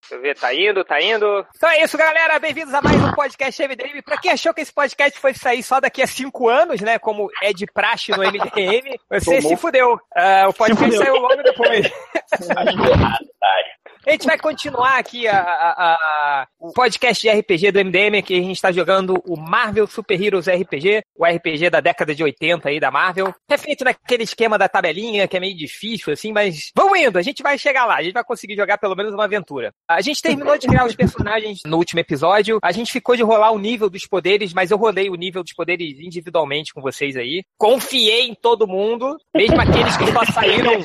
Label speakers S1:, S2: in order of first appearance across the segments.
S1: Deixa eu ver, tá indo, tá indo. Então é isso, galera. Bem-vindos a mais um podcast MDM. Pra quem achou que esse podcast foi sair só daqui a cinco anos, né? Como é de praxe no MDM, você
S2: Tomou.
S1: se fudeu. Ah, o podcast
S2: fudeu.
S1: saiu logo depois. A gente vai continuar aqui a, a- a- o podcast de RPG do MDM, que a gente está jogando o Marvel Super Heroes RPG, o RPG da década de 80 aí da Marvel. É feito naquele esquema da tabelinha, que é meio difícil assim, mas vamos indo, a gente vai chegar lá, a gente vai conseguir jogar pelo menos uma aventura. A gente terminou de criar os personagens no último episódio, a gente ficou de rolar o nível dos poderes, mas eu rolei o nível dos poderes individualmente com vocês aí. Confiei em todo mundo, mesmo aqueles que só saíram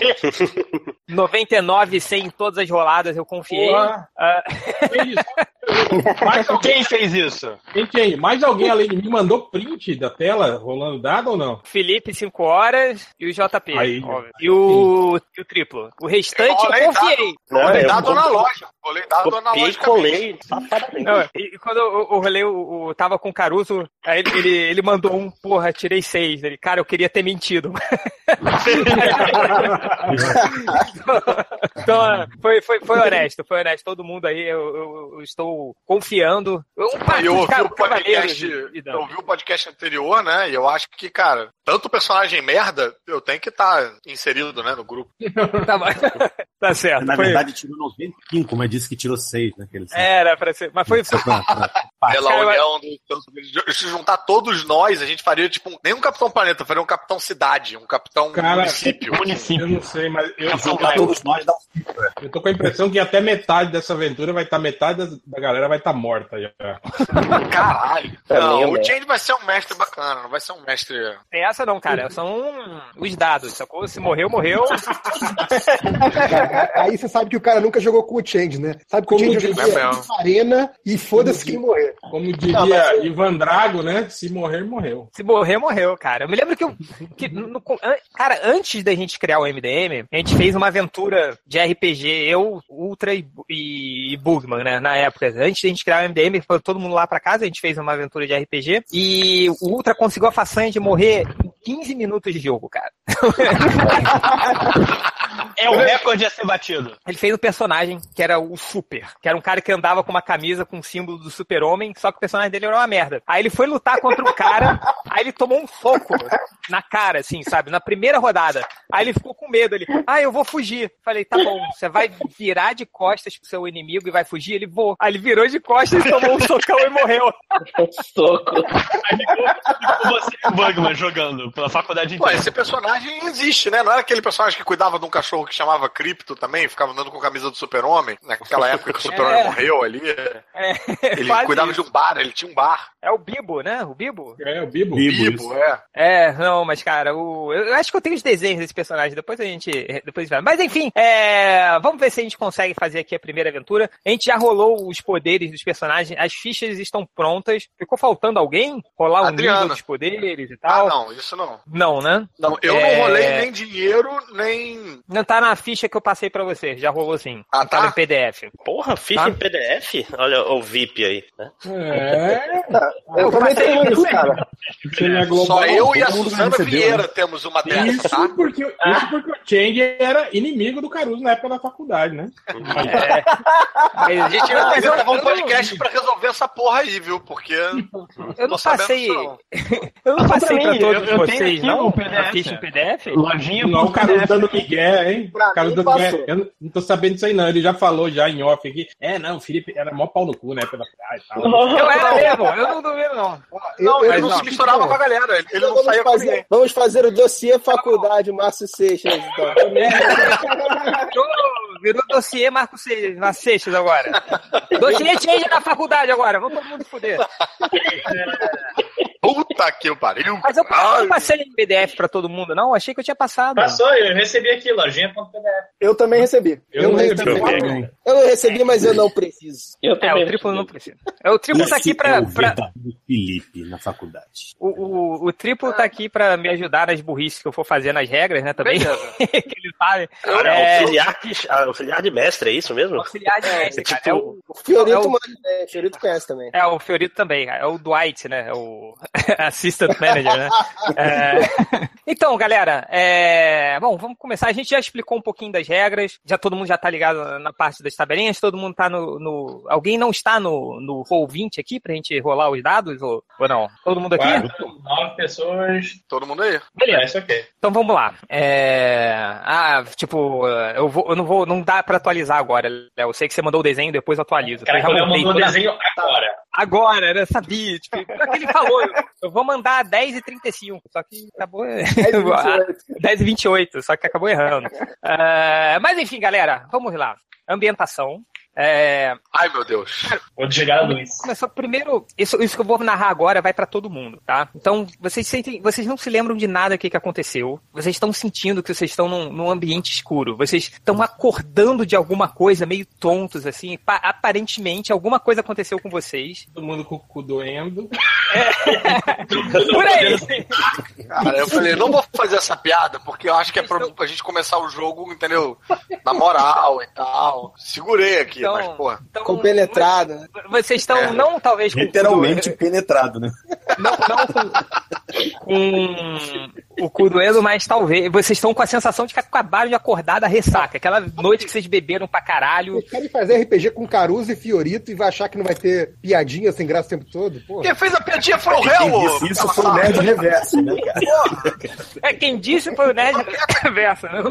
S1: 99 100 em todas as roladas, eu confiei.
S3: Porra.
S1: Ah,
S3: Que é isso? Mais alguém,
S4: Quem fez isso?
S3: gente, aí, mais alguém além de mim mandou print da tela rolando dado ou não?
S1: Felipe, 5 horas, e o JP.
S3: Aí.
S1: óbvio. E o, e o triplo. O restante eu
S5: Olha aí, tá.
S1: confiei.
S5: Colei
S2: eu
S5: dado analógico. Colei dado
S2: copiei e
S5: analógico.
S2: um colei, safadamente.
S1: Não, e e quando eu, eu rolei, o, o- tava com o Caruso, aí ele, ele, ele mandou um, porra, tirei seis. Ele, cara, eu queria ter mentido. então, foi, foi, foi honesto, foi honesto. Todo mundo aí, eu, eu- eu estou confiando. Um
S5: Eu
S1: de
S5: ouvi
S1: ca-
S5: o podcast, então-
S1: cavaleiros de- de
S5: eu ouvi o podcast anterior, né? E eu acho que, cara, tanto personagem merda, eu tenho que estar inserido, né, no grupo.
S1: Tá, bom. Tá certo.
S6: Na
S1: foi-
S6: verdade, tirou 95, mas disse que tirou 6 naquele.
S1: É, Era pra ser. Mas foi.
S6: Só pra- pra-
S5: Pela
S1: cara,
S5: união do tanto deles. Se juntar todos nós, a gente faria, tipo, nem um Capitão Planeta, faria um Capitão Cidade, um Capitão
S3: Cara,
S5: Município.
S3: Eu não sei, mas eu,
S5: Tá
S6: Juntar todos nós dá um
S3: eu tô com a impressão que até metade dessa aventura vai estar, metade das- da galera vai estar morta já.
S5: Caralho.
S2: É,
S5: Não,
S2: lembra.
S5: o Change vai ser um mestre bacana, não vai ser um mestre.
S1: Tem essa não, cara. São os dados, sacou? Se morreu, morreu.
S7: Cara, aí você sabe que o cara nunca jogou com o Change, né? Sabe que
S3: Como
S7: o Change
S3: diz,
S7: jogou
S5: né,
S7: com a arena e foda-se quem morrer.
S3: Como diria
S2: Não, mas
S3: Ivan Drago, né? Se morrer, morreu.
S1: Se morrer, morreu, cara. Eu me lembro que, eu, que no- an- cara, antes da gente criar o MDM, a gente fez uma aventura de RPG, eu, Ultra e, e, e Bugman, né? Na época. Antes da gente criar o MDM, foi todo mundo lá pra casa, a gente fez uma aventura de RPG. E o Ultra conseguiu a façanha de morrer em 15 minutos de jogo, cara.
S4: É o recorde a ser batido.
S1: Ele fez um personagem que era o Super, que era um cara que andava com uma camisa com o símbolo do Super-Homem, só que o personagem dele era uma merda. Aí ele foi lutar contra um cara, aí ele tomou um soco na cara, assim, sabe? Na primeira rodada. Aí ele ficou com medo, ele, ah, eu vou fugir. Falei, tá bom, você vai virar de costas pro seu inimigo e vai fugir? Ele, vou. Aí ele virou de costas, tomou um socão e morreu.
S2: soco.
S4: Com você e o Bugman jogando pela faculdade
S5: Pô,
S4: inteira.
S5: esse personagem existe, né? Não era aquele personagem que cuidava de um cachorro que chamava Cripto também, ficava andando com a camisa do Super-Homem, naquela época que o Super-Homem
S1: É.
S5: morreu ali. Ele
S1: Quase
S5: cuidava
S1: isso.
S5: de um bar, ele tinha um bar.
S1: É o Bibo, né? O Bibo?
S3: É o Bibo.
S5: Bibo, é.
S1: É, não, mas cara, o... eu acho que eu tenho os desenhos desse personagem, depois a gente. Depois vai. Mas enfim, é... vamos ver se a gente consegue fazer aqui a primeira aventura. A gente já rolou os poderes dos personagens, as fichas estão prontas. Ficou faltando alguém? Rolar o
S5: Adriana.
S1: nível dos poderes e
S5: Ah,
S1: tal?
S5: não, isso não.
S1: não. né?
S5: Não, eu
S1: É.
S5: não rolei nem dinheiro, nem.
S1: Não tá na ficha que eu passei pra você, já rolou sim.
S5: Ah,
S1: Não tá?
S5: tá?
S1: no PDF.
S2: Porra, ficha
S1: Tá.
S2: em PDF? Olha o VIP aí, né?
S3: É,
S1: Eu
S6: Eu também
S7: Então,
S1: passei
S6: tenho
S7: é
S6: isso, cara.
S3: você não é global.
S5: Só eu e a
S7: todo mundo
S5: Suzana
S7: recebeu,
S5: Vieira temos uma dessas,
S3: Isso
S5: tá?
S3: porque, isso porque o Chang era inimigo do Caruso na época da faculdade, né?
S1: Mas a gente
S5: Não,
S1: não,
S5: mas
S1: mas eu,
S5: gravar um
S1: eu não-
S5: podcast pra resolver essa porra aí, viu? Porque.
S1: eu não
S5: sabemos
S1: passei.
S5: disso, não.
S1: Eu não passei
S4: Pra
S1: pra
S4: mim,
S1: todos
S4: eu- eu tenho
S1: vocês,
S4: aqui
S1: não?
S4: o PDF.
S1: A ficha em PDF?
S4: Lojinha
S3: Não, o Caruso
S4: PDF.
S3: dando migué, hein?
S2: Pra
S3: Caruso
S2: mim,
S3: dando migué.
S2: passou.
S3: Eu não- não tô sabendo disso aí, não. Ele já falou já em off aqui. É, não, o Felipe era mó pau no cu, né? Pela praia e tal.
S1: Eu era É mesmo, eu não duvido, não.
S5: Não,
S1: eu
S5: ele
S1: não
S5: não se
S1: sei
S5: misturava com a galera. Ele, ele não
S8: vamos,
S5: saía com ninguém.
S8: fazer, vamos fazer o dossiê faculdade, Márcio Seixas, então.
S1: Virou- Virou dossiê Marco Seixas, na Seixas agora. dossiê change na faculdade agora, vamos todo mundo fuder.
S5: Puta que o pariu.
S1: Mas eu, eu
S5: Ai,
S1: não passei em PDF pra todo mundo, não? Achei que eu tinha passado.
S9: Passou, eu recebi aqui, lojinha.pdf.
S8: Eu também recebi.
S3: Eu,
S7: Eu
S3: não
S7: não
S3: recebi.
S2: recebi.
S3: também.
S8: Eu não recebi, mas eu não preciso.
S2: Eu
S1: É, o triplo não precisa. É, o triplo tá aqui
S6: Esse é
S1: pra.
S6: o
S1: pra-
S6: verdadeiro Felipe na faculdade.
S1: o, o, o triplo tá aqui pra me ajudar nas burrices que eu for fazer nas regras, né? Também. que ele sabe.
S2: Cara,
S1: É.
S2: auxiliar, de, auxiliar de mestre, é isso mesmo?
S1: Auxiliar de mestre, cara. É o,
S8: O Fiorito,
S1: É o-
S8: manja, né? O Fiorito conhece também.
S1: é o Fiorito também, cara. É o Dwight, né? É o assistant manager, né? É, Então, galera, é... bom, vamos começar. A gente já explicou um pouquinho das regras, já todo mundo já tá ligado na parte das tabelinhas, todo mundo tá no... no- Alguém não está no, no roll 20 aqui pra gente rolar os dados ou, ou não? Todo mundo aqui?
S3: Claro.
S9: Nove pessoas. É,
S5: Todo mundo aí.
S1: Beleza.
S9: Parece ok.
S1: Então vamos lá. É... Ah, tipo, eu, vou, eu não vou, não dá pra atualizar agora, Léo. Eu sei que você mandou o desenho, depois eu atualizo.
S9: Cara,
S1: Eu já
S9: quando eu
S1: montei
S9: mandou o
S1: toda-
S9: desenho agora.
S1: Agora, né? Sabia. Tipo, é que ele falou, eu, eu vou mandar 10 e 35 só que acabou...
S7: É
S5: Ah, então
S1: 10 e 28, só que acabou errando. É, mas enfim, galera, vamos lá. Ambientação. É,
S5: Ai, meu Deus.
S9: Vou desligar a luz.
S1: começou primeiro, isso, isso que eu vou narrar agora vai pra todo mundo, tá? Então, vocês sentem, vocês não se lembram de nada que, que aconteceu. Vocês estão sentindo que vocês estão num, num ambiente escuro. Vocês estão acordando de alguma coisa, meio tontos, assim. Pa- aparentemente, alguma coisa aconteceu com vocês.
S3: Todo mundo com o cu doendo.
S1: Por aí!
S5: Cara, eu falei, não vou fazer essa piada, porque eu acho que é
S1: Então-
S5: pra, pra gente começar o jogo, entendeu? Na moral e tal. Segurei aqui,
S1: Então-
S5: mas, porra.
S1: Então,
S8: Compenetrado, né?
S1: Vocês estão,
S5: É.
S1: não talvez com
S6: Literalmente penetrado, né?
S1: Não, não com, com o cu doendo, mas talvez. Vocês estão com a sensação de que acabaram de acordar da ressaca. Aquela noite que vocês beberam pra caralho.
S7: Eles querem fazer RPG com Caruso e Fiorito e vai achar que não vai ter piadinha sem graça o tempo todo? Porra.
S5: Quem fez a piadinha foi o réu,
S6: Isso,
S5: ô.
S6: isso foi o nerd reverso, né, cara?
S1: É quem disse foi o Nerd da conversa, né?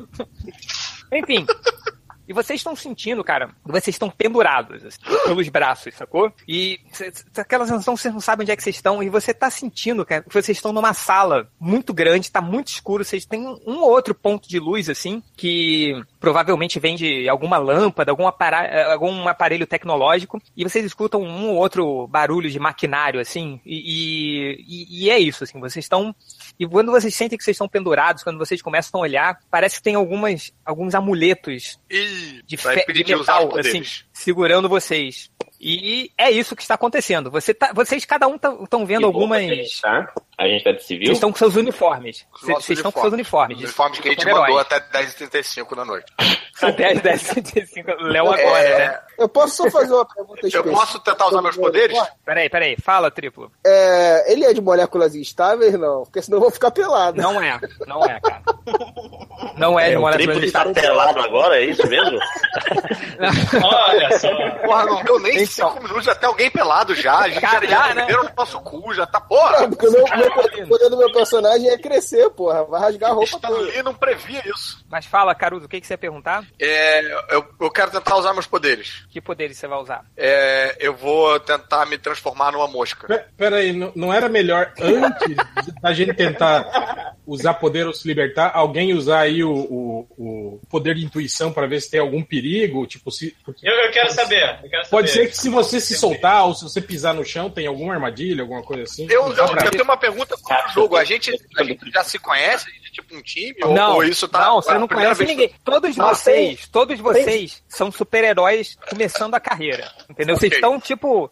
S1: Enfim. E vocês estão sentindo, cara, vocês estão pendurados assim, pelos braços, sacou? E cê- cê- aquela sensação, vocês não sabem onde é que vocês estão, e você tá sentindo, cara, que vocês estão numa sala muito grande, tá muito escuro, vocês têm um ou outro ponto de luz, assim, que provavelmente vem de alguma lâmpada, algum, apara- eh, algum aparelho tecnológico, e vocês escutam um ou outro barulho de maquinário, assim, e, e, e é isso, assim, vocês estão e quando vocês sentem que vocês estão pendurados, quando vocês começam a olhar, parece que tem algumas, alguns amuletos
S5: Ih,
S1: de,
S5: vai
S1: fe-
S5: impedir
S1: de
S5: de usar os
S1: metal, assim,
S5: poderes.
S1: segurando vocês. E é isso que está acontecendo. Você tá- vocês, cada um, estão vendo algumas.
S10: tá? A gente tá de
S1: Vocês
S10: civil?
S1: estão com seus uniformes.
S5: Os
S1: Vocês
S5: nossos
S1: vocês estão com seus uniformes.
S5: Os uniformes que a gente
S1: Super-heróis.
S5: mandou até 10h35 da noite.
S1: Até as 10h35. Léo agora,
S5: É,
S1: né?
S8: Eu posso só fazer uma pergunta
S5: Eu
S8: específica?
S5: posso tentar usar meus poderes?
S1: Peraí, peraí. Fala, triplo.
S8: É, ele é de moléculas instáveis, não? Porque senão eu vou ficar pelado.
S1: Não é. Não é, cara. Não é, de
S2: É, o
S1: moléculas
S2: triplo está
S1: instáveis.
S2: telado agora, é isso mesmo?
S9: Olha só.
S5: Porra, não deu nem 5 minutos, já tem alguém pelado já. A gente
S1: Cara,
S5: já,
S1: já, né?
S5: primeiro no nosso cu, já tá. Porra!
S8: Não, Porque o meu, meu poder- o poder do meu personagem é crescer, porra. Vai
S5: Tá,
S8: rasgar a roupa toda.
S5: Stanley não previa isso.
S1: Mas fala, Caruso, o que, que você ia perguntar?
S5: É, eu, eu quero tentar usar meus poderes.
S1: Que poderes você vai usar?
S5: É, eu vou tentar me transformar numa mosca.
S3: Pe- Peraí, não, não era melhor antes da gente tentar usar poder ou se libertar, alguém usar aí o, o, o poder de intuição para ver se tem algum perigo? Tipo, se. porque
S9: Eu, eu quero saber. Eu quero
S2: É,
S3: Pode
S9: saber.
S3: ser que se você se soltar ou se você pisar no chão, tem alguma armadilha, alguma coisa assim.
S5: Eu, eu,
S3: Dá pra-
S5: eu tenho uma pergunta sobre o jogo. A gente, a gente já se conhece? A gente é tipo um time? Ou,
S1: não,
S5: ou isso tá.
S1: não, você
S5: a
S1: não
S5: primeira
S1: conhece
S5: vez
S1: ninguém. Todos
S8: Não,
S1: vocês, todos vocês são super-heróis começando a carreira. Entendeu? Vocês
S5: Ok.
S1: estão, tipo.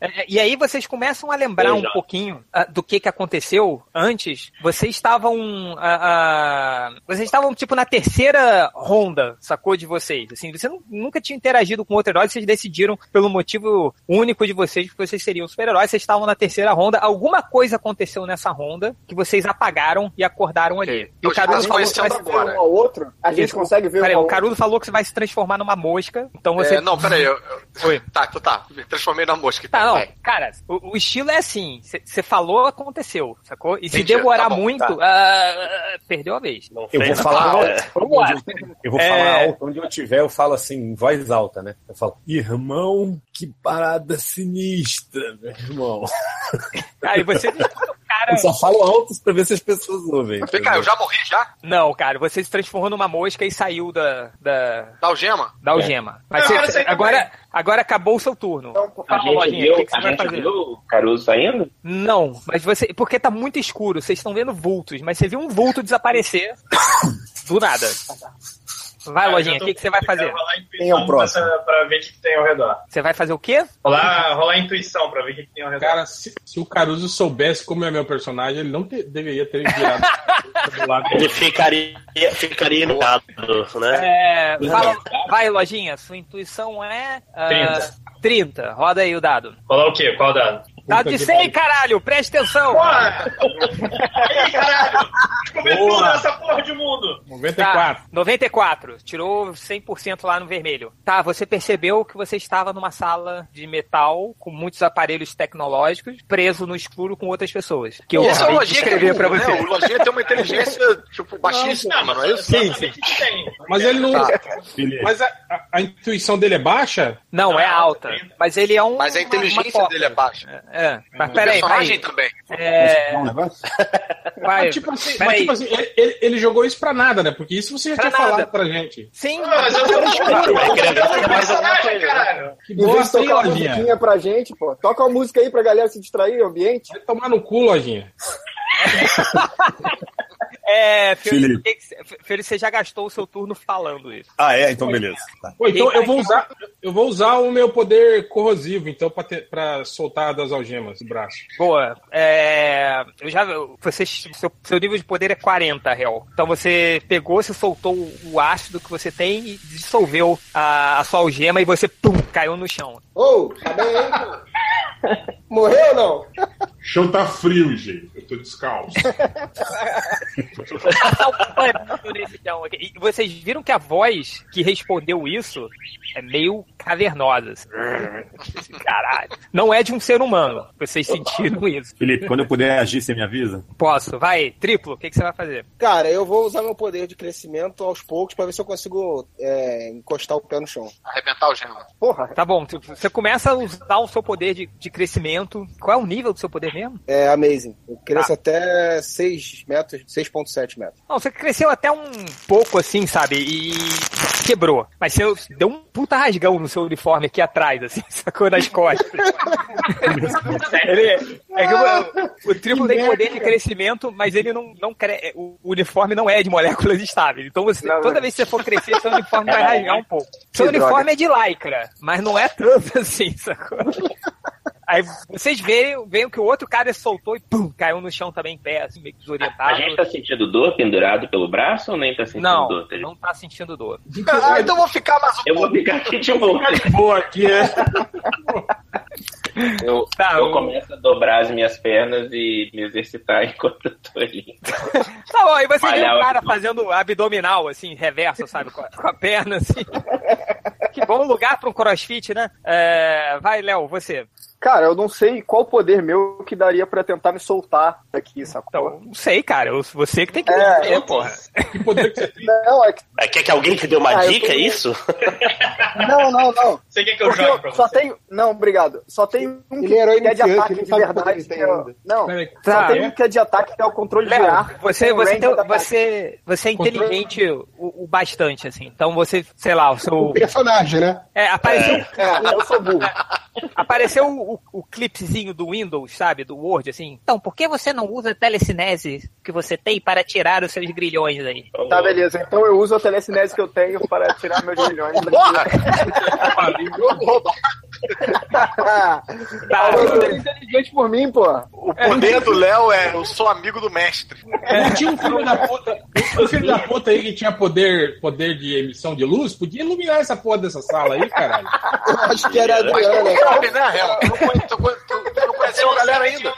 S1: é, é, E aí vocês começam a lembrar um pouquinho ah, do que, que aconteceu antes. Vocês estavam. ah, ah, vocês estavam, tipo, na terceira ronda, sacou de vocês. Assim, você nu- nunca tinha interagido com outro herói, vocês decidiram, pelo motivo único de vocês, que vocês seriam super-heróis, vocês estavam na terceira ronda. Alguma coisa aconteceu nessa ronda que vocês apagaram e acordaram ali. E o
S5: Eu já
S1: Caruso
S5: tô
S1: falou que vai
S5: conhecendo
S1: se
S5: agora.
S8: Um ao outro, a gente
S1: Isso.
S8: consegue ver
S1: Peraí,
S8: um ao
S1: o Caruso falou que você vai se transformar numa mosca, então você...
S5: É, não, peraí. Eu, eu-
S1: Oi.
S5: Tá, tu tá. Me transformei na mosca.
S1: Tá,
S5: então,
S1: não,
S5: vai.
S1: cara, o, o estilo é assim, você falou, aconteceu, sacou? E se
S5: Entendi,
S1: demorar
S5: tá bom,
S1: muito, ah, perdeu a vez.
S2: Não
S6: Eu
S2: sei,
S6: vou
S2: né?
S6: falar alto.
S2: É.
S1: Vamos lá.
S6: Eu vou
S1: É.
S6: falar alto. Onde eu tiver, eu falo assim, em voz alta, né? Eu falo, irmão, que parada sinistra, meu irmão.
S1: Aí você descobre o cara...
S6: Eu só falo alto pra ver se as pessoas ouvem.
S5: Vem cá, eu já morri já?
S1: Não, cara, você se transformou numa mosca e saiu da, da,
S5: Dá o gema?
S1: da algema. Mas
S9: Eu
S1: você-
S9: quero sair também.
S1: agora, agora acabou o seu turno.
S10: Ah, A
S5: Então,
S1: Fala,
S10: gente
S1: Lojinha,
S10: viu,
S1: o que, que você
S10: a
S1: vai
S10: gente
S1: fazer?
S10: viu o Caruso saindo?
S1: Não, mas você... Porque tá muito escuro, vocês estão vendo vultos, mas você viu um vulto desaparecer do nada. Vai,
S9: Cara,
S1: Lojinha,
S9: eu
S1: o
S9: tô-
S1: que, que você vai
S9: eu quero
S1: fazer?
S9: rolar a intuição
S6: Quem é o próximo?
S9: Pra, pra ver o que, que tem ao redor.
S1: Você vai fazer o quê?
S9: Rolar, Ah, rolar a intuição pra ver o que, que tem ao redor.
S3: Cara, se, se o Caruso soubesse como é meu personagem, ele não te- deveria ter virado do lado.
S2: Ele ficaria, ficaria inundado, né?
S1: É, fala- vai, lojinha, sua intuição é. ah, 30. Roda aí o dado.
S9: Rolar o quê? Qual dado?
S1: Dado de 100, caralho! Preste atenção!
S9: Aí, caralho! Começou
S3: Boa.
S9: nessa porra de mundo!
S3: 94.
S1: Tá, 94. Tirou 100% lá no vermelho. Tá, você percebeu que você estava numa sala de metal com muitos aparelhos tecnológicos, preso no escuro com outras pessoas. Que eu
S5: Isso é o
S1: acabei de
S5: Lojinha que
S1: escrever
S5: é
S1: pra
S5: burro,
S1: você.
S5: né? O Lojinha tem uma inteligência, tipo, baixíssima, mano, é isso?
S3: Sim, sim.
S9: Sabe que tem.
S3: Mas ele não.
S5: Tá.
S3: Mas a, a- a intuição dele é baixa?
S1: Não, é alta. Mas ele é um.
S5: Mas a
S1: uma-
S5: inteligência
S1: uma cópia.
S5: dele é baixa.
S1: É, mas
S5: O
S1: peraí,
S5: personagem
S1: vai.
S5: também.
S1: É,
S6: Um negócio?
S1: vai.
S3: Mas, tipo assim, mas,
S1: Ah, peraí.
S3: tipo assim, ele, ele- ele jogou isso pra nada, né? Porque isso você já
S1: Pra
S3: tinha
S1: nada.
S3: falado pra gente.
S1: Sim,
S9: Ah, Mas eu tô no escuro!
S2: Vai querer
S9: Eu
S2: ver mais
S9: personagem,
S2: alguma coisa, né?
S9: caralho!
S3: Que
S8: Em vez de
S3: bosta, hein,
S8: tocar uma
S3: Lojinha?
S8: musiquinha pra gente, pô. Toca uma música aí pra galera se distrair, ambiente.
S3: Vai tomar no cu, Lojinha.
S1: é. Filho,
S6: Felipe.
S1: Filho, você já gastou o seu turno falando isso.
S6: Ah, é? Então beleza. Tá.
S3: Pô, então
S1: Quem
S3: eu vou usar, eu vou usar o meu poder corrosivo, então, pra, ter- pra soltar das algemas do braço.
S1: Boa. É, eu já, você, seu, seu nível de poder é 40, real. Então você pegou, você soltou o ácido que você tem e dissolveu a, a sua algema e você pum, caiu no chão.
S8: Ô, tá bem aí, pô. Morreu ou não?
S11: O chão tá frio, gente. Eu tô descalço.
S1: Tá um pano nesse chão aqui. E vocês viram que a voz que respondeu isso é meio cavernosa. assim. Caralho. Não é de um ser humano. Vocês sentiram isso.
S6: Felipe, quando eu puder agir, você me avisa?
S1: Posso, vai, triplo, o que, que você vai fazer?
S8: Cara, eu vou usar meu poder de crescimento aos poucos pra ver se eu consigo é, encostar o pé no chão.
S5: Arrebentar o gema.
S8: Porra,
S1: Tá bom, tu- você começa a usar o seu poder de, de crescimento. Qual é o nível do seu poder mesmo?
S8: é amazing. Eu cresço até 6 metros, 6.7 metros.
S1: Não, você cresceu até um pouco assim, sabe? E quebrou. Mas você deu um puta rasgão no seu uniforme aqui atrás, assim, sacou nas costas. Ele- é que o, o triplo tem poder de crescimento, mas ele não, não cre... o o uniforme não é de moléculas estáveis. Então você,
S8: Não,
S1: toda
S8: não.
S1: vez que você for crescer, seu uniforme vai rasgar um pouco. Seu
S8: droga.
S1: uniforme é de lycra, mas não é tanto assim, sacou? Aí vocês veem, veem que o outro cara soltou e pum, caiu no chão também em pé, assim, meio que desorientado.
S10: A gente tá sentindo dor pendurado pelo braço ou nem tá sentindo
S1: Não,
S10: dor? Tá ligado?
S1: não tá sentindo dor.
S5: Ah, então eu vou ficar mais um
S10: Eu vou ficar aqui de boa.
S3: Boa, aqui é.
S10: Eu,
S1: Tá,
S10: eu
S1: o-
S10: começo a dobrar as minhas pernas e me exercitar enquanto eu tô ali.
S1: Tá bom, aí você vê
S10: Malhar
S1: um
S10: o
S1: cara
S10: abdômen.
S1: fazendo abdominal, assim, reverso, sabe? Com a, com a perna, assim. Que bom lugar pra um crossfit, né? É, vai, Léo, você.
S8: Cara, eu não sei qual poder meu que daria pra tentar me soltar daqui, sacou?
S1: Então, não sei, cara. eu- Você que tem que
S8: É,
S1: dizer, porra.
S3: Que poder que você tem?
S8: Não, é que...
S2: Mas Quer que alguém te dê uma
S8: Ah, eu
S2: dica, é
S8: tô-
S1: um-
S2: isso?
S8: não, não, não.
S9: Você quer que eu
S12: Porque
S9: jogue pra
S12: eu só
S9: você?
S12: tenho. Não, obrigado. Só tem um
S7: Ele é herói
S12: que é de
S7: iniciante,
S12: ataque
S7: ele
S12: de
S7: sabe quanto
S12: verdade.
S7: ele tem
S12: que é o-
S7: ainda.
S12: Não,
S3: Peraí,
S1: Tá.
S12: só
S3: sabe,
S12: tem um
S3: é?
S12: que é de ataque, que é o controle de
S1: Léo,
S12: ar.
S1: você,
S12: Tem o
S1: você,
S12: range
S1: tem-
S12: de ataque.
S1: você, você é
S3: Controle.
S1: inteligente o, o bastante, assim. Então você, sei lá, o
S7: O
S1: seu.
S7: personagem, né?
S1: É, apareceu,
S12: É, eu sou burro.
S1: apareceu o, o clipezinho do Windows, sabe? Do Word, assim. Então, por que você não usa a telecinese que você tem para tirar os seus grilhões aí?
S12: Tá, beleza. Então eu uso a telecinese que eu tenho para tirar meus milhões.
S5: Porra! Jogo roubado.
S1: Tá,
S8: Eu
S1: você-
S8: sou inteligente por mim, pô.
S5: O poder do Léo é eu sou amigo do mestre.
S3: Não tinha um filho da puta. Um filho da puta aí que tinha poder, poder de emissão de luz, podia iluminar essa porra dessa sala aí, caralho.
S6: Ah,
S8: Eu acho que era a
S5: Mas tu
S8: Adriana.
S5: não sabe, né, Léo? Tu não conhe- Tu conhe- tu- tu não conheceu a galera ainda.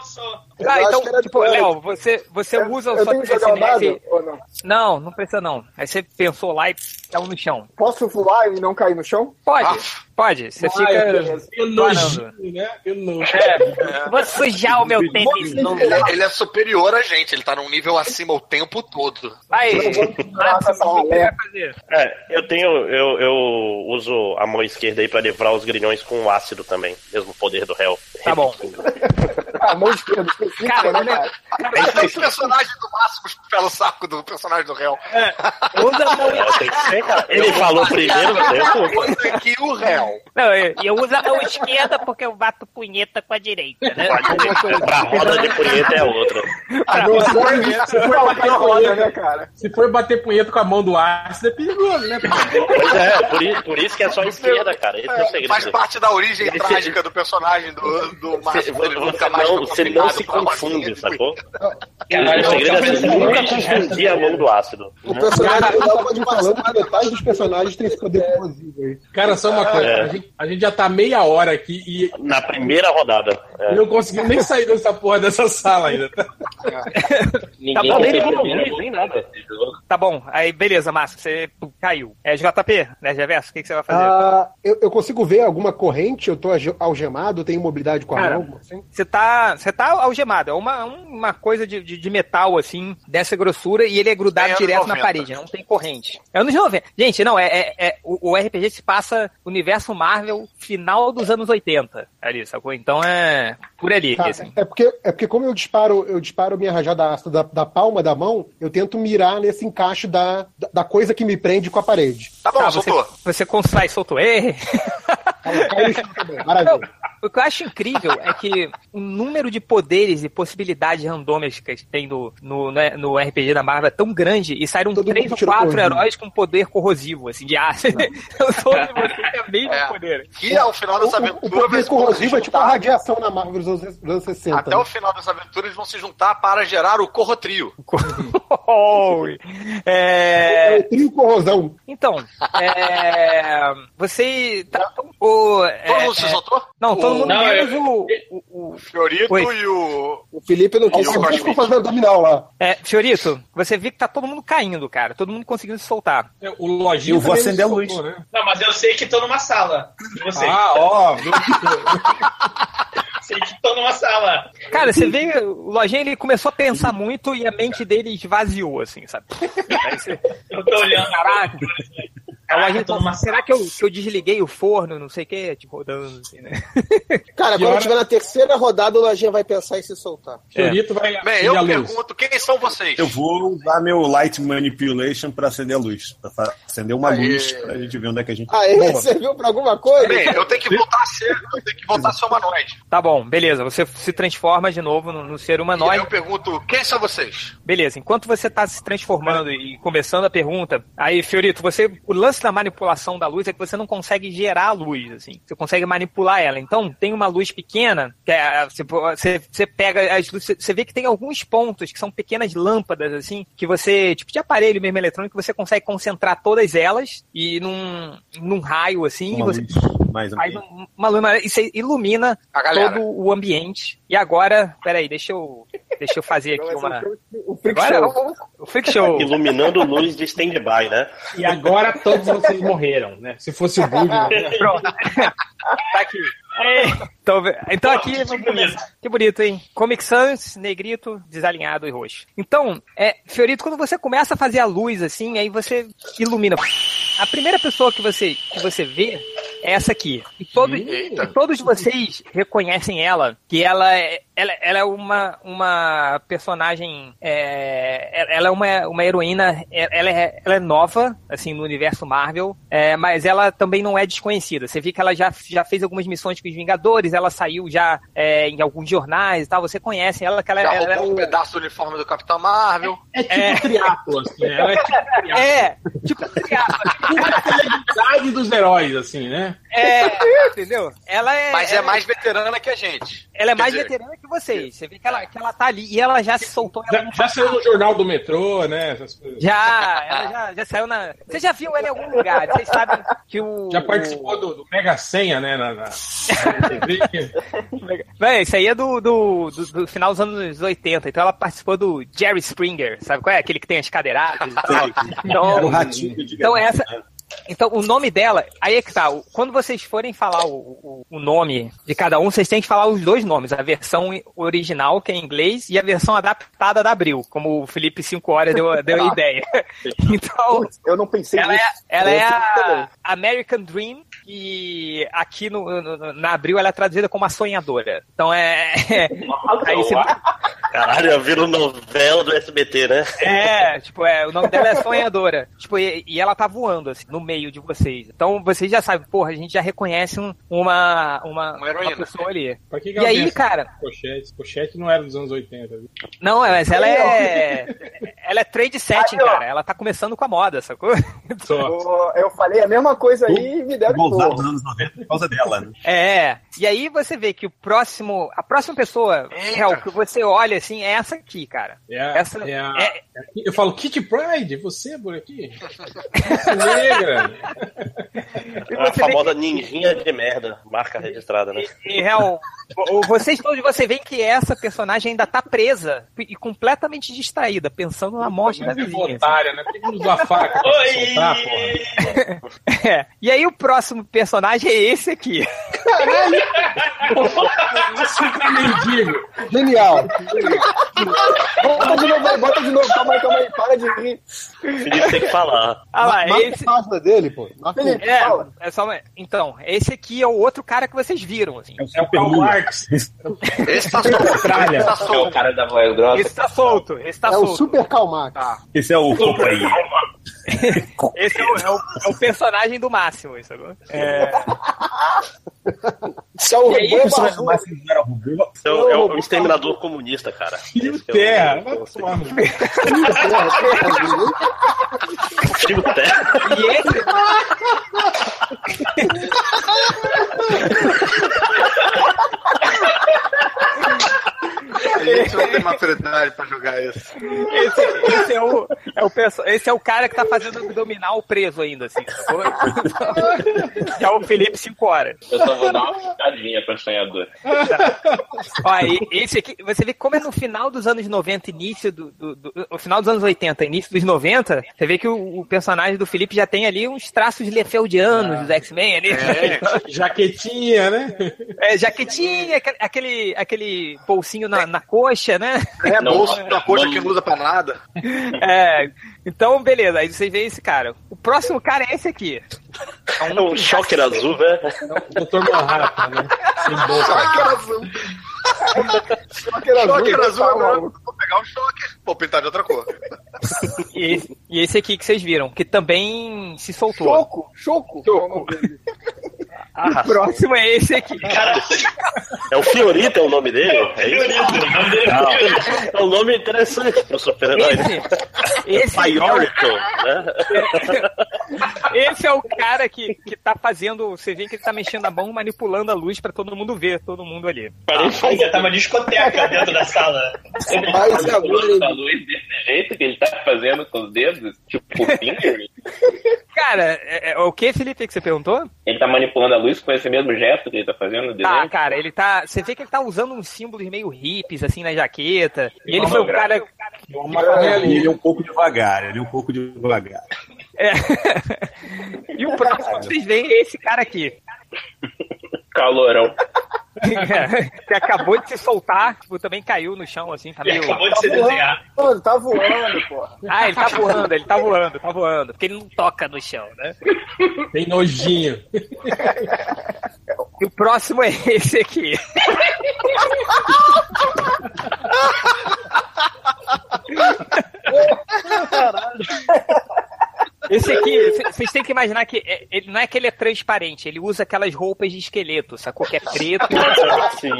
S1: Ah,
S8: Eu
S1: então,
S8: acho que era
S1: tipo,
S8: de
S1: Léo, você, você usa o
S8: Eu
S1: sua
S8: tenho que jogar o
S1: telecinese.
S8: dado ou não?
S1: Não, não precisa não. Aí você pensou lá e caiu no chão.
S12: Posso voar e não cair no chão?
S1: Pode,
S5: Ah.
S1: pode. Você fica.
S3: Que nojinho, né? Que nojo.
S6: É.
S1: Vou sujar o meu tênis.
S5: Não, ele, é- ele é superior a gente, ele tá num nível acima o tempo todo.
S1: Vai, Matos, o que você vai fazer?
S2: É, eu tenho. Eu, eu uso a mão esquerda aí pra livrar os grilhões com ácido também. Mesmo poder do réu.
S1: Tá bom.
S8: A mão esquerda. específica,
S1: Cara,
S8: né,
S1: né?
S5: Ele tem o personagem do Máximo pelo saco do personagem do réu.
S1: Usa a mão
S2: É, tem que ser, cara. Ele falou primeiro, mas eu vou.
S5: Puta que o réu.
S1: Não, eu, eu uso a mão esquerda porque eu bato punheta com a direita, né?
S2: Pra roda de punheta é outra.
S7: Se for- se for bater punheta, né, cara?
S3: Se for bater punheta com a mão do ácido, é perigoso, né?
S2: Pois é, por isso, por isso que é só esquerda, cara. Esse é o segredo.
S5: Faz parte da origem
S2: Ele se-
S5: trágica do personagem do, do
S2: Você,
S5: Máximo. Ele
S2: você
S5: nunca mais
S2: não,
S5: foi
S2: você não
S5: convidado
S2: se
S5: pra uma
S2: confunde,
S5: cena de
S2: sacou? o segredo é você nunca confundir a mão do ácido.
S7: O personagem pode falando que metade dos personagens tem esse poder corrosivo aí.
S3: Cara, só uma coisa.
S2: É.
S3: A, gente, a gente já tá meia hora aqui e.
S2: Na primeira rodada. É.
S3: Não conseguiu nem sair dessa porra dessa sala ainda.
S1: Tá
S2: Tá
S1: bom, nem
S2: nem ligou
S1: ligou a luz,
S2: nem nada.
S1: Tá bom, aí beleza, Márcio, você pum, caiu. É JP, né, Gerverso? O que, que você
S8: É.
S1: vai fazer?
S7: Ah, eu, eu consigo ver alguma corrente? Eu tô alge- algemado? Tenho mobilidade com a
S1: Cara,
S7: mão? assim?
S1: Você tá, você tá algemado, é uma, uma coisa de, de, de metal, assim, dessa grossura, e ele é grudado
S7: Tem anos
S1: direto na
S7: 90.
S1: parede, não tem corrente. Anos 90. Gente, não, é, é- é- o, o RPG se passa no universo Marvel final dos anos 80, ali, sacou? Então é por ali.
S7: Tá,
S1: assim.
S7: é, porque, é porque como eu disparo, eu disparo minha rajada ácida da, da palma da mão, eu tento mirar nesse encaixe da, da, da coisa que me prende com a parede.
S1: Tá bom, você, você consegue, soltou. Ei!
S7: Maravilha.
S1: O que eu acho incrível é que o número de poderes e possibilidades randômicas que tem no, no, né, no RPG da Marvel é tão grande e saíram três ou
S7: tirou
S1: quatro
S7: corrosivo.
S1: heróis com poder corrosivo, assim, de ácido. Eu sou um de você também
S5: É.
S1: de poder.
S5: E ao final dessa
S7: O-
S5: aventura.
S7: O poder
S5: eles vão se
S7: corrosivo é tipo então. a
S5: juntar.
S7: radiação na Marvel dos anos, dos anos né? 60.
S5: Até o final dessa aventura eles vão se juntar para gerar o Corrotrio.
S1: É...
S7: Eu tenho corrosão.
S1: Então, é... você. Tá... O...
S5: Todo mundo se soltou?
S1: Não, todo mundo
S5: Não,
S1: menos
S5: eu-
S1: o, o, o-
S5: Fiorito
S1: Oi.
S5: e o.
S7: O Felipe não
S1: quis-
S7: quis.
S1: Olha o
S7: Vocês
S1: Crossfit.
S7: ficam fazendo abdominal lá.
S1: É, Fiorito, você viu que tá todo mundo caindo, cara. Todo mundo conseguindo se soltar.
S3: É, o lojinho
S6: Eu
S3: né?
S6: vou também acender a luz.
S9: Não, mas eu sei que tô numa sala. E você?
S3: Ah, ó. Ah.
S9: Sei que tô numa sala.
S1: Cara, você vê, o Lojinha ele começou a pensar muito e a mente dele esvaziou, assim, sabe?
S9: Eu tô olhando.
S1: Caraca. A Lojinha
S9: tô
S1: fala,
S9: numa
S1: será que eu, que eu desliguei o forno, não sei o que, tipo, rodando assim, né?
S8: Cara,
S1: Que
S8: quando
S1: hora?
S8: tiver na terceira rodada, o Lojinha vai pensar em se soltar.
S6: É.
S3: Fiorito vai.
S5: Bem, eu pergunto quem são vocês?
S6: Eu vou usar meu Light Manipulation pra acender a luz. Pra fa- acender uma
S5: Aê.
S6: luz pra gente ver onde é que a gente.
S8: Ah, ele
S6: Porra.
S8: serviu pra alguma coisa?
S5: Bem, eu tenho que voltar cedo, eu tenho que voltar a ser humanoide.
S1: Tá bom, beleza. Você se transforma de novo no, no ser
S5: E aí
S1: humanoide.
S5: eu pergunto, quem são vocês?
S1: Beleza, enquanto você tá se transformando e começando a pergunta, aí, Fiorito, você. O lance da manipulação da luz é que você não consegue gerar a luz, assim. Você consegue manipular ela. Então, tem uma luz pequena, que é, você, você- você pega as luzes. Você vê que tem alguns pontos que são pequenas lâmpadas, assim, que você, tipo de aparelho mesmo eletrônico, você consegue concentrar todas elas e num, num raio, assim, e
S6: Uma
S1: você.
S6: luz, mais
S1: Aí, uma lâmpada, e você ilumina
S5: galera.
S1: todo o ambiente. E agora, peraí, deixa eu, deixa eu fazer aqui uma.
S8: O
S1: Freak Agora, Show. O Freak Show.
S2: Iluminando luz de stand-by, né?
S3: E agora todos vocês morreram, né? Se fosse o Bug. né?
S1: Pronto. tá aqui. Então, então aqui, vamos começar. que bonito, hein? Comic Sans, negrito, desalinhado e roxo. Então, é, Fiorito, quando você começa a fazer a luz assim, aí você ilumina. A primeira pessoa que você, que você vê é essa aqui. E todos,
S5: Eita.
S1: e todos vocês reconhecem ela, que ela é, ela, ela é uma, uma personagem. é, ela- ela é uma, uma heroína, é- ela é, ela é nova, assim, no universo Marvel, é, mas ela também não é desconhecida. Você vê que ela já, já fez algumas missões com os Vingadores, ela saiu já é, em alguns jornais e tal. Você conhece ela, que ela, é,
S5: Já
S1: ela, ela
S5: roubou um pedaço do uniforme do Capitão Marvel.
S3: É tipo triatlo, assim. né? Ela é tipo triatlo.
S1: É, tipo
S3: Idade dos heróis, assim, né?
S1: É, entendeu? Ela é.
S5: Mas é
S1: ela-
S5: mais veterana que a gente.
S1: Ela é
S5: Quer
S1: mais
S5: dizer, é.
S1: veterana que vocês. Você vê que ela, que ela tá ali e ela já se soltou. Ela
S3: Já, já saiu no jornal do metrô, né? Essas coisas.
S1: Já, ela já, já saiu na. Você já viu ela em algum lugar? Vocês sabem que o.
S3: Já participou do, do Mega Senha, né? Na, na, na TV.
S1: Véi, isso aí é do, do, do, do final dos anos 80. Então ela participou do Jerry Springer, sabe qual é? Aquele que tem as cadeiradas e tal.
S6: O
S1: Então,
S6: um ratinho de
S1: então
S6: garrafa.
S1: essa. Então, o nome dela, aí é que tá. o- Quando vocês forem falar o, o, o nome de cada um, vocês têm que falar os dois nomes. A versão original, que é em inglês, e a versão adaptada da Abril, como o Felipe 5 horas deu, deu a ideia. Então,
S12: Eu não pensei
S1: ela é,
S12: nisso.
S1: ela
S12: Eu
S1: é
S12: sempre
S1: a
S12: também.
S1: American Dream e aqui no, no- na Abril ela é traduzida como a sonhadora. Então é. aí você-
S2: Caralho, eu viro novela do SBT, né?
S1: é, tipo, é, o nome dela é Sonhadora. Tipo, e, e ela tá voando, assim, no meio de vocês. Então vocês já sabem, porra, a gente já reconhece um- uma, uma, uma,
S5: heroína.
S1: pessoa ali.
S3: Pra que que
S1: E aí,
S3: alguém-
S1: cara?
S3: Pochete. Pochete não era dos anos 80. viu?
S1: Não, é, mas ela é. Ela é trade setting, cara. Ela tá começando com a moda, sacou?
S3: Só.
S12: Pô, Eu Então, falei a mesma coisa aí e me deram
S6: Vou usar
S12: porra.
S6: nos anos 90 por causa dela. né?
S1: É, E aí você vê que o próximo, a próxima pessoa, réu, que você olha assim, é essa aqui, cara. essa
S3: é a-
S1: é,
S3: Eu falo, Kitty Pride, você é por aqui? Você é negra. né?
S2: A famosa ninjinha de merda, marca registrada, né?
S1: E, real, vo- vocês todos, você vê que essa personagem ainda tá presa e completamente distraída, pensando na morte da
S3: Mas é
S1: vizinha.
S3: otária, né? Por que que não usa a faca pra
S1: Oi!
S3: soltar, porra?
S1: É. E aí o próximo personagem é esse aqui.
S3: mendigo.
S7: Genial.
S12: Bota de novo, bota de novo. Calma aí, calma aí. Para de rir.
S2: Felipe tem que falar.
S1: Ah lá,
S7: Marca
S1: esse-
S7: a página dele, pô. Marca
S1: É,
S7: o- fala.
S1: é só uma- Então, esse aqui é o outro cara que vocês viram. Assim.
S6: É o Karl
S3: Marx.
S5: Esse tá um
S6: Tralha.
S10: É o cara da voz grossa.
S1: Esse tá solto, esse tá
S7: é
S1: solto.
S7: o Super Calmax.
S6: Esse é o companheiro.
S1: Esse é o, é o- é o personagem do Máximo, isso agora.
S12: Isso é o
S1: E aí,
S12: robô
S1: pessoal,
S12: barbudo.
S2: É o, é o exterminador comunista, cara. Esse é o-
S3: Terra, né? vai tomar no cu.
S2: Fio Terra.
S1: E esse,
S5: A gente não tem maturidade pra jogar isso.
S1: esse, esse é o, é o perso- esse é o cara que tá fazendo abdominal preso ainda, assim. sacou? Que é o Felipe 5 horas.
S10: Eu só vou dar uma pitadinha pra sonhador.
S1: Ó, e- esse aqui, você vê como é no final dos anos 90, início do, do, do- o final dos anos 80, início dos 90, você vê que o, o personagem do Felipe já tem ali uns traços lefeldianos dos X-Men ali.
S3: Jaquetinha, né?
S1: É, jaquetinha, aquele- aquele, aquele bolsinho na, na coxa, né?
S5: É
S10: Não,
S5: bolso da coxa
S10: não.
S5: que não usa pra nada.
S1: É, então, beleza, aí você vê esse cara. O próximo cara é esse aqui.
S2: É um choque azul, né?
S3: Doutor Manhattan, né? Sem boca.
S5: Choque azul.
S7: Choque era
S5: Choque
S7: azul,
S5: azul né?
S7: tá
S5: agora.
S7: maluco.
S5: Vou pegar o choque. Vou pintar de outra cor.
S1: E esse, e esse aqui que vocês viram, que também se soltou.
S12: Choco, choco.
S1: O próximo é esse aqui.
S2: É o Fiorito, é o nome dele? É isso? Não. É um nome interessante pro super-herói. né?
S1: Esse, esse, é
S2: Fiorito, né?
S1: esse é o cara que, que tá fazendo. Você vê que ele tá mexendo a mão, manipulando a luz pra todo mundo ver, todo mundo ali.
S2: Ah.
S9: Ainda tava discoteca dentro da sala.
S12: Mas é
S10: Essa luz desse jeito que ele tá fazendo com os dedos, tipo finger,
S1: Cara, é, é- o que, Felipe, que você perguntou?
S10: ele tá manipulando a luz com esse mesmo gesto que ele tá fazendo,
S1: Tá,
S10: desenho.
S1: cara, ele tá. Você vê que ele tá usando uns símbolos meio hippies, assim, na jaqueta. E ele foi o cara.
S6: Ele é um pouco devagar, ele é um pouco devagar.
S1: é. E o próximo que vocês veem é esse cara aqui.
S10: Calorão.
S1: É, que acabou de se soltar, tipo, também caiu no chão, assim, tá
S9: E
S1: meio.
S9: acabou de se desenhar.
S12: Mano, tá voando, porra.
S1: Ah, ele tá voando, ele tá voando, tá voando. Porque ele não toca no chão, né?
S3: Tem nojinho.
S1: E o próximo é esse aqui. Esse aqui, c- vocês têm que imaginar que é- ele, não é que ele é transparente, ele usa aquelas roupas de esqueleto, sacou? Que é preto.
S2: Sim.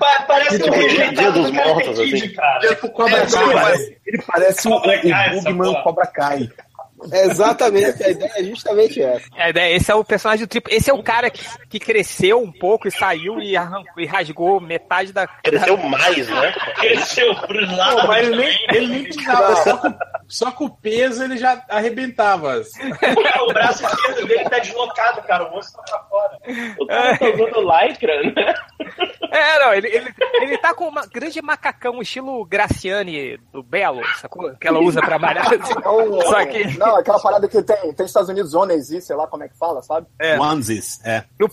S9: Pa- Parece um
S2: Dia
S9: rejeitado
S2: dos
S9: do
S10: tá
S2: mortos,
S9: Carpetide,
S2: assim.
S9: cara.
S5: Dia pro cobra
S6: Ele
S5: é,
S6: parece, ele parece o, o,
S9: Cobra Kai, essa
S6: o Bugman
S9: porra.
S6: Cobra Kai.
S12: É exatamente, a ideia é justamente essa.
S1: É, né, esse é o personagem do triplo. Esse é o cara que, que cresceu um pouco e saiu e, arrancou, e rasgou metade da.
S2: Cresceu mais, né?
S10: assim.
S9: Cresceu pros lados.
S3: Pô, mas ele nem, ele nem precisava, só com, só com o peso ele já arrebentava. assim,
S9: O braço esquerdo dele tá deslocado, cara. O moço tá pra fora.
S10: O cara tá usando lycra, né?
S1: É, não, ele, ele, ele tá com uma grande macacão, estilo Graciane do Belo, sacou? Que ela usa pra malhar. assim.
S12: É um-
S1: Só que-
S12: Não, aquela parada que tem, tem nos Estados Unidos, onesi, sei lá como é que fala, sabe?
S1: É.
S6: Onesies, é.
S1: No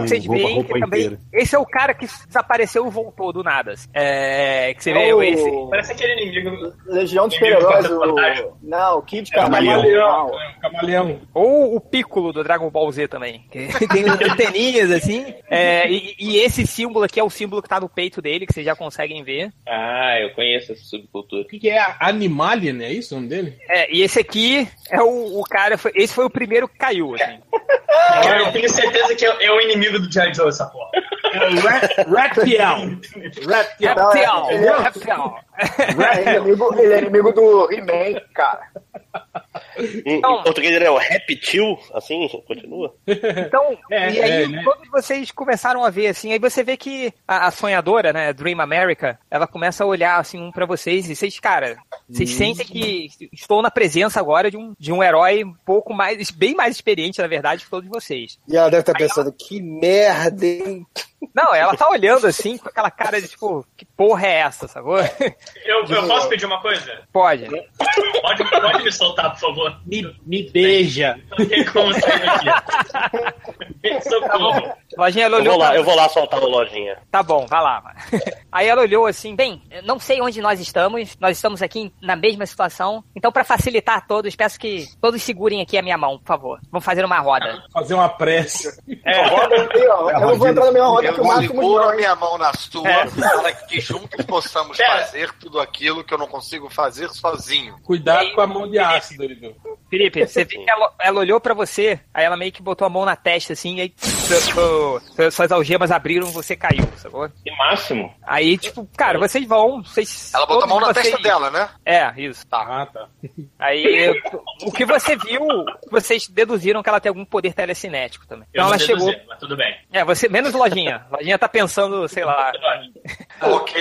S6: É um
S1: vocês
S6: roupa-
S1: veem
S6: roupa
S1: que também.
S6: inteira.
S1: Esse é o cara que desapareceu e voltou do nada. assim. É. Que você vê
S12: É o-
S1: esse.
S9: Parece aquele inimigo.
S12: Legião dos Super-Heróis, o... Não, o Kid
S7: É
S6: Camaleão.
S12: Camaleão.
S3: Camaleão.
S1: Ou o Piccolo do Dragon Ball Z também. Que tem uns anteninhas assim. É, e, e esse símbolo aqui é o símbolo que tá no peito dele, que vocês já conseguem ver.
S10: Ah, eu conheço essa subcultura.
S3: O que, que é? Animalian, é isso o nome dele?
S1: É, e esse aqui é o, o cara. foi- esse foi o primeiro que caiu, assim.
S9: Cara, eu tenho certeza que é é o inimigo do G.I. Joe, essa porra.
S3: É Reptial. Reptial.
S1: Reptil!
S12: é-
S1: assim. Reptil!
S12: Ele é inimigo, ele é inimigo do He-Man, cara.
S2: Em, em português ele é o repetiu, assim, continua.
S1: Então,
S2: É,
S1: e aí
S2: é, né?
S1: todos vocês começaram a ver, assim, aí você vê que a, a sonhadora, né, Dream America, ela começa a olhar, assim, um pra vocês e vocês, cara, vocês
S13: Hum.
S1: sentem que estou na presença agora de um, de um herói um pouco mais, bem mais experiente, na verdade, que todos vocês.
S8: E ela deve
S12: tá
S8: estar pensando, que merda, hein?
S1: Não, ela tá olhando, assim, com aquela cara de, tipo, que porra é essa, sacou?
S9: Eu, eu posso pedir uma coisa?
S1: Pode.
S9: Pode, pode me soltar, por favor.
S3: Me, me beija.
S9: Não tem como sair daqui. Me- Socorro.
S1: Lojinha, ela
S2: Eu
S1: olhou
S2: vou lá,
S1: pra-
S2: eu vou lá soltar o lojinha.
S1: Tá bom, vai lá. mano. Aí ela olhou assim, bem, não sei onde nós estamos, nós estamos aqui na mesma situação, então pra facilitar a todos, peço que todos segurem aqui a minha mão, por favor. Vamos fazer uma
S5: Ah,
S1: roda.
S3: Fazer uma prece.
S12: eu não vou entrar na minha
S5: É
S12: roda, que eu marco muito
S5: Segura a
S12: bem.
S5: minha mão na sua
S12: É.
S5: para que juntos possamos
S1: É.
S5: fazer tudo aquilo que eu não consigo fazer sozinho.
S3: Cuidado com a mão de ácido, Lidu.
S1: Felipe, você vê que ela, ela olhou pra você, aí ela meio que botou a mão na testa assim, e aí seu- seu- suas algemas abriram, você caiu, sacou?
S10: Que máximo.
S1: Aí, tipo, cara, vocês vão, vocês...
S5: Ela botou a
S1: todos
S5: mão na
S1: vocês-
S5: testa dela, né?
S1: É, isso.
S3: Ah, tá.
S1: Aí, o que você viu, vocês deduziram que ela tem algum poder telecinético também. Então
S9: Eu
S1: ela
S9: vou deduzir,
S1: chegou...
S9: Mas tudo bem.
S1: É, você menos lojinha. Lojinha tá pensando, sei lá.
S5: Ok,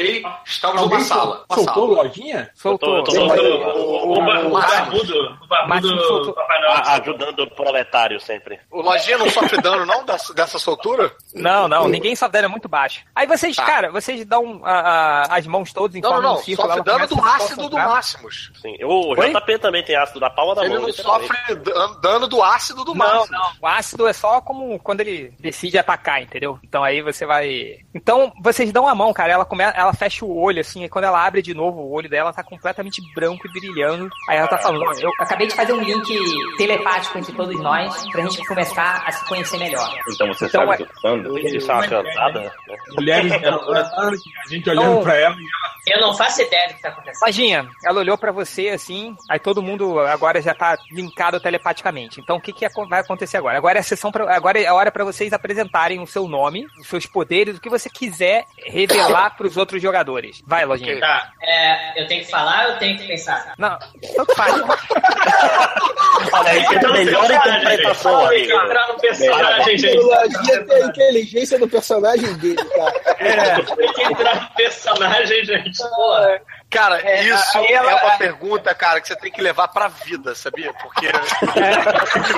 S5: estamos
S1: Alguém
S5: numa
S1: sol-
S5: sala. Uma
S1: soltou
S5: sala.
S3: lojinha?
S1: Soltou.
S2: Eu tô soltando o, o, ba- o barbudo, o barbudo Papai Noel. A- ajudando o proletário sempre.
S5: O Lojinha não sofre dano, não, dessa, dessa soltura?
S1: Não, não, ninguém sofre dano, é muito baixo. Aí vocês,
S2: Tá.
S1: cara, vocês dão ah, ah, as mãos todas em
S5: Não, não,
S1: forma de
S5: não.
S1: um círculo.
S5: Sofre
S1: ela
S5: dano
S1: começa
S5: do
S1: a se
S5: ácido do
S1: concentrar.
S5: Máximos.
S2: Sim. O
S1: Oi?
S2: JP também tem ácido na palma da
S5: Ele
S2: mão. então
S5: não
S2: literalmente.
S5: sofre dan- dano do ácido do
S1: Não,
S5: Máximos.
S1: não. O ácido é só como quando ele decide atacar, entendeu? Então aí você vai. Então vocês dão a mão, cara. Ela come... ela fecha o olho assim, e quando ela abre de novo o olho dela, tá completamente branco e brilhando. Aí ela tá
S2: É,
S1: falando: "Ó, "Eu acabei de fazer um link telepático entre todos nós pra gente começar a se conhecer melhor."
S10: Então você
S1: Então,
S10: sabe
S1: é-
S10: o que eu tô falando?
S2: Isso é uma cantada? né?
S3: Mulheres, a gente olhando pra ela.
S9: Eu não faço ideia do que tá acontecendo.
S1: Lojinha, ela olhou pra você assim, aí todo mundo agora já tá linkado telepaticamente. Então o que, que acon- vai acontecer agora? Agora é a sessão pra, agora é a hora pra vocês apresentarem o seu nome, os seus poderes, o que você quiser revelar pros outros jogadores. Vai, Lojinha.
S9: Tá. É, eu tenho que falar ou eu tenho que pensar?
S1: Não, tanto faz.
S2: Olha aí, que
S9: Então
S2: É melhor interpretação aí.
S9: Entrar no personagem, gente.
S8: O
S1: é
S8: Lojinha tem a inteligência do personagem dele, cara.
S9: Tem que entrar no personagem, gente. Porra.
S5: Cara,
S9: É,
S5: isso
S9: aí
S5: é
S9: ela-
S5: uma pergunta, cara, que você tem que levar pra vida, sabia? Porque.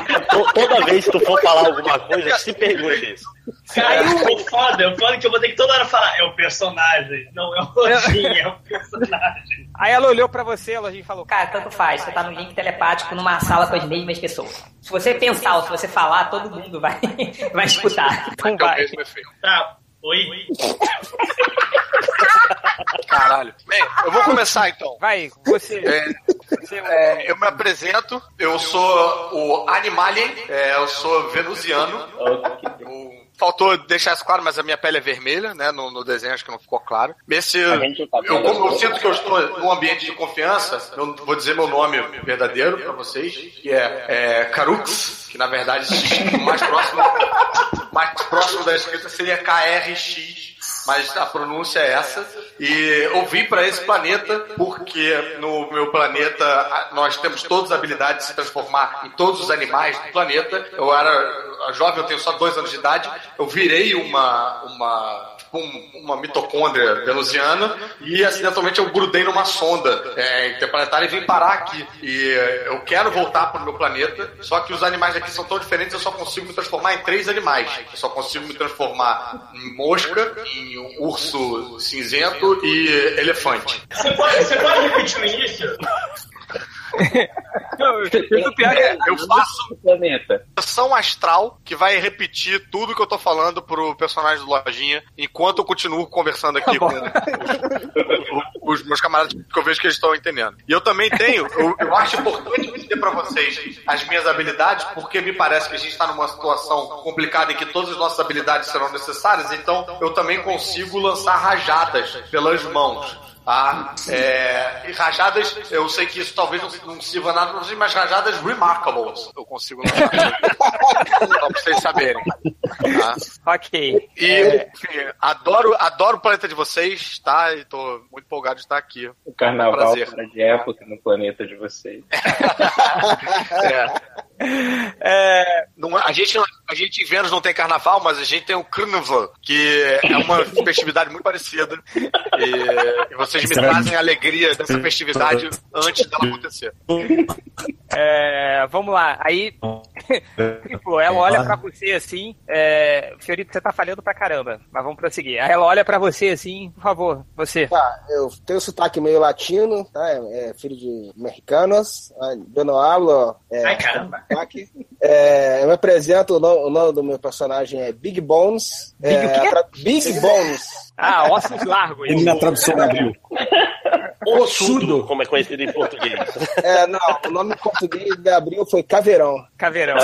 S2: Então, To- Toda vez que tu for falar alguma coisa, se pergunte isso.
S9: Cara, o foda, é o foda que eu vou ter que toda hora falar, é o personagem, não é o Lojinha, é o personagem.
S1: Aí ela olhou pra você, Lojinha, e falou: Cara, tanto faz, você tá no link telepático numa sala com as mesmas pessoas. Se você pensar ou se você falar, todo mundo vai, vai escutar.
S5: é
S1: Então vai.
S9: Tá, oi.
S5: Caralho. Bem, eu vou começar então.
S1: Vai, você.
S5: É, eu me apresento, eu sou o Animalien, é, eu sou venusiano. O- Faltou deixar isso claro, mas a minha pele é vermelha, né? No, no desenho acho que não ficou claro. Esse,
S10: A gente tá
S5: eu,
S10: vendo.
S5: como eu sinto que eu estou num ambiente de confiança, eu vou dizer meu nome verdadeiro pra vocês, que é, é Karux, que na verdade o mais próximo, o mais próximo da escrita seria KRX. Mas a pronúncia é essa. E eu vim para esse planeta porque no meu planeta a- nós temos todas as habilidades de se transformar em todos os animais do planeta. Eu era jovem, eu tenho só dois anos de idade. Eu virei uma, uma, tipo, um- uma mitocôndria venusiana e acidentalmente eu grudei numa sonda é, interplanetária e vim parar aqui. E é, eu quero voltar para o meu planeta, só que os animais aqui são tão diferentes, eu só consigo me transformar em três animais. Eu só consigo me transformar em mosca, em um urso cinzento e elefante.
S9: Você pode, você pode repetir o início?
S5: Eu faço
S10: planeta.
S5: ação astral que vai repetir tudo que eu tô falando pro personagem do Lojinha enquanto eu continuo conversando aqui com os, os meus camaradas que eu vejo que eles estão entendendo. E eu também tenho, eu, eu acho importante eu dizer pra vocês as minhas habilidades, porque me parece que a gente está numa situação complicada em que todas as nossas habilidades serão necessárias, então eu também consigo lançar rajadas pelas mãos. Tá? É, e rajadas, eu sei que isso talvez não, não sirva nada pra vocês, mas rajadas remarkables eu consigo lançar. Só pra vocês saberem. Tá?
S1: Ok.
S5: E, enfim, adoro, adoro o planeta de vocês, tá? E tô muito empolgado de estar aqui.
S14: O carnaval
S5: Prazer.
S14: fora de época no planeta de vocês.
S5: É, não- a, gente, não- a gente em Vênus não tem carnaval, mas a gente tem o Carnival, que é uma festividade muito parecida. E, e vocês me trazem a alegria dessa festividade antes dela acontecer.
S1: É, vamos lá. Aí, Triplo, ela olha pra você assim. É, Fiorito, você tá falhando pra caramba, mas vamos prosseguir. Aí ela olha pra você assim, por favor, você.
S12: Tá, eu tenho sotaque meio latino, tá? É, é filho de americanos. ah, Eu não hablo. É,
S15: Ai, caramba.
S12: sotaque. É, eu me apresento, o no- o nome, do meu personagem é Big Bones.
S1: Big
S12: é,
S1: o quê?
S12: tra- Big Bones.
S1: Ah, ossos largos.
S16: Ele na tradução
S6: é
S16: abriu.
S2: Ossudo, como é conhecido em português.
S12: É, não, o nome em português de abril foi Caveirão.
S1: Caveirão.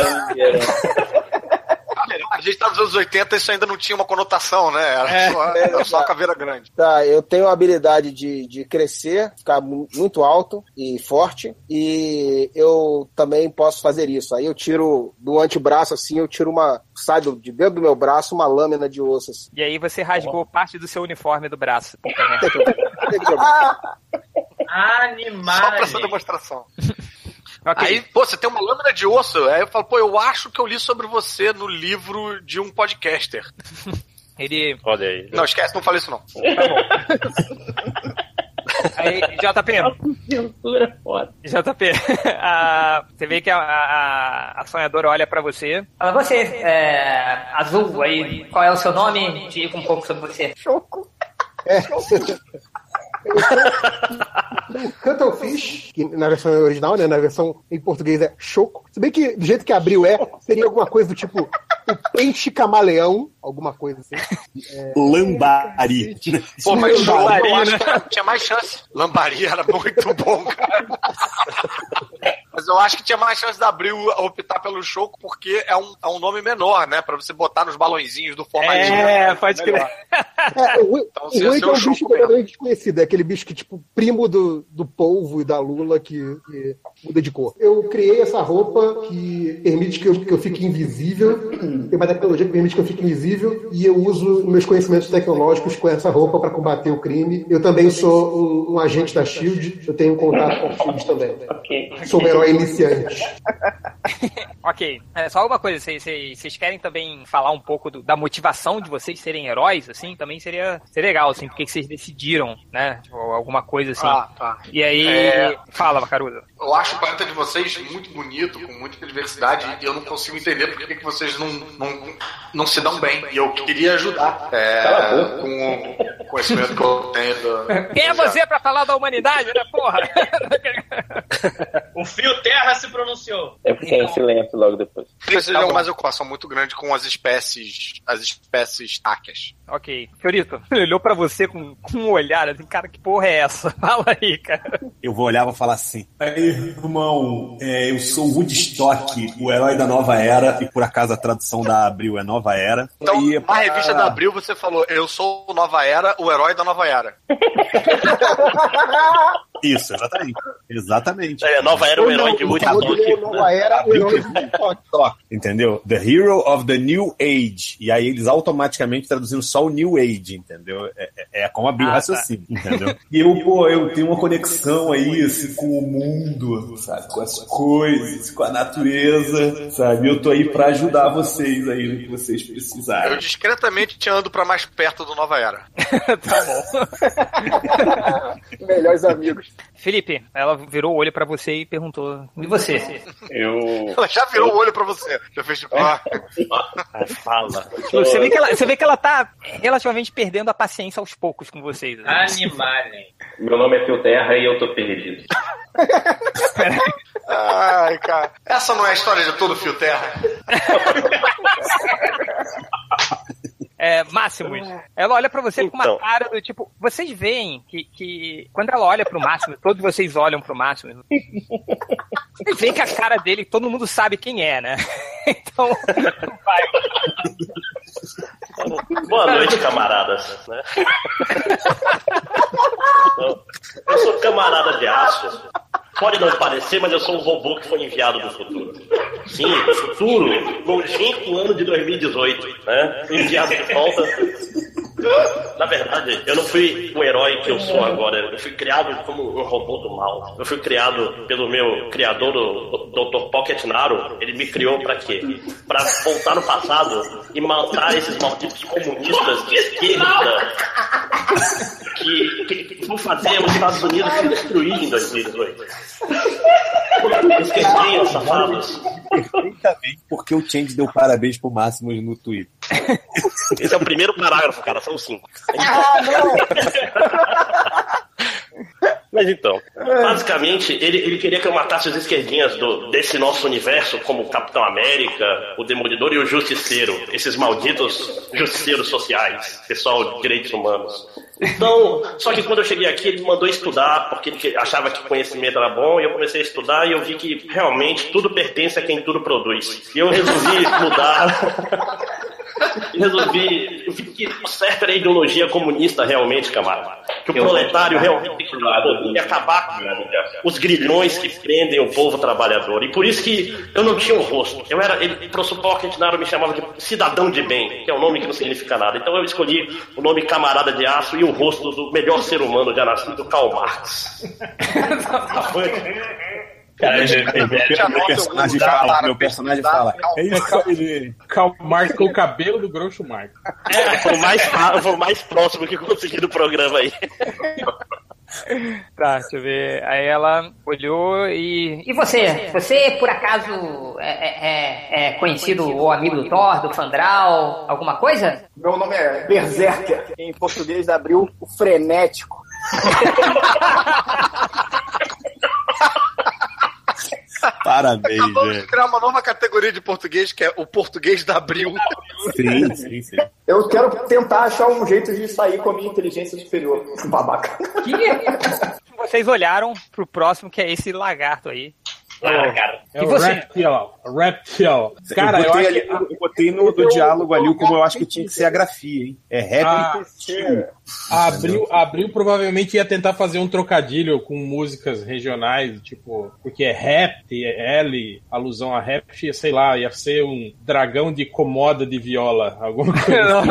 S5: A gente tá nos anos 80, isso ainda não tinha uma conotação, né? Era só, era só a caveira grande.
S12: Tá, eu tenho a habilidade de, de crescer, ficar mu- muito alto e forte, e eu também posso fazer isso. Aí eu tiro do antebraço, assim, eu tiro uma. Sai do- de dentro do meu braço uma lâmina de osso. Assim.
S1: E aí você rasgou parte do seu uniforme do braço.
S15: Animais.
S5: Só pra essa demonstração. Aí, pô, você tem uma lâmina de osso. Aí eu falo, pô, eu acho que eu li sobre você no livro de um podcaster.
S1: Ele.
S2: Olha aí.
S5: Não, esquece, não falei isso não.
S1: Aí, JP. JP, a- você vê que a, a, a sonhadora olha pra você.
S17: Fala Ah, você, é, azul aí, qual é o seu nome? Diga um pouco sobre você.
S7: Choco. É. Cuttlefish, que na versão original, né? Na versão em português é choco. Se bem que do jeito que abriu é, seria alguma coisa do tipo o peixe camaleão, alguma coisa assim.
S16: Lambari.
S5: Pô, mas o Lambari, eu acho que era- tinha mais chance. Lambari era muito bom, cara. Mas eu acho que tinha mais chance da Abril optar pelo Choco, porque é um, é um nome menor, né? Pra você botar nos balõezinhos do formatinho.
S1: É, pode
S5: Melhor.
S7: É, o Wi-
S5: Então,
S7: o
S5: se ia
S7: Wake
S5: ser
S7: é
S5: o
S7: um
S5: Choco
S7: bicho completamente desconhecido, é aquele bicho que, tipo, primo do, do polvo e da lula que, que muda de cor. Eu criei essa roupa que permite que eu, que eu fique invisível, tem uma tecnologia que permite que eu fique invisível, e eu uso meus conhecimentos tecnológicos com essa roupa para combater o crime. Eu também sou um, um agente da SHIELD, eu tenho um contato com a SHIELD também. Sou um herói iniciante.
S1: Ok, é, só uma coisa, vocês- vocês vocês querem também falar um pouco do- da motivação de vocês serem heróis, assim? Também seria, seria legal, assim, porque que vocês decidiram, né? Tipo, alguma coisa assim.
S5: Ah, tá.
S1: E aí,
S5: É.
S1: fala, Macaruda.
S5: Eu acho o planeta de vocês muito bonito, com muita diversidade, e eu não consigo entender por que que vocês não, não, não se dão bem. E eu queria ajudar é,
S1: Cala a
S5: com o conhecimento que eu tenho. da-
S1: Quem é você pra falar da humanidade, né, porra?
S15: O Fio Terra se pronunciou.
S14: Eu fiquei em silêncio é logo depois.
S5: Vocês
S14: Tá
S5: têm
S14: bom.
S5: uma preocupação muito grande com as espécies, as espécies táquias.
S1: ok, Fiorito, ele olhou pra você com, com um olhar, assim, cara, que porra é essa? Fala aí, cara.
S16: Eu vou olhar e vou falar assim: Aí, irmão, é, eu sou o Woodstock, o herói da nova era, e por acaso a tradução da Abril é nova era.
S5: Então,
S16: Aí,
S5: na revista
S16: ah,
S5: da Abril, você falou: Eu sou o Nova Era, o herói da Nova Era.
S16: Isso, exatamente. Exatamente.
S2: É, nova era o herói de Woodstock.
S7: Nova é era, o herói
S16: Entendeu? The Hero of the New Age. E aí eles automaticamente traduziram só o New Age, entendeu? É, é, é como abrir o
S18: Ah, tá.
S16: raciocínio, entendeu? E eu, pô, eu tenho uma conexão aí, assim, com o mundo, sabe? Com as coisas, com a natureza, sabe? Eu tô aí pra ajudar vocês aí no que vocês
S5: Eu
S16: precisarem.
S5: discretamente te ando pra mais perto do Nova Era.
S12: Melhores amigos.
S1: Felipe, ela virou o olho pra você e perguntou: E você?
S14: Eu.
S5: Ela já virou o olho pra você. Já fez tipo. "Ah."
S2: Fala.
S1: Você vê, que ela, você vê que ela tá relativamente perdendo a paciência aos poucos com vocês. né?
S15: Animais.
S14: Meu nome é Fio Terra e eu tô perdido.
S5: Ai, cara. Essa não é a história de todo Fio Terra.
S1: É, Máximos. Ela olha pra você com uma
S2: Então.
S1: cara do tipo. Vocês veem que, que quando ela olha pro Máximo, todos vocês olham pro Máximo. Vocês veem que a cara dele, todo mundo sabe quem é, né? Então, vai.
S2: Boa noite, camaradas. né? Eu, eu sou camarada de aço. Pode não parecer, mas eu sou um robô que foi enviado do futuro. Sim, do futuro, longínquo ano de 2018, né? Enviado de volta. Na verdade, eu não fui o herói que eu sou agora. Eu fui criado como o robô do mal. Eu fui criado pelo meu criador, o Dr. Pocket Naro. Ele me criou pra quê? Pra voltar no passado e matar esses malditos comunistas de esquerda que, que, que vão fazer os Estados Unidos se destruir em 2018. Esquerdinhas, safados.
S16: Perfeitamente, porque o Change deu parabéns pro Máximo no Twitter.
S2: Esse é o primeiro parágrafo, cara. São cinco.
S12: Ah, não!
S2: Mas então, basicamente, ele, ele queria que eu matasse os esquerdinhas do, desse nosso universo, como o Capitão América, o Demolidor e o Justiceiro, esses malditos justiceiros sociais, pessoal de direitos humanos. Então, só que quando eu cheguei aqui, ele mandou estudar, porque ele que- achava que conhecimento era bom, e eu comecei a estudar e eu vi que realmente tudo pertence a quem tudo produz. E eu resolvi mudar. E resolvi. Eu vi que o certo era a ideologia comunista realmente, camarada. Que o
S19: Eu
S2: proletário
S19: vou-
S2: realmente tem que poder acabar com né, os grilhões que prendem o povo trabalhador. E por isso que eu não tinha um rosto. Eu era. Ele, pro suporte Naro me chamava de cidadão de bem, que é um nome que não significa nada. Então eu escolhi o nome camarada de aço e o rosto do melhor ser humano já nascido, Karl Marx.
S16: Cara, meu personagem fala, meu personagem fala. É isso aí.
S3: Karl Marx com o cabelo do Groucho Marx.
S2: É, foi o mais, fa- foi o mais próximo que eu consegui do programa aí.
S1: Tá, deixa eu ver. Aí ela olhou e.
S20: E você? Você, por acaso, é, é- é- é conhecido ou amigo do Thor, do Fandral, alguma coisa?
S21: Meu nome é Berserker. Em português abriu o frenético.
S16: Parabéns, velho.
S5: criar uma nova categoria de português que é o português da Abril.
S16: Sim, sim, sim.
S12: Eu quero tentar achar um jeito de sair com a minha inteligência superior. Babaca.
S1: Vocês olharam pro próximo, que é esse lagarto aí.
S3: É o Reptil. Reptil. Cara,
S16: eu,
S3: eu
S16: botei
S3: acho
S16: ali-
S3: que-
S16: eu botei no do diálogo ali como eu acho que tinha que ser a grafia, hein? É rap
S3: Ah,
S16: intestino.
S3: Abril, Abril provavelmente ia tentar fazer um trocadilho com músicas regionais, tipo, porque é rap, é L, alusão a rap, ia, sei lá, ia ser um dragão de comoda de viola, alguma coisa.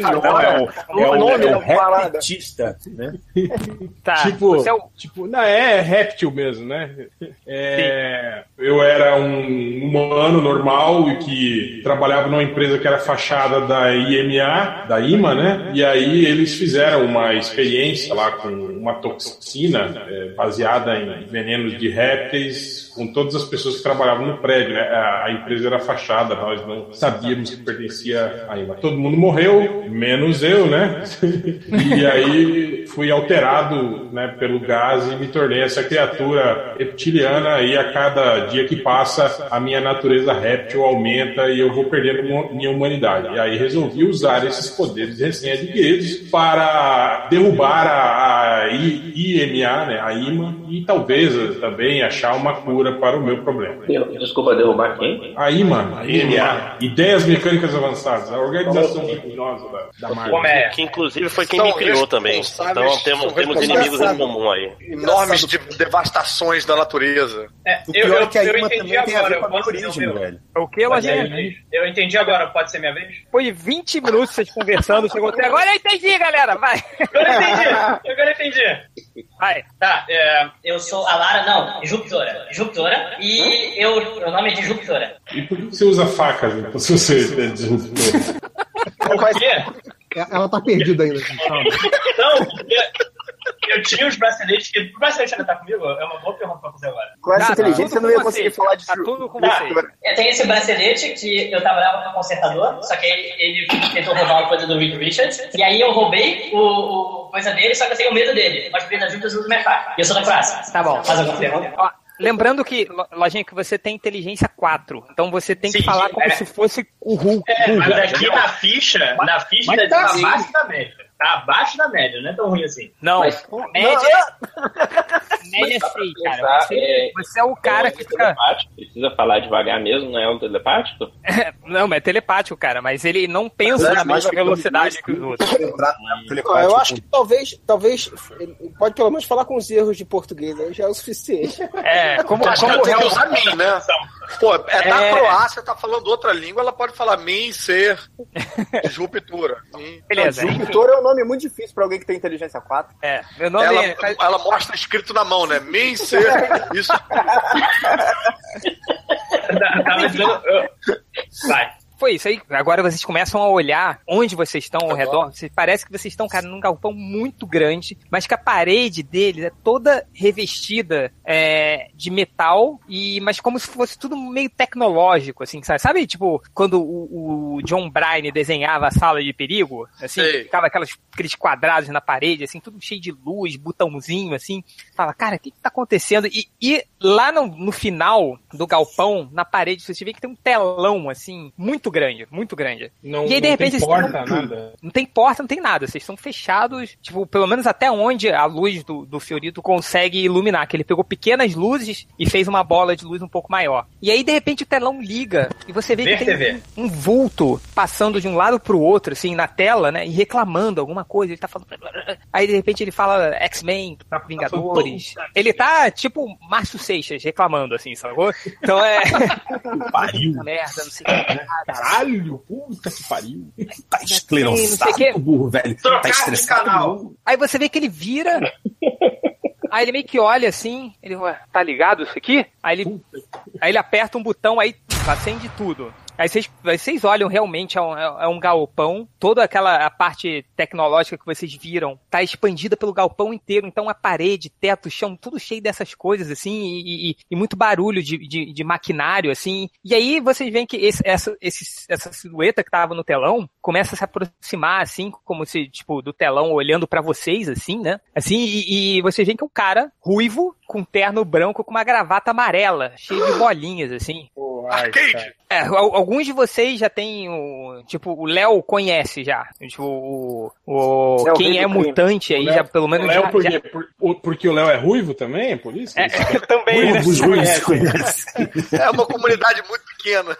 S16: Não, é o, é o,
S3: nome
S16: é
S3: da
S16: o
S3: parada.
S16: repetista, né?
S1: Tá,
S3: tipo,
S1: você é o-
S3: tipo, não, é réptil mesmo, né? É, eu era um humano normal e que trabalhava numa empresa que era fachada da IMA, da IMA, né? E aí eles fizeram uma experiência lá com uma toxina é, baseada em venenos de répteis com todas as pessoas que trabalhavam no prédio, né? A, a empresa era fachada, nós não sabíamos que pertencia à IMA. Todo mundo morreu, menos eu, né? E aí fui alterado né, pelo gás e me tornei essa criatura reptiliana e a cada dia que passa a minha natureza réptil aumenta e eu vou perdendo mo- minha humanidade. E aí resolvi usar esses poderes recém-adquiridos para derrubar a, a I- IMA, né, a IMA, e talvez eh, também achar uma cura para o meu problema.
S19: Desculpa derrubar quem?
S3: A IMA, a IMA, Ideias Mecânicas Avançadas, a organização criminosa da, da Marvel.
S15: é?
S2: Que inclusive foi quem
S5: São
S2: me criou também.
S5: responsáveis-
S2: Então temos,
S5: são
S2: temos inimigos em comum aí.
S5: Enormes de devastações da natureza.
S15: É,
S5: O
S15: eu,
S5: pior
S15: eu,
S5: é que a
S15: eu
S5: Irma
S15: entendi
S5: também tem a
S15: agora.
S5: ver com a
S15: eu posso
S5: minha
S15: dizer o
S5: origem,
S15: meu?
S16: velho.
S1: É o que,
S15: Pode ser
S1: Lojinha?
S15: minha vez? Eu entendi agora. Pode ser minha vez?
S1: Foi 20 minutos vocês conversando, chegou até agora. Eu entendi, galera. Vai.
S15: Agora eu entendi. Agora eu entendi.
S1: Vai.
S15: Tá, é, eu sou a Lara, não, Juptora. Juptora. E eu, meu nome é de Juptora.
S3: E por que você usa facas então, se você é disruptor?
S15: Por quê?
S7: É- Ela tá perdida ainda.
S15: Não, porque eu tinha os braceletes que. O bracelete ainda tá comigo? É uma boa pergunta pra fazer agora.
S12: Com
S1: Tá,
S12: essa inteligência eu não ia
S5: assim.
S12: conseguir falar de
S15: Tá, eu tenho esse bracelete que eu trabalhava com o consertador, só que ele, ele tentou roubar uma coisa do Reed Richards. E aí eu roubei o, o coisa dele, só que eu tenho medo dele. Mas porque da Júpiter eu uso minha faca. E eu sou da classe.
S1: Tá bom.
S15: Faz alguma pergunta?
S1: Ó, Lembrando que, Lo- Lojinha, que você tem inteligência 4, então você tem que falar como
S15: é.
S1: se fosse o Hulk.
S15: É, mas
S1: Hulk,
S15: aqui
S1: entendeu?
S15: na ficha, na ficha
S1: mas
S15: tá,
S1: tá assim.
S15: abaixo da média. Tá abaixo da média, não é tão ruim assim.
S1: Não,
S15: Mas-
S1: média, Ele é feio, cara. Você é, você é o cara que fica.
S10: telepático, precisa falar devagar mesmo, não é o telepático?
S1: Não, mas é telepático, cara, mas ele não pensa na mesma velocidade que os outros.
S8: Não,
S16: tipo,
S8: eu acho que talvez, talvez, ele pode pelo menos falar com os erros de português, aí já é o suficiente.
S1: É, como,
S5: Acho
S1: como
S5: que ela tem que
S1: real-
S5: usar mim, né? Pô, é da
S1: É.
S5: Croácia, tá falando outra língua, ela pode falar mim e ser disruptura. Sim.
S1: Beleza.
S12: Disruptor é um nome muito difícil pra alguém que tem inteligência 4.
S1: É, meu nome
S5: Ela,
S1: é.
S5: ela mostra escrito na mão, né? Mim e ser. Isso.
S10: Tá,
S1: Vai. Foi isso aí. Agora vocês começam a olhar onde vocês estão ao redor. Vocês- parece que vocês estão, cara, num galpão muito grande, mas que a parede dele é toda revestida é, de metal, e mas como se fosse tudo meio tecnológico, assim, sabe? Sabe, tipo, quando o, o John Bryan desenhava a sala de perigo? Assim,
S5: Sei.
S1: ficava aquelas, aqueles quadrados na parede, assim, tudo cheio de luz, botãozinho, assim. Fala, cara, o que, que tá acontecendo? E, e lá no, no final do galpão, na parede, você vê que tem um telão, assim, muito grande, muito grande.
S3: Não,
S1: e aí, de
S3: não
S1: repente, tá-
S3: tem
S1: vocês-
S3: porta, nada.
S1: Não tem porta, não tem nada. Vocês estão fechados, tipo, pelo menos até onde a luz do, do Fiorito consegue iluminar. Que ele pegou pequenas luzes e fez uma bola de luz um pouco maior. E aí, de repente, o telão liga e você vê
S16: Ver
S1: que tem
S16: TV.
S1: um vulto passando de um lado pro outro, assim, na tela, né? E reclamando alguma coisa. Ele tá falando. Aí de repente ele fala X-Men, tá Vingadores. Ele tá tipo Márcio Seixas reclamando, assim, sacou? Então é.
S11: Pariu.
S1: Merda, não sei o que.
S11: Caralho, puta que pariu.
S6: Tá
S1: Não sei o
S6: esclerosado,
S1: quê.
S6: burro, velho. Tá estressado.
S1: Aí você vê que ele vira. Aí ele meio que olha assim, ele ué, tá ligado isso aqui? Aí ele, aí ele aperta um botão, aí pff, acende tudo. Aí vocês, aí vocês olham realmente, é um, é um galpão. Toda aquela a parte tecnológica que vocês viram tá expandida pelo galpão inteiro. Então a parede, teto, chão, tudo cheio dessas coisas, assim, e, e- e muito barulho de, de, de maquinário, assim. E aí vocês veem que esse- essa, esse- essa silhueta que tava no telão começa a se aproximar, assim, como se, tipo, do telão olhando pra vocês, assim, né? Assim, e, e vocês veem que é um cara ruivo, com terno branco, com uma gravata amarela, cheio de bolinhas, assim.
S5: Arcade!
S1: É, al- alguns de vocês já tem o. Tipo, o Léo conhece já. Tipo, o. o-
S3: Léo
S1: quem
S3: Rei
S1: é
S3: do crime.
S1: mutante aí
S3: O Léo-
S1: já pelo menos.
S3: o Léo
S1: já-
S3: por
S1: já-
S3: quê? é Por- o- porque o Léo é ruivo também? É por isso?
S1: É, também, né?
S3: Ruivos, ruivos, conhece.
S5: É uma comunidade muito pequena.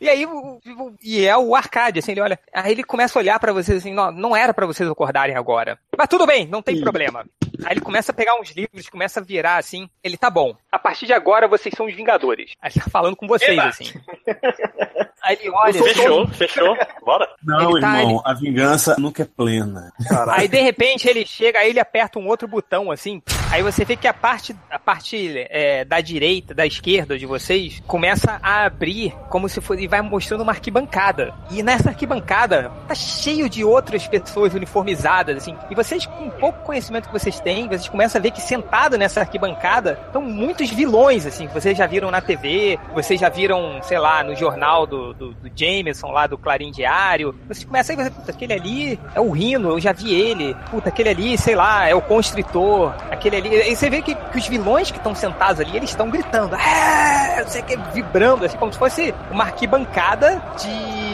S1: E aí, o- o- e é o arcade, assim, ele olha. Aí ele começa a olhar pra vocês assim, não, não era pra vocês acordarem agora. Mas tudo bem, não tem problema. Aí ele começa a pegar uns livros, começa a virar assim. Ele tá bom. A partir de agora vocês são os Vingadores. Aí ele tá falando com vocês,
S2: Eba.
S1: assim. Aí ele olha.
S2: Fechou, fechou. Bora.
S6: Não,
S1: Ele tá-
S6: irmão, a vingança nunca é plena.
S1: Aí de repente ele chega, aí ele aperta um outro botão assim. Aí você vê que a parte, a parte é, da direita, da esquerda de vocês começa a abrir como se fosse e vai mostrando uma arquibancada. E nessa arquibancada tá cheio de outras pessoas uniformizadas assim. E vocês com pouco conhecimento que vocês têm, vocês começam a ver que sentado nessa arquibancada estão muitos vilões assim. que Vocês já viram na TV, vocês já viram, sei lá, no jornal do, do, do Jameson lá do Clarim Diário. Vocês começam aí, você, puta, aquele ali é o Rino, eu já vi ele. Puta, aquele ali, sei lá, é o Constritor. Aquele ali. E você vê que, que os vilões que estão sentados ali, eles estão gritando. Ah, você que vibrando, assim, como se fosse uma arquibancada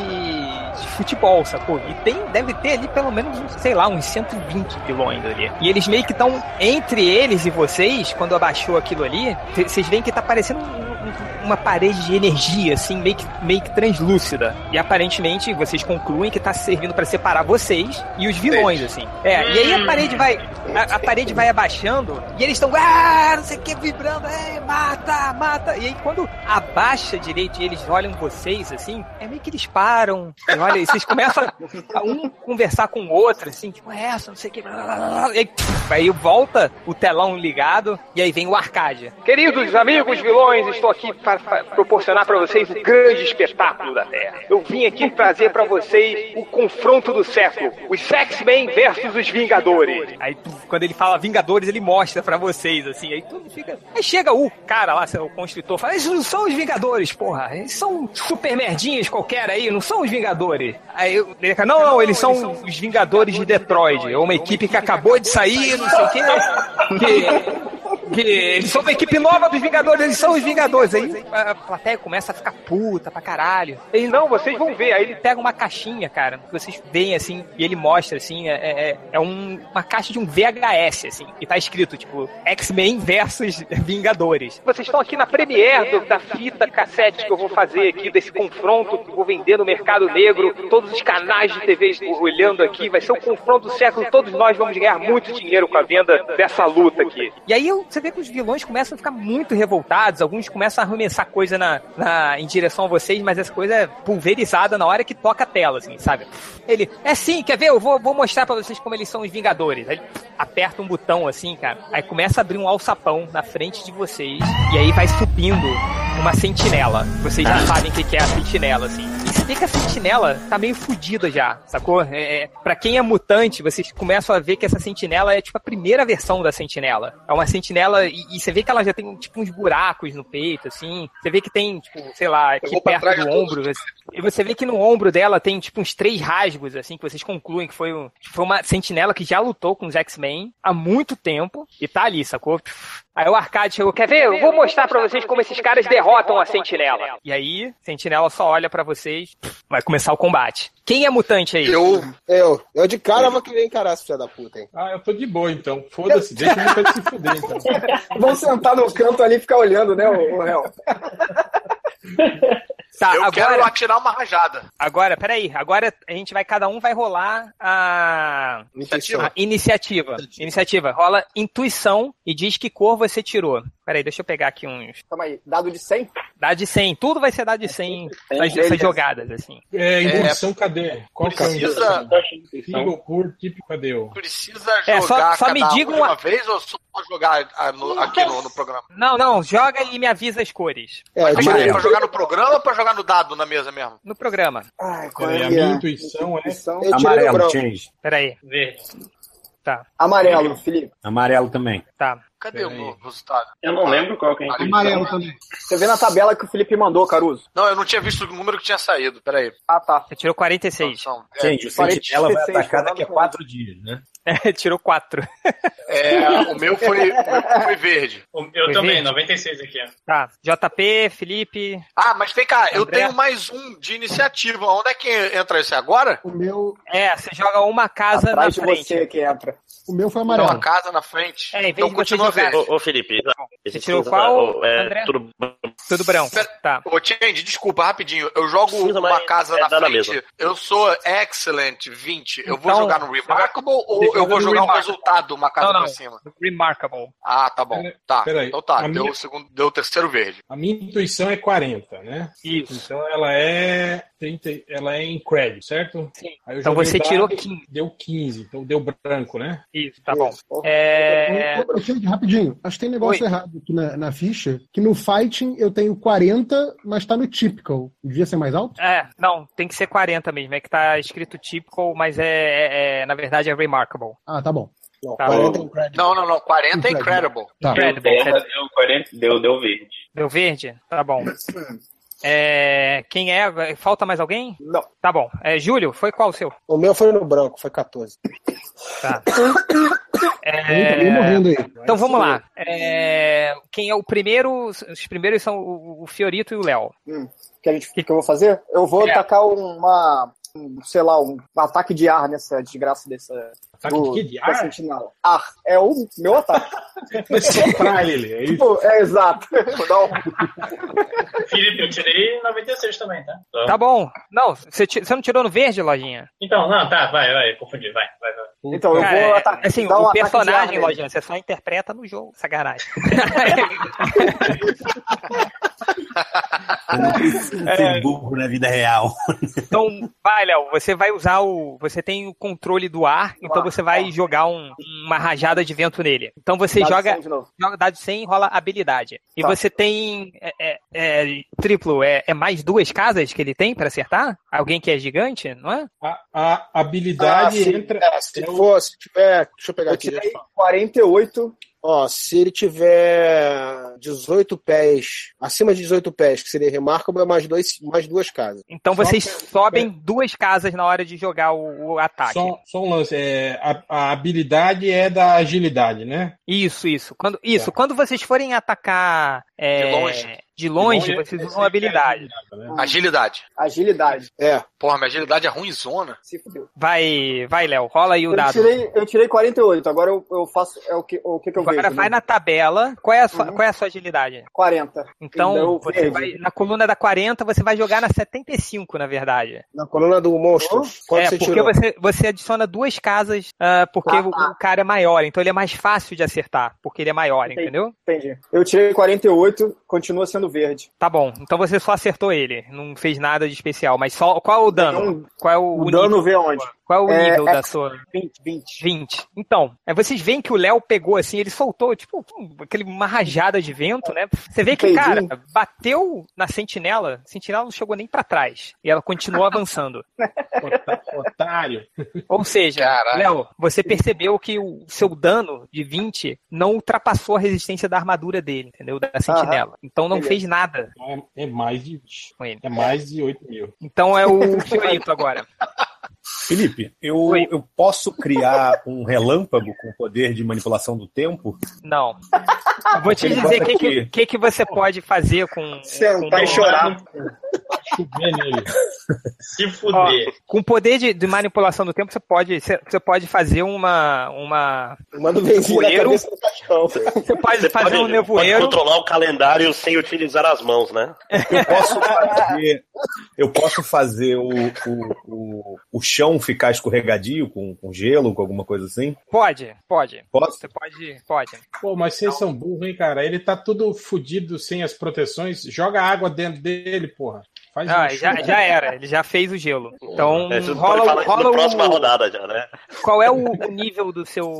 S1: de, de futebol, sacou? E tem, deve ter ali pelo menos, uns, sei lá, uns 120 vilões ali. E eles meio que estão entre eles e vocês, quando abaixou aquilo ali, c- vocês veem que tá parecendo um uma parede de energia, assim, meio que, meio que translúcida. E aparentemente vocês concluem que tá servindo pra separar vocês e os vilões, assim. É, e aí a parede vai. A, a parede vai abaixando e eles estão. Ah, não sei o que, vibrando, é, mata, mata. E aí quando abaixa direito e eles olham vocês, assim, é meio que eles param. E olha, e vocês começam a um conversar com o outro, assim, tipo, é essa, não sei o que. blá, blá, blá, blá. E aí, pff, aí volta o telão ligado e aí vem o arcade. Queridos amigos vilões, estou aqui para, para proporcionar para vocês o grande espetáculo da Terra. Eu vim aqui trazer para vocês o confronto do século, os X-Men versus os Vingadores. Aí tu- quando ele fala Vingadores, ele mostra para vocês assim, aí tudo fica. Aí chega o cara lá, sei lá, o construtor, fala: "Esses não são os Vingadores, porra. Eles são super merdinhas qualquer aí, não são os Vingadores". Aí eu- ele fala: "Não, não, eles são os Vingadores de Detroit. É uma equipe que acabou de sair, não sei o quê". Que- Que eles são uma equipe nova dos Vingadores, eles são os Vingadores. Aí a plateia começa a ficar puta pra caralho. Eles, não, vocês vão ver. Aí ele pega uma caixinha, cara, que vocês veem assim, e ele mostra assim, é, é, é um- uma caixa de um VHS, assim, e tá escrito, tipo, X-Men versus Vingadores. Vocês estão aqui na premiere do- da fita cassete que eu vou fazer aqui, desse confronto que eu vou vender no mercado negro, todos os canais de TV olhando aqui, vai ser o confronto do século, todos nós vamos ganhar muito dinheiro com a venda dessa luta aqui. E aí eu- você vê que os vilões começam a ficar muito revoltados, alguns começam a arremessar coisa na, na- em direção a vocês, mas essa coisa é pulverizada na hora que toca a tela, assim, sabe? Ele, é sim, quer ver? Eu vou, vou mostrar pra vocês como eles são os Vingadores. Aí ele aperta um botão assim, cara, aí começa a abrir um alçapão na frente de vocês, e aí vai subindo uma sentinela. Vocês
S5: Ah.
S1: já sabem o que que é a sentinela, assim. E você vê que a sentinela tá meio fodida já, sacou? É, é, pra quem é mutante, vocês começam a ver que essa sentinela é tipo a primeira versão da sentinela. É uma sentinela e, e você vê que ela já tem tipo uns buracos no peito, assim. Você vê que tem, tipo, sei lá, aqui
S5: vou pra
S1: perto
S5: trás
S1: do
S5: de tudo.
S1: ombro. E você vê que no ombro dela tem, tipo, uns três rasgos, assim, que vocês concluem que foi, um, que foi uma sentinela que já lutou com os X-Men há muito tempo e tá ali, sacou? Aí o Arcade chegou, quer ver? Eu vou mostrar pra vocês como esses caras derrotam a sentinela. E aí, sentinela só olha pra vocês, vai começar o combate. Quem é mutante aí?
S8: Eu, eu, eu de cara vou querer encarar esse filho da puta, hein?
S3: Ah, eu tô de boa, então. Foda-se, deixa o mutante se fuder, então.
S12: Vão sentar no canto ali e ficar olhando, né, o, o réu?
S1: Tá,
S5: eu
S1: agora-
S5: quero atirar uma rajada.
S1: Agora, peraí, agora a gente vai, cada um vai rolar a
S8: Iniciativa.
S1: a iniciativa. Iniciativa. Rola intuição e diz que cor você tirou. Peraí, deixa eu pegar aqui uns.
S12: Calma aí, dado de 100?
S1: Dá de 100, tudo vai ser dado de 100 essas, essas jogadas, assim.
S3: É, indução, cadê? Qual que é o
S5: Precisa-
S3: indução? Single, cur, tipo, cadê? o-
S5: Precisa jogar
S1: É, só- só
S5: cada
S1: me diga
S5: uma,
S1: uma-
S5: vez ou só jogar ah, no- aqui no, no programa?
S1: Não, não, joga e me avisa as cores.
S8: É,
S5: Mas peraí, pra jogar no programa ou pra jogar no dado na mesa mesmo?
S1: No programa.
S12: Ai,
S3: Peraí, é, a minha intuição é.
S12: Eu tirei o
S16: Amarelo,
S12: branco.
S16: change.
S1: Peraí. Tá,
S12: Amarelo, Felipe.
S16: Amarelo também.
S1: tá.
S5: Cadê o resultado?
S10: Eu não lembro qual que é a intuição.
S12: também. Você vê na tabela que o Felipe mandou, Caruso.
S5: Não, eu não tinha visto o número que tinha saído, peraí.
S12: Ah, tá.
S1: Você tirou 46.
S5: É,
S16: Change, o sentinela vai atacar daqui a quatro dias, né?
S1: É, tirou 4.
S5: É, o meu foi, o meu foi verde.
S1: Foi
S10: Eu também,
S1: verde?
S10: 96 aqui. ó.
S1: Tá, JP, Felipe.
S5: Ah, mas vem cá, eu
S1: André?
S5: tenho mais um de iniciativa. Onde é que entra esse agora?
S7: O meu,
S1: É, você joga uma casa
S12: Atrás de
S1: na frente.
S12: você que entra.
S7: o meu foi
S5: Tem
S7: amarelo.
S5: uma casa na frente.
S1: É, em vez
S5: então
S1: de você
S5: continua
S1: jogar-
S5: verde.
S2: Ô, ô, Felipe,
S1: Você tirou qual,
S2: É,
S1: André?
S2: tudo bom.
S1: Tudo branco. Tá.
S5: Ô, Change, desculpa, rapidinho. Eu jogo
S2: Precisa,
S5: uma
S2: mas
S5: casa
S2: é
S5: na
S2: dar na
S5: frente.
S2: mesa.
S5: Eu sou excellent 20. Eu vou
S1: Então,
S5: jogar no Remarkable ou
S1: joga
S5: eu vou
S1: no
S5: jogar um
S1: Remarkable.
S5: resultado, uma casa
S1: Não, não.
S5: pra cima?
S1: Remarkable.
S5: Ah, tá bom.
S3: Pera-
S5: Tá.
S3: peraí.
S5: Então tá,
S3: A
S5: deu
S3: minha-
S5: o segundo, deu o terceiro verde.
S3: A minha intuição é 40, né?
S1: Isso.
S3: Então ela é 30, ela é em crédito, certo?
S1: Sim.
S3: Aí eu
S1: Então
S3: joguei
S1: você
S3: o dado,
S1: tirou 15.
S3: Deu 15, então deu branco, né?
S1: Isso, tá bom. É...
S7: Ô, ô, gente, rapidinho, acho que tem negócio
S1: Oi.
S7: errado aqui na, na ficha, que no Fighting eu tenho 40, mas tá no Typical. Devia ser mais alto?
S1: É, não, tem que ser 40 mesmo. É que tá escrito typical, mas é, é- é- na verdade é remarkable.
S7: Ah, tá bom.
S1: Tá.
S7: 40 em crédito.
S5: Não, não, não. 40 é
S7: Incredible.
S5: incredible.
S7: Tá.
S10: Deu, 10,
S1: Incredible.
S10: deu 40, deu, deu verde.
S1: Deu verde? Tá bom. É, quem é? Falta mais alguém?
S12: Não.
S1: Tá bom. É, Júlio, foi qual o seu?
S8: O meu foi no branco, foi 14.
S1: Tá.
S7: Tem alguém
S1: É,
S7: morrendo aí.
S1: então vamos lá. É, quem é o primeiro? Os primeiros são o o Fiorito e o Léo.
S12: Que, a gente, que, que eu vou fazer? Eu vou
S1: É.
S12: atacar uma. um, sei lá, um ataque de ar nessa desgraça dessa.
S3: Ataque de quê? é
S1: tá
S3: De
S12: da
S3: ar?
S12: sentinela. Ar. É o meu ataque.
S3: Vai soprar ele, é isso?
S12: Pô, é exato. Vou dar um-
S10: Felipe, eu tirei 96 também, tá?
S1: Tá bom. Não, você ti- você não tirou no verde, Lojinha?
S10: Então, não, tá, vai, vai, confundi, vai, vai, vai.
S12: Então, eu
S1: Cara,
S12: vou
S1: é-
S12: atacar.
S1: assim,
S12: dar
S1: o
S12: um ataque de ar
S1: personagem,
S12: nele.
S1: Lojinha, você só interpreta no jogo, sacanagem.
S16: Eu não preciso ser burro na vida real.
S1: Então, vai, Léo, você vai usar o. Você tem o controle do ar, então você vai jogar um- uma rajada de vento nele. Então você
S12: Dado
S1: joga,
S12: 100 de novo.
S1: joga dado 100 e rola habilidade. E
S12: Tá.
S1: você tem. é, é, é, triplo, é, é mais duas casas que ele tem pra acertar? Alguém que é gigante, não é?
S3: A, a habilidade
S8: Ah, sim.
S3: entra.
S8: É, se for, se tiver. Deixa eu pegar
S12: Eu
S8: aqui.
S12: tirei 48.
S8: Ó, se ele tiver 18 pés, acima de 18 pés, que seria remarcable, é mais, dois, mais duas casas.
S1: Então vocês sobem duas casas na hora de jogar o, o ataque.
S3: Só, só um lance. é, a, a habilidade é da agilidade, né?
S1: Isso, isso. Quando, isso, quando vocês forem atacar é,
S5: De longe.
S1: de longe,
S3: é
S5: De longe,
S1: vocês usam habilidade.
S5: Agilidade.
S12: Agilidade.
S8: É.
S5: Porra, minha agilidade é ruim zona.
S12: Se fudeu.
S1: Vai, vai, Léo, rola aí o
S12: Eu
S1: um dado.
S12: tirei, eu tirei 48, agora eu, eu faço. É o que, o que, que eu vejo? né?
S1: Agora vai na tabela. Qual é a sua, qual é a sua agilidade?
S12: 40.
S1: Então,
S12: Eu
S1: você
S12: vejo.
S1: vai, na coluna da 40, você vai jogar na 75, na verdade.
S8: Na coluna do monstro. Quanto
S1: é,
S8: você
S1: porque
S8: tirou?
S1: você, você adiciona duas casas, ah, porque
S12: Ah,
S1: o,
S12: tá.
S1: o cara é maior, então ele é mais fácil de acertar, porque ele é maior,
S12: Entendi.
S1: entendeu?
S12: Entendi. Eu tirei 48, continua sendo verde.
S1: Tá bom, então você só acertou ele, não fez nada de especial, mas só qual é o dano?
S12: Nenhum.
S1: Qual é o,
S12: Então, O,
S1: o
S12: dano
S1: nível?
S12: vê onde?
S1: Qual é o
S12: É,
S1: nível
S12: é-
S1: da sua?
S12: 20, 20.
S1: 20. Então, é, vocês veem que o Léo pegou assim, ele soltou, tipo, um- aquele uma rajada de vento, né? Você vê que, cara,
S12: Entendi.
S1: bateu na sentinela, a sentinela não chegou nem pra trás. E ela continuou avançando.
S3: é um Otário.
S1: Ou seja,
S5: Caralho.
S1: Léo, você percebeu que o seu dano de 20 não ultrapassou a resistência da armadura dele, entendeu? Da sentinela. Então não
S3: Beleza.
S1: fez nada
S3: É, é mais de
S1: com ele.
S3: é mais de 8 mil.
S1: Então é o Fiorito agora.
S16: Felipe, eu, eu posso criar um relâmpago com poder de manipulação do tempo?
S1: Não. Eu vou te
S16: Ele
S1: dizer
S16: bota
S1: o que, que,
S16: aqui.
S1: que que você pode fazer com. com
S12: Sentar e chorar.
S3: né,
S4: Se
S1: Ó,
S4: fuder.
S1: com o poder de, de manipulação do tempo, você pode, você você pode fazer uma. uma
S8: Manda um
S1: benzinho na cabeça
S8: do cachorão.
S1: Você pode fazer um nevoeiro.
S2: Pode controlar o calendário sem utilizar as mãos, né?
S16: Eu posso fazer, eu posso fazer o, o, o, o chão ficar escorregadio com, com gelo, com alguma coisa assim?
S1: Pode, pode.
S16: Posso?
S1: Você pode, pode.
S3: Pô, mas vocês são burros, hein, cara? Ele tá tudo fudido sem as proteções. Joga água dentro dele, porra. Faz
S1: Ah,
S3: um
S1: já,
S3: chute.
S1: já era, ele já fez o gelo. Então,
S2: É, vocês podem
S1: rola, o-
S2: falar isso na
S1: rola
S2: próxima
S1: o,
S2: rodada já, né?
S1: Qual é o, o nível do seu.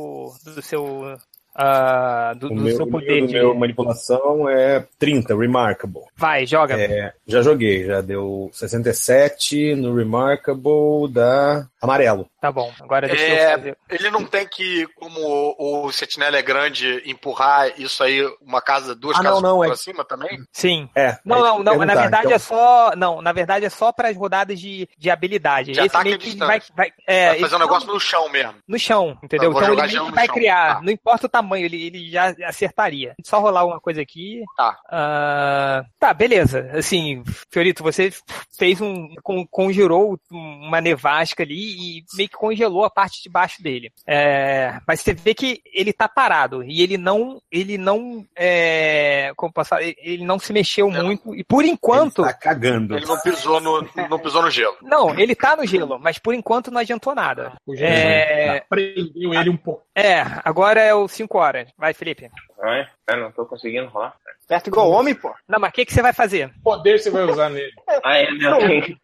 S1: do seu. ah, do,
S16: O
S1: do
S16: meu,
S1: seu
S16: o meu-
S1: poder
S16: do
S1: de.
S16: meu manipulação é 30, Remarkable.
S1: Vai, joga.
S16: É, já joguei, já deu 67 no Remarkable da amarelo.
S1: Tá bom. Agora deixa
S5: É,
S1: eu fazer.
S5: ele não tem que, como o, o Sentinela é grande, empurrar isso aí, uma casa, duas
S16: Ah, não,
S5: casas
S16: não,
S5: pra
S16: é-
S5: cima também?
S1: Sim.
S16: É.
S1: Não,
S16: é
S1: não, não.
S16: isso que eu
S1: Na
S16: ia perguntar.
S1: verdade
S16: Então,
S1: é só. Não, na verdade é só para as rodadas de, de habilidade.
S5: De ataque à
S1: que
S5: distância.
S1: vai, vai, é,
S5: Vai
S1: esse
S5: fazer um
S1: não-
S5: negócio no chão mesmo.
S1: no chão, entendeu?
S5: Eu vou
S1: Então ele
S5: jogar
S1: meio
S5: gelo
S1: que
S5: no
S1: vai
S5: chão.
S1: criar,
S5: Tá.
S1: não importa o tamanho, ele, ele já acertaria. Só rolar uma coisa aqui.
S5: Tá.
S1: Ah, tá, beleza. Assim, Fiorito, você fez um. con- conjurou uma nevasca ali e meio que congelou a parte de baixo dele. É, mas você vê que ele tá parado e ele não. Ele não. É, como posso falar? Ele- Ele não se mexeu muito. E por enquanto.
S16: Tá cagando.
S5: Ele não pisou no, não pisou no gelo.
S1: Não, ele tá no gelo, mas por enquanto não adiantou nada.
S3: Uhum.
S1: É,
S3: Prendeu ele um pouco.
S1: é, agora é o 5 horas. Vai, Felipe.
S10: Ai, eu não tô conseguindo rolar.
S12: Perto igual homem, pô.
S1: Não, mas o que, que você vai fazer?
S3: Que poder você vai usar nele?
S10: Ah, é, não.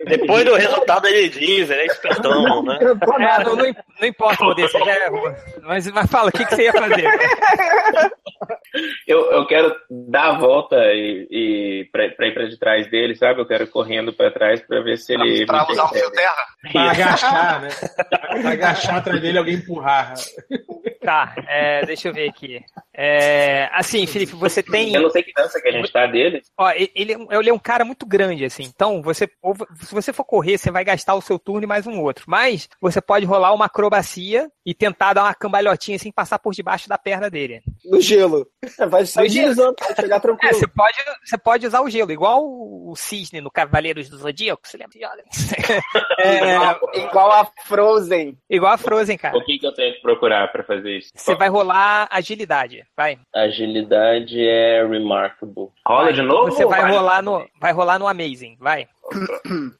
S2: Depois do resultado ele diz, ele é espertão, né?
S1: É, não, não im- não importa o poder, você já é... mas, mas fala, o que, que você ia fazer?
S10: Eu, eu quero dar a volta e, e pra, pra ir pra de trás dele, sabe? Eu quero ir correndo pra trás pra ver se ele.
S5: Pra
S10: me
S5: usar o fio
S10: percebe.
S5: terra?
S3: Pra agachar, né? Pra agachar atrás dele alguém empurrar. né?
S1: Tá, é, deixa eu ver aqui. É, assim, Felipe, você tem.
S10: Eu não sei que dança que a gente tá dele.
S1: Ó, e- ele, é um- ele é um cara muito grande, assim. Então, você, ou vo- se você for correr, você vai gastar o seu turno e mais um outro. Mas você pode rolar uma acrobacia e tentar dar uma cambalhotinha assim, passar por debaixo da perna dele.
S8: No gelo.
S12: É, Vai sair
S1: Imagina.
S12: deslizando, vai chegar
S1: É,
S12: tranquilo.
S1: você pode, você pode usar o gelo, igual o cisne no Cavaleiros do Zodíaco, você lembra? É,
S12: Igual a Frozen.
S1: igual a Frozen, cara.
S10: O que, que eu tenho que procurar pra fazer isso?
S1: Você vai rolar agilidade, vai.
S10: Agilidade é remarkable. Rola de novo?
S1: Você vai
S10: Vai.
S1: rolar no, vai rolar no amazing, vai.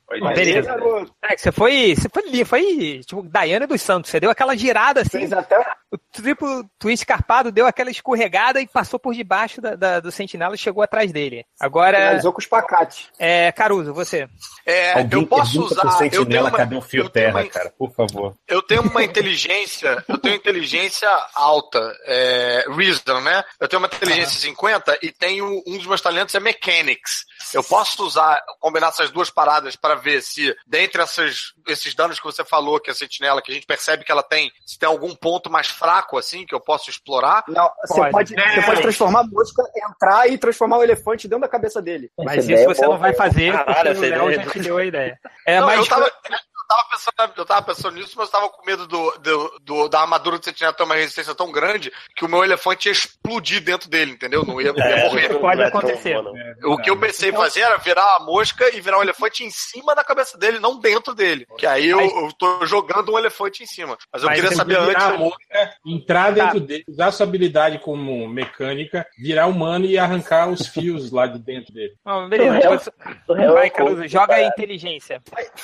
S10: Pois é.
S1: Beleza.
S12: garoto.
S1: É, que você foi, você foi ali, foi tipo Daiane dos Santos, você deu aquela girada assim,
S12: Fez até
S1: o triplo twist carpado deu aquela escorregada e passou por debaixo da, da- do sentinela e chegou atrás dele. Agora,
S12: finalizou com os pacates.
S1: é, Caruso, você.
S5: É,
S16: Alguém
S5: eu posso
S16: pergunta
S5: usar.
S16: pro
S5: eu, tenho
S16: sentinela
S5: uma,
S16: cadê o fio
S5: eu tenho
S16: terra,
S5: uma-
S16: cara, por favor.
S5: eu tenho uma inteligência, eu tenho inteligência alta, é, Reason, né? Eu tenho uma inteligência 50 e tenho um dos meus talentos é Mechanics. Eu posso usar, combinar essas duas paradas para ver se, dentre essas, esses danos que você falou, que a sentinela, que a gente percebe que ela tem, se tem algum ponto mais fraco, assim, que eu posso explorar?
S12: Não, você pode, você
S10: É.
S12: pode transformar a mosca, entrar e transformar o elefante dentro da cabeça dele.
S1: Mas isso você não vai fazer, porque o Léo já te deu a ideia. É,
S5: Não,
S1: mas
S5: eu, tava, eu, tava pensando, eu tava pensando nisso, mas eu tava com medo do, do- do- da armadura do sentinela ter uma resistência tão grande que o meu elefante ia explodir dentro dele, entendeu? Não ia, ia
S2: É,
S5: morrer.
S2: não Pode é tão acontecer. bom, não.
S5: o que eu pensei em fazer era virar a mosca e virar um elefante em cima da cabeça dele, não dentro dele. Que aí eu, eu tô jogando um elefante em cima. Mas eu
S3: Mas
S5: queria
S3: tem
S5: saber
S3: que
S5: antes.
S3: virar a mosca, entrar
S1: Tá.
S3: dentro dele, usar sua habilidade como mecânica, virar humano e arrancar os fios lá de dentro dele.
S1: Não, beleza.
S3: Então,
S1: você-
S3: então, é
S1: Vai,
S3: um
S1: Caruso,
S3: pouco,
S1: joga a
S3: cara.
S1: inteligência.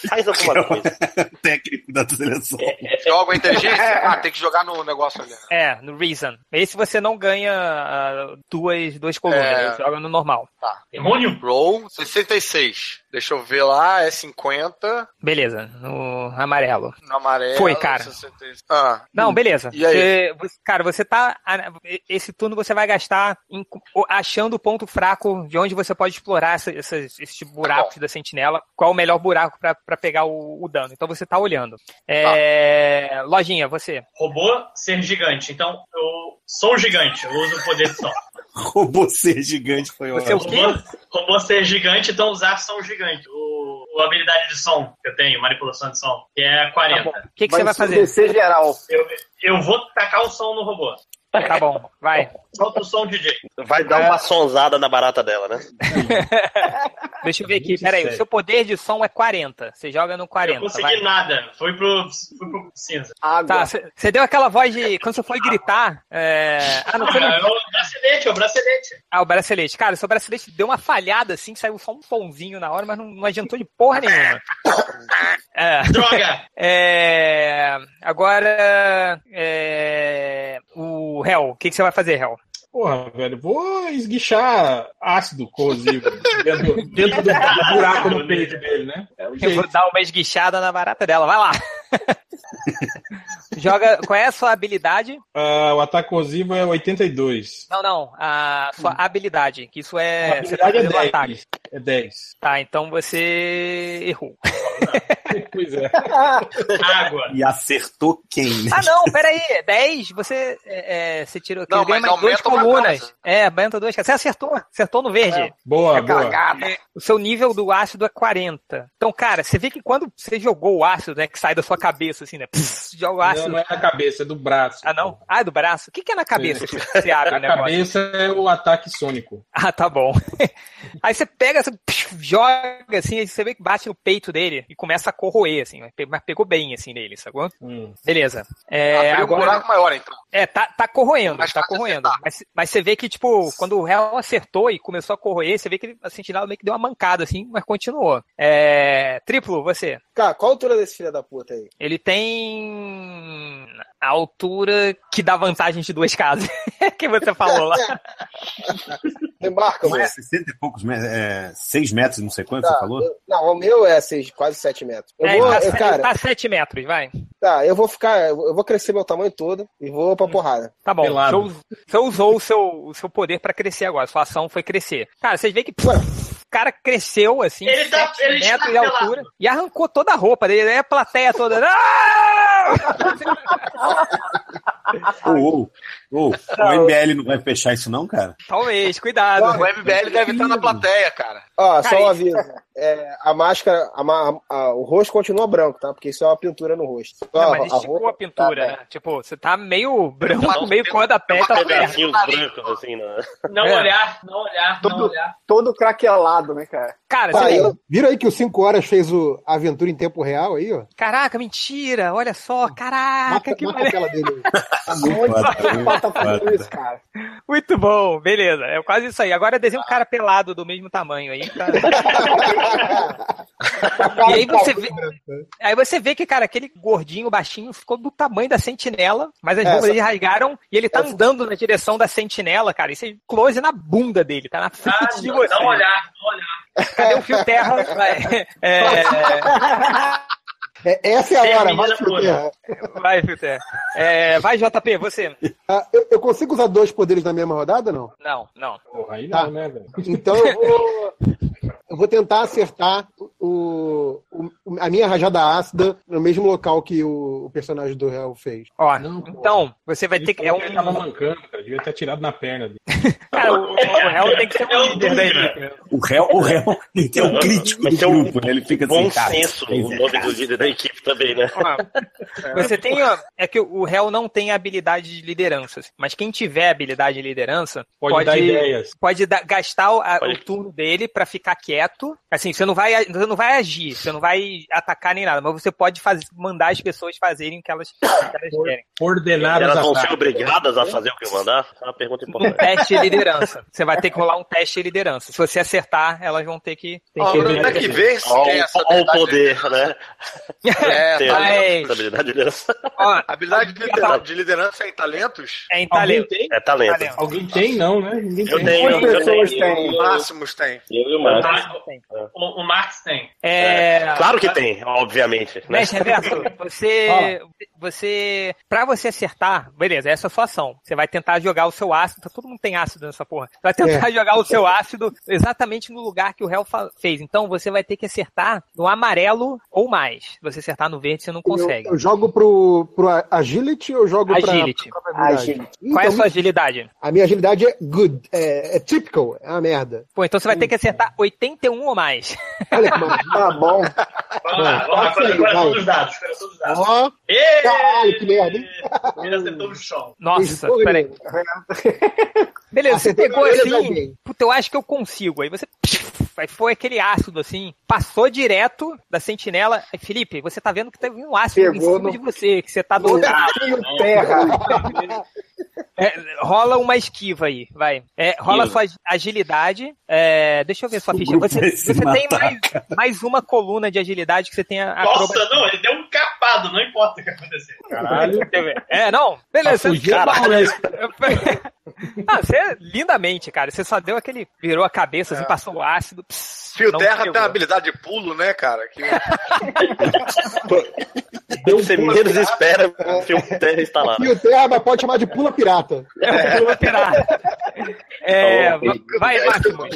S2: Faz alguma coisa.
S16: Técnico da seleção.
S5: Joga a inteligência? Ah, tem que jogar no negócio ali.
S1: É, no Reason. Esse você não ganha ah, duas, duas colunas,
S5: É.
S1: né? joga no normal.
S5: Tá. Roll 66. Deixa eu ver lá, é 50.
S1: Beleza, no amarelo.
S5: No amarelo.
S1: Foi, cara.
S5: 66. Ah.
S1: Não, beleza.
S5: E aí?
S1: Você- você- cara, você tá. a- Esse turno você vai gastar em- achando o ponto fraco de onde você pode explorar essa- essas- esses buracos da sentinela. Qual o melhor buraco pra pra pegar o, o dano? Então você tá olhando. É, Lojinha, você.
S15: Robô, ser gigante. Então, eu sou um gigante, eu uso o poder de som.
S16: Robô ser gigante foi
S1: Você
S16: ótimo.
S15: Robô, robô ser gigante, então usar som gigante. O, o habilidade de som que eu tenho, manipulação de som, que é 40.
S1: Tá bom. O que que você Vai vai fazer? ensurdecer
S12: geral.
S15: Eu, eu vou tacar o som no robô.
S1: Tá bom, vai.
S15: Solta o som, DJ.
S2: Vai dar
S16: É.
S2: uma sonzada na barata dela, né?
S1: Deixa eu ver aqui. Peraí, o seu poder de som é 40. Você joga no 40.
S15: Eu consegui
S1: vai.
S15: nada. Fui pro, fui pro cinza.
S1: Tá, você deu aquela voz de. Quando você foi gritar. É... Ah, não, você não-
S15: É o bracelete, é o bracelete.
S1: Ah, o bracelete. Cara, o seu bracelete deu uma falhada assim, saiu só um pãozinho na hora, mas não, não adiantou de porra nenhuma. É.
S15: Droga!
S1: É, Agora. é, O réu. O que, que você vai fazer, réu?
S3: Porra, velho, vou esguichar ácido corrosivo dentro, dentro do, do buraco no peito dele, né? É o
S1: Eu vou
S3: jeito.
S1: dar uma esguichada na barata dela, vai lá. Joga. Qual é a sua habilidade?
S3: Ah, o ataque corrosivo é 82.
S1: Não, não. A sua habilidade. Que isso
S3: A
S1: é. Você tá
S3: Hum. habilidade é
S1: fazendo um
S3: 10.
S1: ataque.
S3: É 10.
S1: Tá, então você errou.
S3: Pois é.
S15: Água.
S16: E acertou quem? né?
S1: Ah, não, peraí. 10, você, é, é, você tirou aqui.
S16: Não,
S1: ganha
S16: mas
S1: mais duas
S16: aumenta uma É.
S1: colunas. É, aumenta duas. Você acertou. Acertou no verde.
S3: Boa,
S1: Tá
S3: boa.
S1: cagada. O seu nível do ácido é 40. Então, cara, você vê que quando você jogou o ácido, né, que sai da sua cabeça, assim, né? Pss, joga o ácido.
S3: Não, não é na cabeça, é do braço.
S1: Ah, não? Ah, é do braço? O que, que é na cabeça que você abre o
S3: A
S1: negócio?
S3: cabeça é o ataque sônico.
S1: Ah, tá bom. Aí você pega, você psh, joga assim, aí você vê que bate no peito dele e começa a corroer, assim, mas pe- mas pegou bem assim nele, sacou?
S3: Hum.
S1: Beleza. É,
S5: Abriu um
S1: agora...
S5: buraco maior, então.
S1: É, tá, tá corroendo, tá corroendo. Mas, mas você vê que, tipo, quando o réu acertou e começou a corroer, você vê que a sentinela meio que deu uma mancada, assim, mas continuou. É. Triplo, você.
S8: Cara, qual a altura desse filho da puta aí?
S1: Ele tem. A altura que dá vantagem de duas casas. que você falou lá.
S8: Demarca,
S16: Não é
S8: mano.
S16: 60 e poucos metros, é, 6 metros, não sei quanto
S8: Tá,
S16: você falou?
S8: eu- não, o meu é seis, quase 7 metros. Eu
S1: É,
S8: vou,
S1: ele tá,
S8: eu, cara,
S1: tá 7 metros, vai.
S8: tá, eu vou ficar, eu vou crescer meu tamanho todo e vou pra porrada.
S1: Tá bom. Você, us- você usou o seu, o seu poder pra crescer agora, sua ação foi crescer. Cara, vocês veem que. pff, o cara cresceu assim,
S15: Ele tá-
S1: sete
S15: ele está
S1: metros de
S15: pelado.
S1: altura e arrancou toda a roupa dele, aí a plateia toda. "Não!"
S16: Ou, ou, o MBL não vai fechar isso, não, cara?
S1: Talvez, cuidado.
S5: O MBL deve estar na plateia, cara.
S8: Ó,
S5: Cara,
S8: só um aviso. É, a máscara, a ma- a- o rosto continua branco, tá? Porque isso é uma pintura no rosto. Só
S1: Não,
S8: a-
S1: mas
S8: a
S1: esticou
S8: roupa-
S1: a pintura,
S8: tá,
S1: né? Tipo, você tá meio branco, meio cor da pele, tá
S2: Pedacinhos
S1: perto.
S2: brancos, assim, né?
S15: Não
S1: É.
S15: olhar, não olhar, não olhar.
S12: Todo craquelado, né, cara?
S1: Cara,
S7: Pá,
S1: você-
S7: Tá, eu- Viram aí que o 5 horas fez o a Aventura em Tempo Real aí, ó?
S1: Caraca, mentira, olha só, caraca, Ah, que
S7: Marca aquela
S1: maneiro.
S7: dele.
S12: cara.
S1: Muito bom, beleza. É quase isso aí. Agora desenha um cara pelado do mesmo tamanho aí. Tá? e aí você, vê, aí você vê que, cara, aquele gordinho baixinho ficou do tamanho da sentinela, mas as
S8: É,
S1: roupas
S8: essa-
S1: dele rasgaram e ele
S3: É,
S1: tá
S8: Essa-
S1: andando na direção da sentinela, cara. Isso é close na bunda dele, tá na frente de
S15: Não,
S1: você.
S15: não olhar, não olhar.
S1: Cadê o fio terra? Vai,
S7: É, essa é a hora,
S1: Termina
S7: vai
S1: tudo.
S7: pro terra.
S1: vai fio terra. É, vai, JP, você.
S7: Ah, eu, eu consigo usar dois poderes na mesma rodada, não?
S1: Não, não.
S3: aí né,
S7: Tá. Então eu vou, eu vou tentar acertar o, o, o- a minha rajada ácida no mesmo local que o, o personagem do réu fez.
S1: Ó, então, você vai ter que. É um...
S3: Ele tá tava mancando, cara. Devia ter atirado na perna dele.
S1: Cara, o, o réu tem que ser um líder da equipe.
S16: O réu, o réu, ele tem um crítico do grupo, né? Ele fica
S2: Bom
S16: assim, cara.
S2: senso, o nome do líder da equipe também, né?
S1: Você tem. ó, É que o réu não tem habilidade de liderança. Mas quem tiver habilidade de liderança
S3: Pode dar ideias.
S1: Pode dar- gastar o, a- o turno dele pra ficar quieto. Assim, você não, vai, você não vai agir, você não vai atacar nem nada, mas você pode faz- mandar as pessoas fazerem o que elas, o que elas querem.
S3: Ordenar os
S2: Elas vão ser
S3: ataques.
S2: obrigadas a fazer o que eu mandar? É uma pergunta
S1: Um
S2: importante.
S1: teste de liderança. Você vai ter que rolar um teste de liderança. Se você acertar, elas vão ter que. né? Tem
S2: Ó,
S1: que...
S2: tem que ver se tem essa
S1: Ó, o
S2: habilidade.
S1: poder, né?
S5: É,
S2: Tem
S5: tá-
S2: essa habilidade de liderança.
S5: É, Habilidade de liderança, de liderança é em talentos?
S1: É em
S3: Alguém
S1: talento.
S3: tem?
S2: É talento.
S3: Alguém tem, não, né? Ninguém
S2: Eu
S3: tem.
S2: tenho, eu
S5: pessoas
S2: tenho.
S5: têm? Máximos tem.
S2: Eu e o
S15: O,
S2: Marcos.
S15: Marx- o, o Marx tem.
S1: É...
S2: Claro que tem, obviamente. né?
S1: Mestre Reverso, você. Você. Pra você acertar, beleza, essa é a sua ação. Você vai tentar jogar o seu ácido. Todo mundo tem ácido nessa porra. Você vai tentar
S7: É.
S1: jogar o seu ácido exatamente no lugar que o réu fa- fez. Então você vai ter que acertar no amarelo ou mais. Se você acertar no verde, você não consegue.
S7: Eu, eu jogo pro, pro a- agility ou eu jogo
S1: Agility.
S7: pra. probabilidade? Ih,
S1: Qual é a
S7: então,
S1: sua agilidade?
S7: A minha agilidade é good, é, é typical, é uma merda.
S1: Pô, então você vai ter que acertar 81 ou mais.
S7: Olha que maravilha. Tá bom.
S15: Vamos lá, vamos
S7: Pode
S15: lá, agora,
S7: ser,
S15: agora
S7: vai.
S15: todos os dados. Agora todos os dados.
S7: Ó,
S15: Ê!
S7: caralho, que merda, hein?
S15: Ele acertou no chão.
S1: Nossa, peraí. Beleza, você
S7: Acertei
S1: pegou
S7: na orelha de
S1: assim.
S7: alguém.
S1: Puta, eu acho que eu consigo. Aí você. Aí foi aquele ácido assim, passou direto da sentinela. Aí, Felipe, você tá vendo que teve um ácido em
S12: Pegou
S1: cima
S12: no-
S1: de você, que você tá do outro lado. É, rola uma esquiva aí, vai. É, rola sua ag- agilidade. É, deixa eu ver sua ficha.
S16: grupo
S1: Você,
S16: vai se
S1: você tem
S16: matar,
S1: mais, mais uma coluna de agilidade que você tem a a
S15: Nossa,
S1: acrobacia.
S15: não, ele deu um capado, não importa o que acontecer.
S3: Caralho.
S1: Deixa eu ver. É, não,
S16: Tá
S1: beleza.
S3: Fugiu da floresta.
S1: Ah, você lindamente, cara. Você só deu aquele. Virou a cabeça, assim, passou o ácido. pss,
S5: Fio
S1: não tá
S5: Terra tá
S1: pegou.
S5: tem uma habilidade de pulo, né, cara? Que...
S2: Você menos espera ter um terra instalado.
S7: E o Terra mas pode chamar de pula pirata.
S1: É, vou operar. É,
S2: Tá bom.
S1: va- vai, Máximo.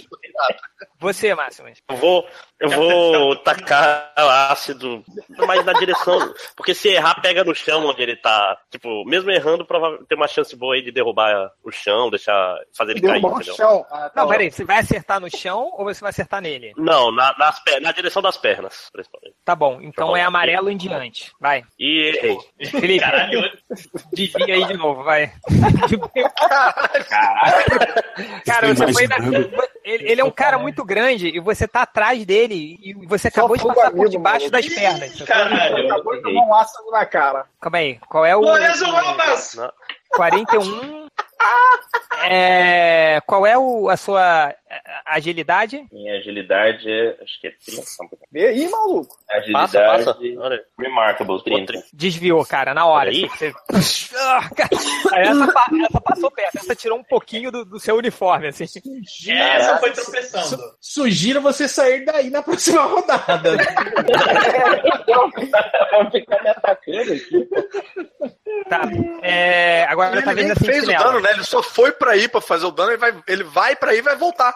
S1: Você, Máximo.
S2: Eu vou, eu vou tacar ácido, mas na direção. Porque se errar, pega no chão onde ele tá. Tipo, mesmo errando, prova- tem uma chance boa aí de derrubar o chão, deixar. fazer ele cair,
S12: Derrubar o
S2: entendeu?
S12: chão. Ah, tá
S1: Não,
S12: bom.
S1: peraí, você vai acertar no chão ou você vai acertar nele?
S2: Não, na, nas per- na direção das pernas, principalmente.
S1: Tá bom, então é amarelo em diante. Vai.
S2: E errei.
S1: Felipe.
S15: Caralho,
S1: Desvia aí de novo, vai. Cara,
S16: Tô
S1: você foi na...
S16: imaginando.
S1: ele, ele é um cara muito grande e você tá atrás dele e você acabou de
S12: fogo
S1: passar por
S12: amigo,
S1: debaixo das
S12: maluco.
S1: pernas.
S15: Caralho.
S12: Acabou de tomar um ácido na cara.
S1: Calma aí, qual é o.
S15: Lorenzo Lamas!
S2: Não.
S1: 41. É, qual é o- a sua é, agilidade?
S10: Minha agilidade é. Acho que é 30. só um pouquinho.
S12: Vê aí, maluco.
S10: Agilidade.
S2: Passa, passa. Olha,
S10: Remarkable 30.
S1: Desviou, cara, na hora. assim,
S2: Olha aí.
S1: Você- Ah, cara, essa, pa- essa passou perto, essa tirou um pouquinho do, do seu uniforme, assim.
S15: Essa foi tropeçando.
S11: Sugiro você sair daí na próxima rodada.
S10: Vão ficar me atacando aqui.
S1: Tá. É, agora tá
S5: ele
S1: vendo
S5: nem
S1: a
S5: fez o
S1: sentinela.
S5: dano, né? Ele só foi pra ir pra fazer o dano, ele vai, ele vai pra ir e vai voltar.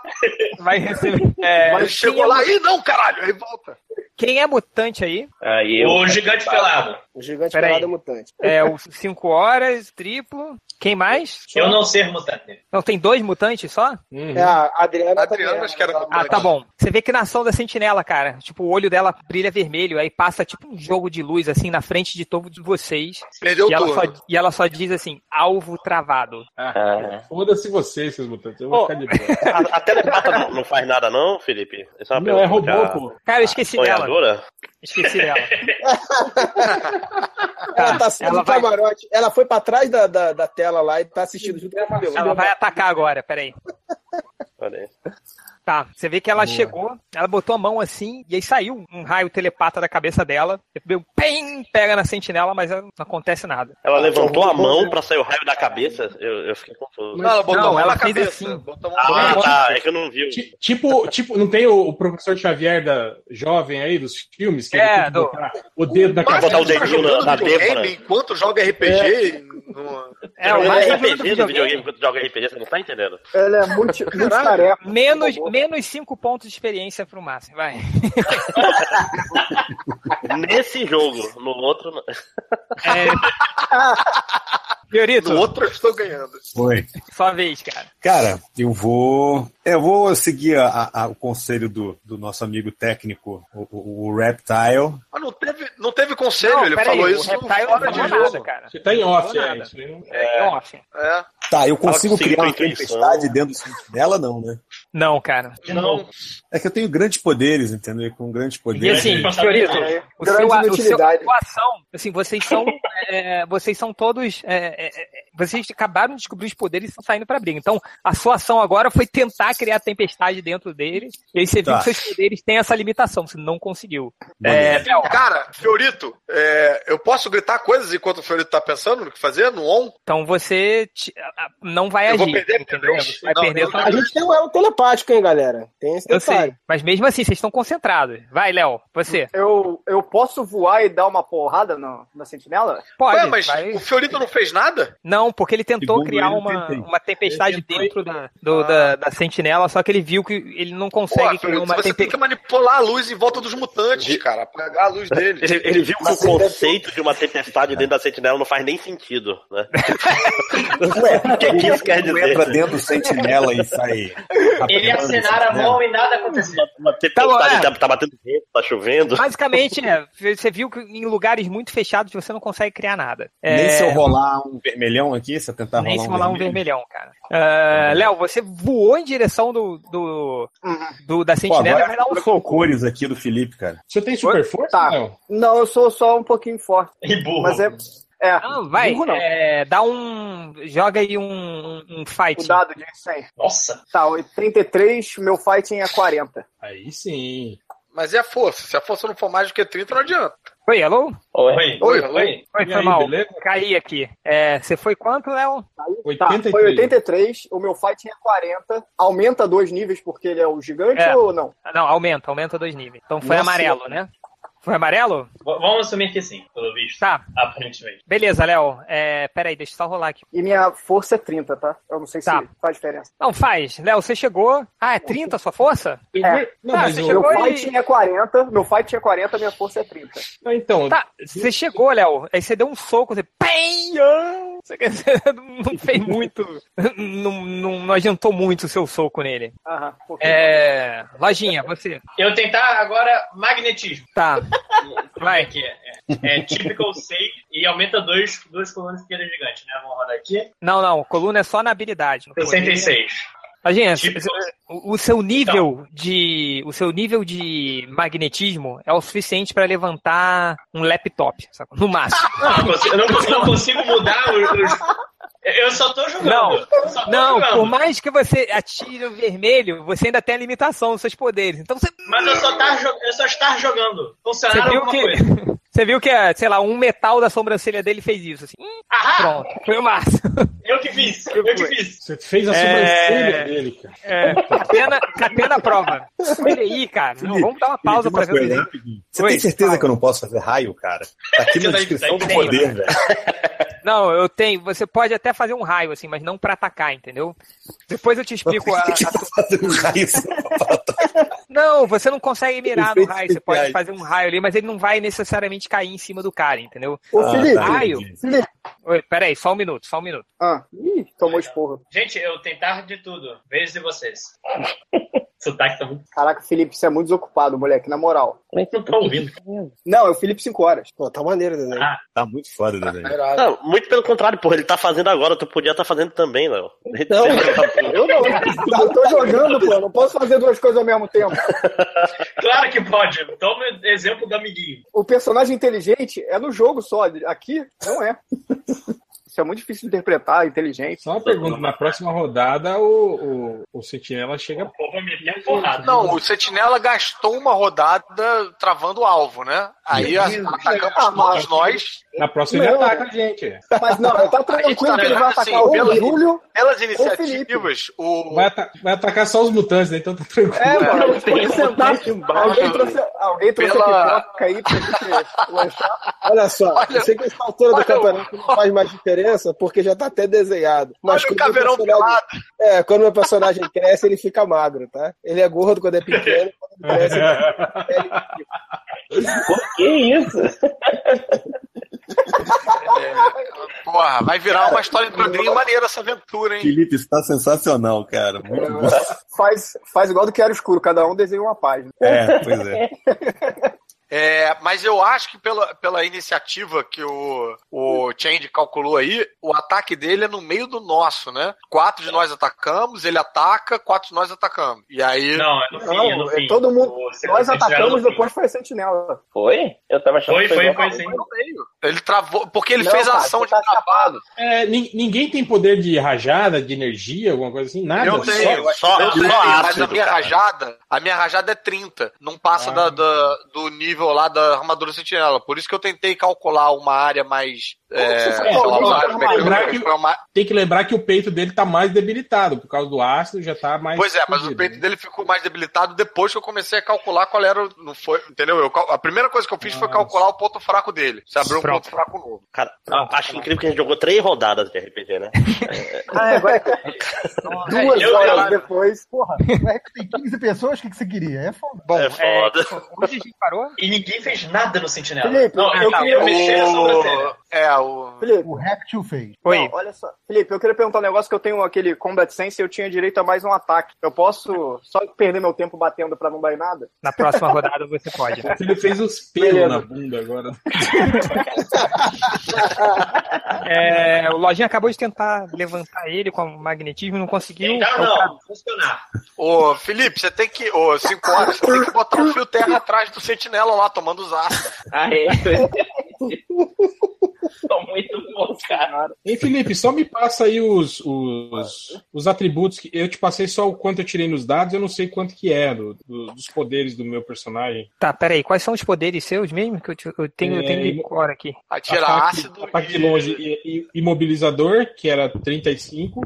S1: Vai receber. é,
S5: Mas chegou lá, ih, não, caralho, aí volta.
S1: quem é mutante aí?
S10: Aí eu.
S15: O gigante pelado.
S8: O gigante
S1: Peraí.
S8: pelado é mutante.
S1: É o 5 horas, triplo. Quem mais?
S15: Eu não né? ser mutante.
S1: Não, tem dois mutantes só?
S8: É, a Adriana.
S5: A Adriana,
S8: também,
S5: acho que era
S8: ela-
S1: Ah, tá bom. Você vê que na ação da sentinela, cara, tipo, o olho dela brilha vermelho, aí passa tipo um jogo de luz, assim, na frente de todos vocês.
S5: Perdeu o
S1: e, ela só,
S5: turno.
S1: e ela só diz assim, alvo travado.
S10: Ah,
S3: É. Foda-se vocês, seus mutantes. Eu
S1: Ô.
S3: vou ficar de boa.
S2: a, a telepata não, não faz nada, não, Felipe? Essa uma
S3: Não, é
S2: pergunta
S3: robô,
S2: que a-
S3: pô.
S1: Cara, eu esqueci dela.
S2: Sonhadora?
S1: Esqueci dela.
S8: Ela tá sendo
S1: ela
S8: ela
S1: vai-
S8: camarote. Ela foi pra trás da, da, da tela lá e tá assistindo junto com o cabelo.
S1: Ela vai atacar agora, peraí.
S2: Olha aí.
S1: Tá, você vê que ela chegou, ela botou a mão assim, e aí saiu um raio telepata da cabeça dela. Deu pem, pega na sentinela, mas ela- não acontece nada.
S2: Ela levantou a mão pra sair o raio da cabeça. Eu, eu fiquei confuso.
S5: Não, ela botou
S1: Não,
S5: a mão
S1: ela
S5: na
S1: fez
S5: cabeça.
S1: assim.
S5: Botou a mão
S2: Ah,
S5: na cabeça.
S2: tá. É que eu não vi.
S3: Ti- Tipo, tipo, não tem o, o professor Xavier da jovem aí dos filmes que
S1: É,
S3: ele tem que
S1: do-
S3: botar o dedo na
S5: Mas
S3: cabeça.
S2: botar o
S5: ele tá
S2: dedinho na- né?
S5: jogando
S2: na
S5: videogame
S2: têmpora.
S5: Enquanto joga RPG, não-
S2: É, o RPG do videogame, quando tu joga RPG, você não tá entendendo.
S12: Ela é multi, multitarefa.
S1: Menos, menos 5 pontos de experiência pro Márcio, vai.
S2: Nesse jogo, no outro. não.
S1: Fiorito.
S5: No outro eu estou ganhando.
S16: Foi.
S1: Sua vez, cara.
S16: Cara, eu vou. é, Eu vou seguir a- a- o conselho do, do nosso amigo técnico, o- o- o Reptile.
S5: Mas não teve, não teve conselho,
S1: Não,
S5: ele
S1: peraí,
S5: falou
S1: o
S5: isso
S1: Reptile é não
S5: fora de
S1: falou
S5: jogo.
S1: nada, cara.
S3: Você tá em off, é, isso aí não-
S1: É, off.
S5: É.
S16: Tá, eu consigo
S2: Fala que sim,
S16: criar uma
S2: tua intuição.
S16: tempestade dentro do sentinela, não, né?
S1: Não, cara.
S5: Não.
S16: É que eu tenho grandes poderes, entendeu? Com grandes
S1: E
S16: poderes.
S1: assim, Fiorito, o
S12: Grande
S1: seu, a, o seu, a
S12: inutilidade.
S1: sua ação, assim, vocês são, é, vocês são todos, é, é, é, vocês acabaram de descobrir os poderes e estão saindo pra briga. Então, a sua ação agora foi tentar criar a tempestade dentro dele, e aí você viu
S16: Tá.
S1: que seus poderes têm essa limitação, você não conseguiu. É,
S16: Maneiro.
S1: Bel,
S5: Cara, Fiorito, é, eu posso gritar coisas enquanto o Fiorito tá pensando no que fazer no on?
S1: então você te- a- a- não vai
S5: Eu
S1: agir,
S5: vou perder minha
S1: entendeu?
S5: vez?
S1: Você vai
S5: Não,
S1: perder
S5: eu-
S1: a sua
S8: A gente tem um elo telepático, hein, galera? Tem esse
S1: Eu sei,
S8: detalhe.
S1: mas mesmo assim, vocês estão concentrados. Vai, Léo, você.
S12: Eu, eu posso voar e dar uma porrada no, na sentinela?
S1: Pode,
S5: Ué, mas
S1: vai.
S5: o Fiorito não fez nada?
S1: Não, porque ele tentou
S16: Segundo
S1: criar
S16: ele,
S1: uma,
S16: tentei.
S1: uma tempestade dentro da,
S16: Ah.
S1: do- da, da sentinela, só que ele viu que ele não
S5: Pô,
S1: consegue criar
S5: Fiorito,
S1: uma
S5: você tem que
S1: tempestade.
S5: manipular a luz em volta dos mutantes, cara. Apagar a luz deles.
S2: Ele, ele viu que
S5: Mas
S2: o conceito de uma tempestade dentro da sentinela não faz nem sentido, né? o que, que isso quer
S16: Tu entra
S2: dizer?
S16: dentro do sentinela e sai. né?
S9: Ele acenar a mão e nada aconteceu.
S2: Uma
S1: Tá
S2: tempestade
S1: bom,
S2: tá, tá batendo vento, tá chovendo.
S1: Basicamente, é, você viu que em lugares muito fechados você não consegue criar nada.
S16: Nem
S1: É,
S16: se eu rolar um vermelhão aqui, se eu tentar
S1: nem se
S16: rolar um,
S1: rolar um
S16: vermelho.
S1: vermelhão, cara. Ah, Léo, você voou em direção do, do, do- da
S16: Pô,
S1: sentinela e
S16: agora
S1: vai dar um
S16: eu tô com cores aqui do Felipe, cara.
S3: Você tem super força?
S12: Tá.
S3: Não.
S12: Não, eu sou só um pouquinho forte.
S15: E burro.
S12: Mas é. É,
S1: Não, vai.
S12: burro não.
S1: é, dá um. Joga aí um, um fight.
S12: o dado de 100.
S15: Nossa.
S12: Tá, o 33, meu fighting é 40.
S3: Aí sim.
S5: Mas é a força. Se a força não for mais do que 30, não adianta.
S1: Oi, alô?
S15: Oi,
S5: Oi,
S15: oi.
S1: Oi,
S3: E
S1: foi
S3: aí,
S1: mal. Tá,
S3: beleza?
S1: Caí aqui. É, você foi quanto, Léo?
S12: Tá,
S3: 83.
S12: foi 83, o meu fighting é 40. Aumenta dois níveis porque ele é o gigante
S1: É.
S12: ou não?
S1: Ah, Não, aumenta, aumenta dois níveis. Então foi
S12: Nossa.
S1: amarelo, né? Foi amarelo?
S15: V- Vamos assumir que sim, pelo visto.
S1: Tá,
S15: Aparentemente.
S1: beleza, Léo. É, peraí, deixa eu só rolar aqui.
S12: E minha força é 30, tá? Eu não sei
S1: Tá.
S12: se faz diferença.
S1: Não, faz. Léo, você chegou. Ah, é 30 a sua força?
S3: Eu
S12: É.
S3: ver- Não,
S1: Ah,
S3: mas
S1: você
S3: eu-
S1: chegou
S12: Meu
S1: Oi.
S12: fighting é 40, meu fighting é 40, minha força é 30.
S3: Ah, então,
S1: Tá, você chegou, Léo. Aí você deu um soco, você. Pem! Ah! Você quer dizer, não fez muito. Não, não, não adiantou muito o seu soco nele.
S12: Aham, um pouquinho.
S1: É. Lojinha, você.
S15: Eu tentar agora magnetismo.
S1: Tá.
S15: Vai. Aqui é, é, é typical 6 e aumenta dois, duas colunas esquerda gigante, né? Vamos rodar aqui.
S1: Não, não. Coluna é só na habilidade. no poder.
S15: 66.
S1: Lojinha,
S15: Típico.
S1: O o seu nível de o seu nível de magnetismo é o suficiente pra levantar um laptop, sacou? no máximo.
S15: Não, eu consigo- eu não, consigo- não consigo mudar os. os- Eu só tô jogando.
S1: Não.
S15: Eu só tô
S1: Não,
S15: jogando.
S1: por mais que você atire o vermelho, você ainda tem a limitação dos seus poderes. Então você,
S15: Mas eu só, tá, jo- eu só estar jogando.
S1: você
S15: Funcionaram
S1: viu
S15: alguma
S1: que
S15: coisa.
S1: você viu que é, sei lá, um metal da sobrancelha dele fez isso assim. Hum,
S15: Ah,
S1: Pronto, foi o máximo.
S15: eu que fiz. Eu que fiz.
S3: você fez a
S1: É.
S3: sobrancelha dele, cara.
S1: É, catena, catena a prova. Olha aí, cara. Não, vamos dar uma pausa pra
S16: Felipe,
S1: ver o desenho.
S16: uma coisa rapidinho. Você
S1: Oi,
S16: tem certeza
S1: fala.
S16: que eu não posso fazer raio, cara? Tá aqui na
S15: Daí-
S16: descrição do
S15: daí tem,
S16: poder, velho.
S1: Tá Não, eu tenho. Você pode até fazer um raio, assim, mas não pra atacar, entendeu? Depois eu te explico a.
S16: Por que
S1: a-
S16: tá fazendo raio?
S1: Não, você não consegue mirar no
S16: Efeitos
S1: raio. Você pode
S16: especiais.
S1: fazer um raio ali, mas ele não vai necessariamente cair em cima do cara, entendeu?
S12: Ô,
S16: Ah,
S12: Felipe,
S16: tá.
S1: Raio?
S12: Felipe.
S1: Oi, peraí, só um minuto, só um minuto.
S12: Ah, ih, tomou esporro.
S15: Gente, eu tentar de tudo. Vejo de vocês. Sotaque tá muito.
S12: Caraca, Felipe, você é muito desocupado, moleque, na moral.
S15: Não tô ouvindo.
S12: Não, é o Felipe 5 horas.
S8: Pô, tá maneiro o desenho.
S15: Ah,
S16: Tá muito foda, Desenho.
S2: Não, muito pelo contrário, porra, ele tá fazendo agora, tu podia estar fazendo também, Léo.
S12: Eu não, eu tô jogando, pô, eu não posso fazer duas coisas ao mesmo tempo.
S15: claro que pode. Toma o exemplo do amiguinho.
S12: O personagem inteligente é no jogo só, aqui não é. Isso é muito difícil de interpretar, inteligente.
S3: Só uma pergunta, na próxima rodada o, o, o Sentinela chega.
S15: Pô, vou me meter porrada.
S5: Não, o Sentinela gastou uma rodada travando o alvo, né? Aí a-
S12: Ah,
S5: atacamos
S12: mas-
S5: todos nós.
S3: Na próxima ele
S12: Não,
S3: ataca a gente.
S12: Mas não, tá tranquilo que ele vai atacar ou o Júlio.
S5: Pelas
S12: Felipe.
S5: iniciativas, o.
S3: Vai, ata- vai atacar só os mutantes, né? Então tá tranquilo.
S12: É, mano, eu
S5: tem
S12: vou sentar. Alguém trouxe, alguém trouxe
S5: Pela-
S12: a pipoca aí pra gente lanchar.
S8: Olha só,
S5: Olha-
S8: eu sei que essa altura
S5: olha
S8: do campeonato não faz mais diferença porque já tá até desenhado. Mas
S12: Olha o
S8: quando
S12: caveirão
S8: personagem- É, quando meu personagem cresce, ele fica magro, tá? Ele é gordo quando é pequeno, quando cresce, né? ele fica pele
S10: Que isso?
S5: Porra, vai virar uma história de quadrinho maneira essa aventura, hein?
S16: Felipe, está sensacional, cara. Muito bom.
S12: Faz, faz igual do que era escuro, cada um desenha uma página.
S16: É, pois é.
S5: É, mas eu acho que pela, pela iniciativa que o, o Change calculou aí, o ataque dele é no meio do nosso, né? Quatro de nós atacamos, ele ataca, quatro de nós atacamos. E aí.
S15: Não, é no fim, é no fim.
S12: Todo mundo. nós
S5: você
S12: atacamos,
S5: tiver no
S12: depois foi sentinela.
S10: Foi? Eu tava achando
S12: Foi,
S10: que
S12: foi,
S10: igual
S12: foi
S10: a
S12: sim.
S10: outra.
S5: Ele travou, porque ele
S12: Não,
S5: fez
S12: cara,
S5: ação
S12: você tá
S5: de travado.
S3: É, nin- ninguém tem poder de rajada, de energia, alguma coisa assim? Nada?
S5: eu tenho,
S3: Só-
S5: só, eu
S3: só
S5: tenho, mas a
S3: ácido,
S5: minha
S3: cara.
S5: rajada, a minha rajada é 30. Não passa da, da- do nível lá da armadura sentinela. Por isso que eu tentei calcular uma área mais. É,
S3: É,
S5: sei lá, uma área
S3: tem, que lembrar
S5: mecânica,
S3: que,
S5: foi uma-
S3: tem que lembrar que o peito dele tá mais debilitado, por causa do ácido já tá mais.
S5: Pois é, mas o peito dele ficou mais debilitado depois que eu comecei a calcular qual era. o- Não foi, entendeu? Eu cal- a primeira coisa que eu fiz foi calcular o ponto fraco dele. Você abriu um
S2: Pronto.
S5: ponto fraco novo.
S2: Cara,
S15: Tá,
S2: acho incrível que a gente jogou três rodadas de RPG, né?
S12: Ah, é, agora... Duas
S2: Eu-
S12: horas
S2: eu-
S12: depois. Porra,
S7: Tem 15 pessoas, o que, que você queria? É foda.
S2: É foda.
S1: Hoje a gente parou?
S15: E ninguém fez nada no Sentinela.
S12: Felipe,
S15: não,
S12: eu
S15: eu, eu,
S12: queria-
S15: mexi na
S12: O-
S15: sobrancelha.
S5: É, o.
S12: Felipe,
S7: Reptil fez.
S12: Não, olha só. Felipe, eu queria perguntar um negócio que eu tenho aquele Combat Sense e eu tinha direito a mais um ataque. Eu posso só perder meu tempo batendo pra não dar em nada?
S1: Na próxima rodada você pode.
S3: Ele fez os pelos na bunda agora.
S1: É, o Lojinha acabou de tentar levantar ele com magnetismo, não conseguiu.
S5: Tentar não,
S15: funcionar.
S5: Ô, Felipe, você tem que. Ô, 5 horas, você tem que botar um fio terra atrás do sentinela lá, tomando os ácidos.
S10: Ah, é?
S5: Tô muito bom, cara.
S3: Ei, Felipe, só me passa aí os, os, os atributos. que Eu te passei só o quanto eu tirei nos dados, eu não sei quanto que é do- do- dos poderes do meu personagem.
S1: Tá, peraí, quais são os poderes seus mesmo? Que eu, te- eu tenho, eu tenho
S3: É,
S1: de cor aqui.
S3: ataque, Ataque de longe e, e- imobilizador, que era 35.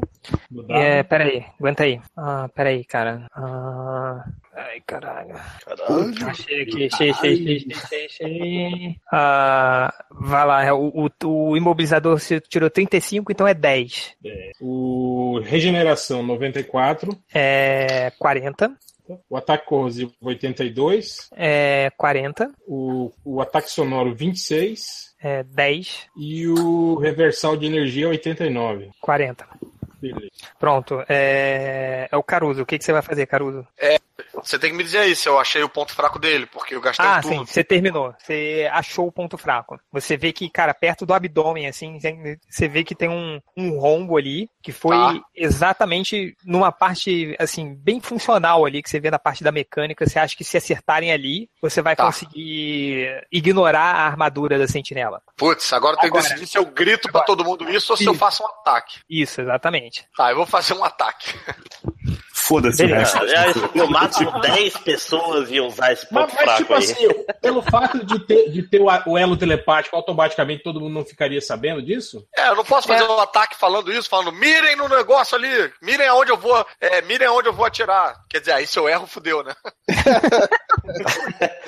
S3: do dado.
S1: É, peraí, aguenta aí. Ah, peraí, cara. Ah, ai, caralho.
S2: Caralho.
S1: Achei aqui, achei, achei, achei, achei, achei, achei. Ah, vai lá, é, o, o, o imobilizador se tirou 35, então é 10.
S3: O regeneração 94.
S1: É 40.
S3: O ataque corrosivo 82.
S1: É 40.
S3: O, o ataque sonoro 26.
S1: É 10.
S3: E o reversal de energia 89.
S1: 40.
S3: Beleza.
S1: Pronto, é, é o Caruso. O que, que você vai fazer, Caruso?
S5: É, você tem que me dizer aí se eu achei o ponto fraco dele, porque eu gastei
S1: Ah,
S5: é tudo.
S1: sim, você terminou. Você achou o ponto fraco. Você vê que, cara, perto do abdômen, assim, tem- você vê que tem um, um rombo ali, que foi
S13: Tá.
S1: exatamente numa parte, assim, bem funcional ali, que você vê na parte da mecânica. Você acha que se acertarem ali, você vai conseguir ignorar a armadura da sentinela.
S5: Putz, agora eu tenho que
S1: Agora.
S5: decidir se eu grito pra todo mundo isso ou se eu faço um ataque.
S1: Isso, exatamente.
S5: Tá, eu vou fazer um ataque.
S16: Foda-se, né?
S5: Beleza.
S16: resto.
S5: É,
S2: No máximo 10 pessoas iam usar esse ponto
S3: Mas, mas,
S2: Tá fraco
S3: tipo
S2: aí.
S3: assim, pelo fato de ter, de ter o, a- o elo telepático, automaticamente todo mundo não ficaria sabendo disso?
S5: É, eu não posso fazer um ataque falando isso, falando, mirem no negócio ali, mirem aonde eu vou, é, mirem aonde eu vou atirar. Quer dizer, aí se eu erro, fudeu, né?
S1: tá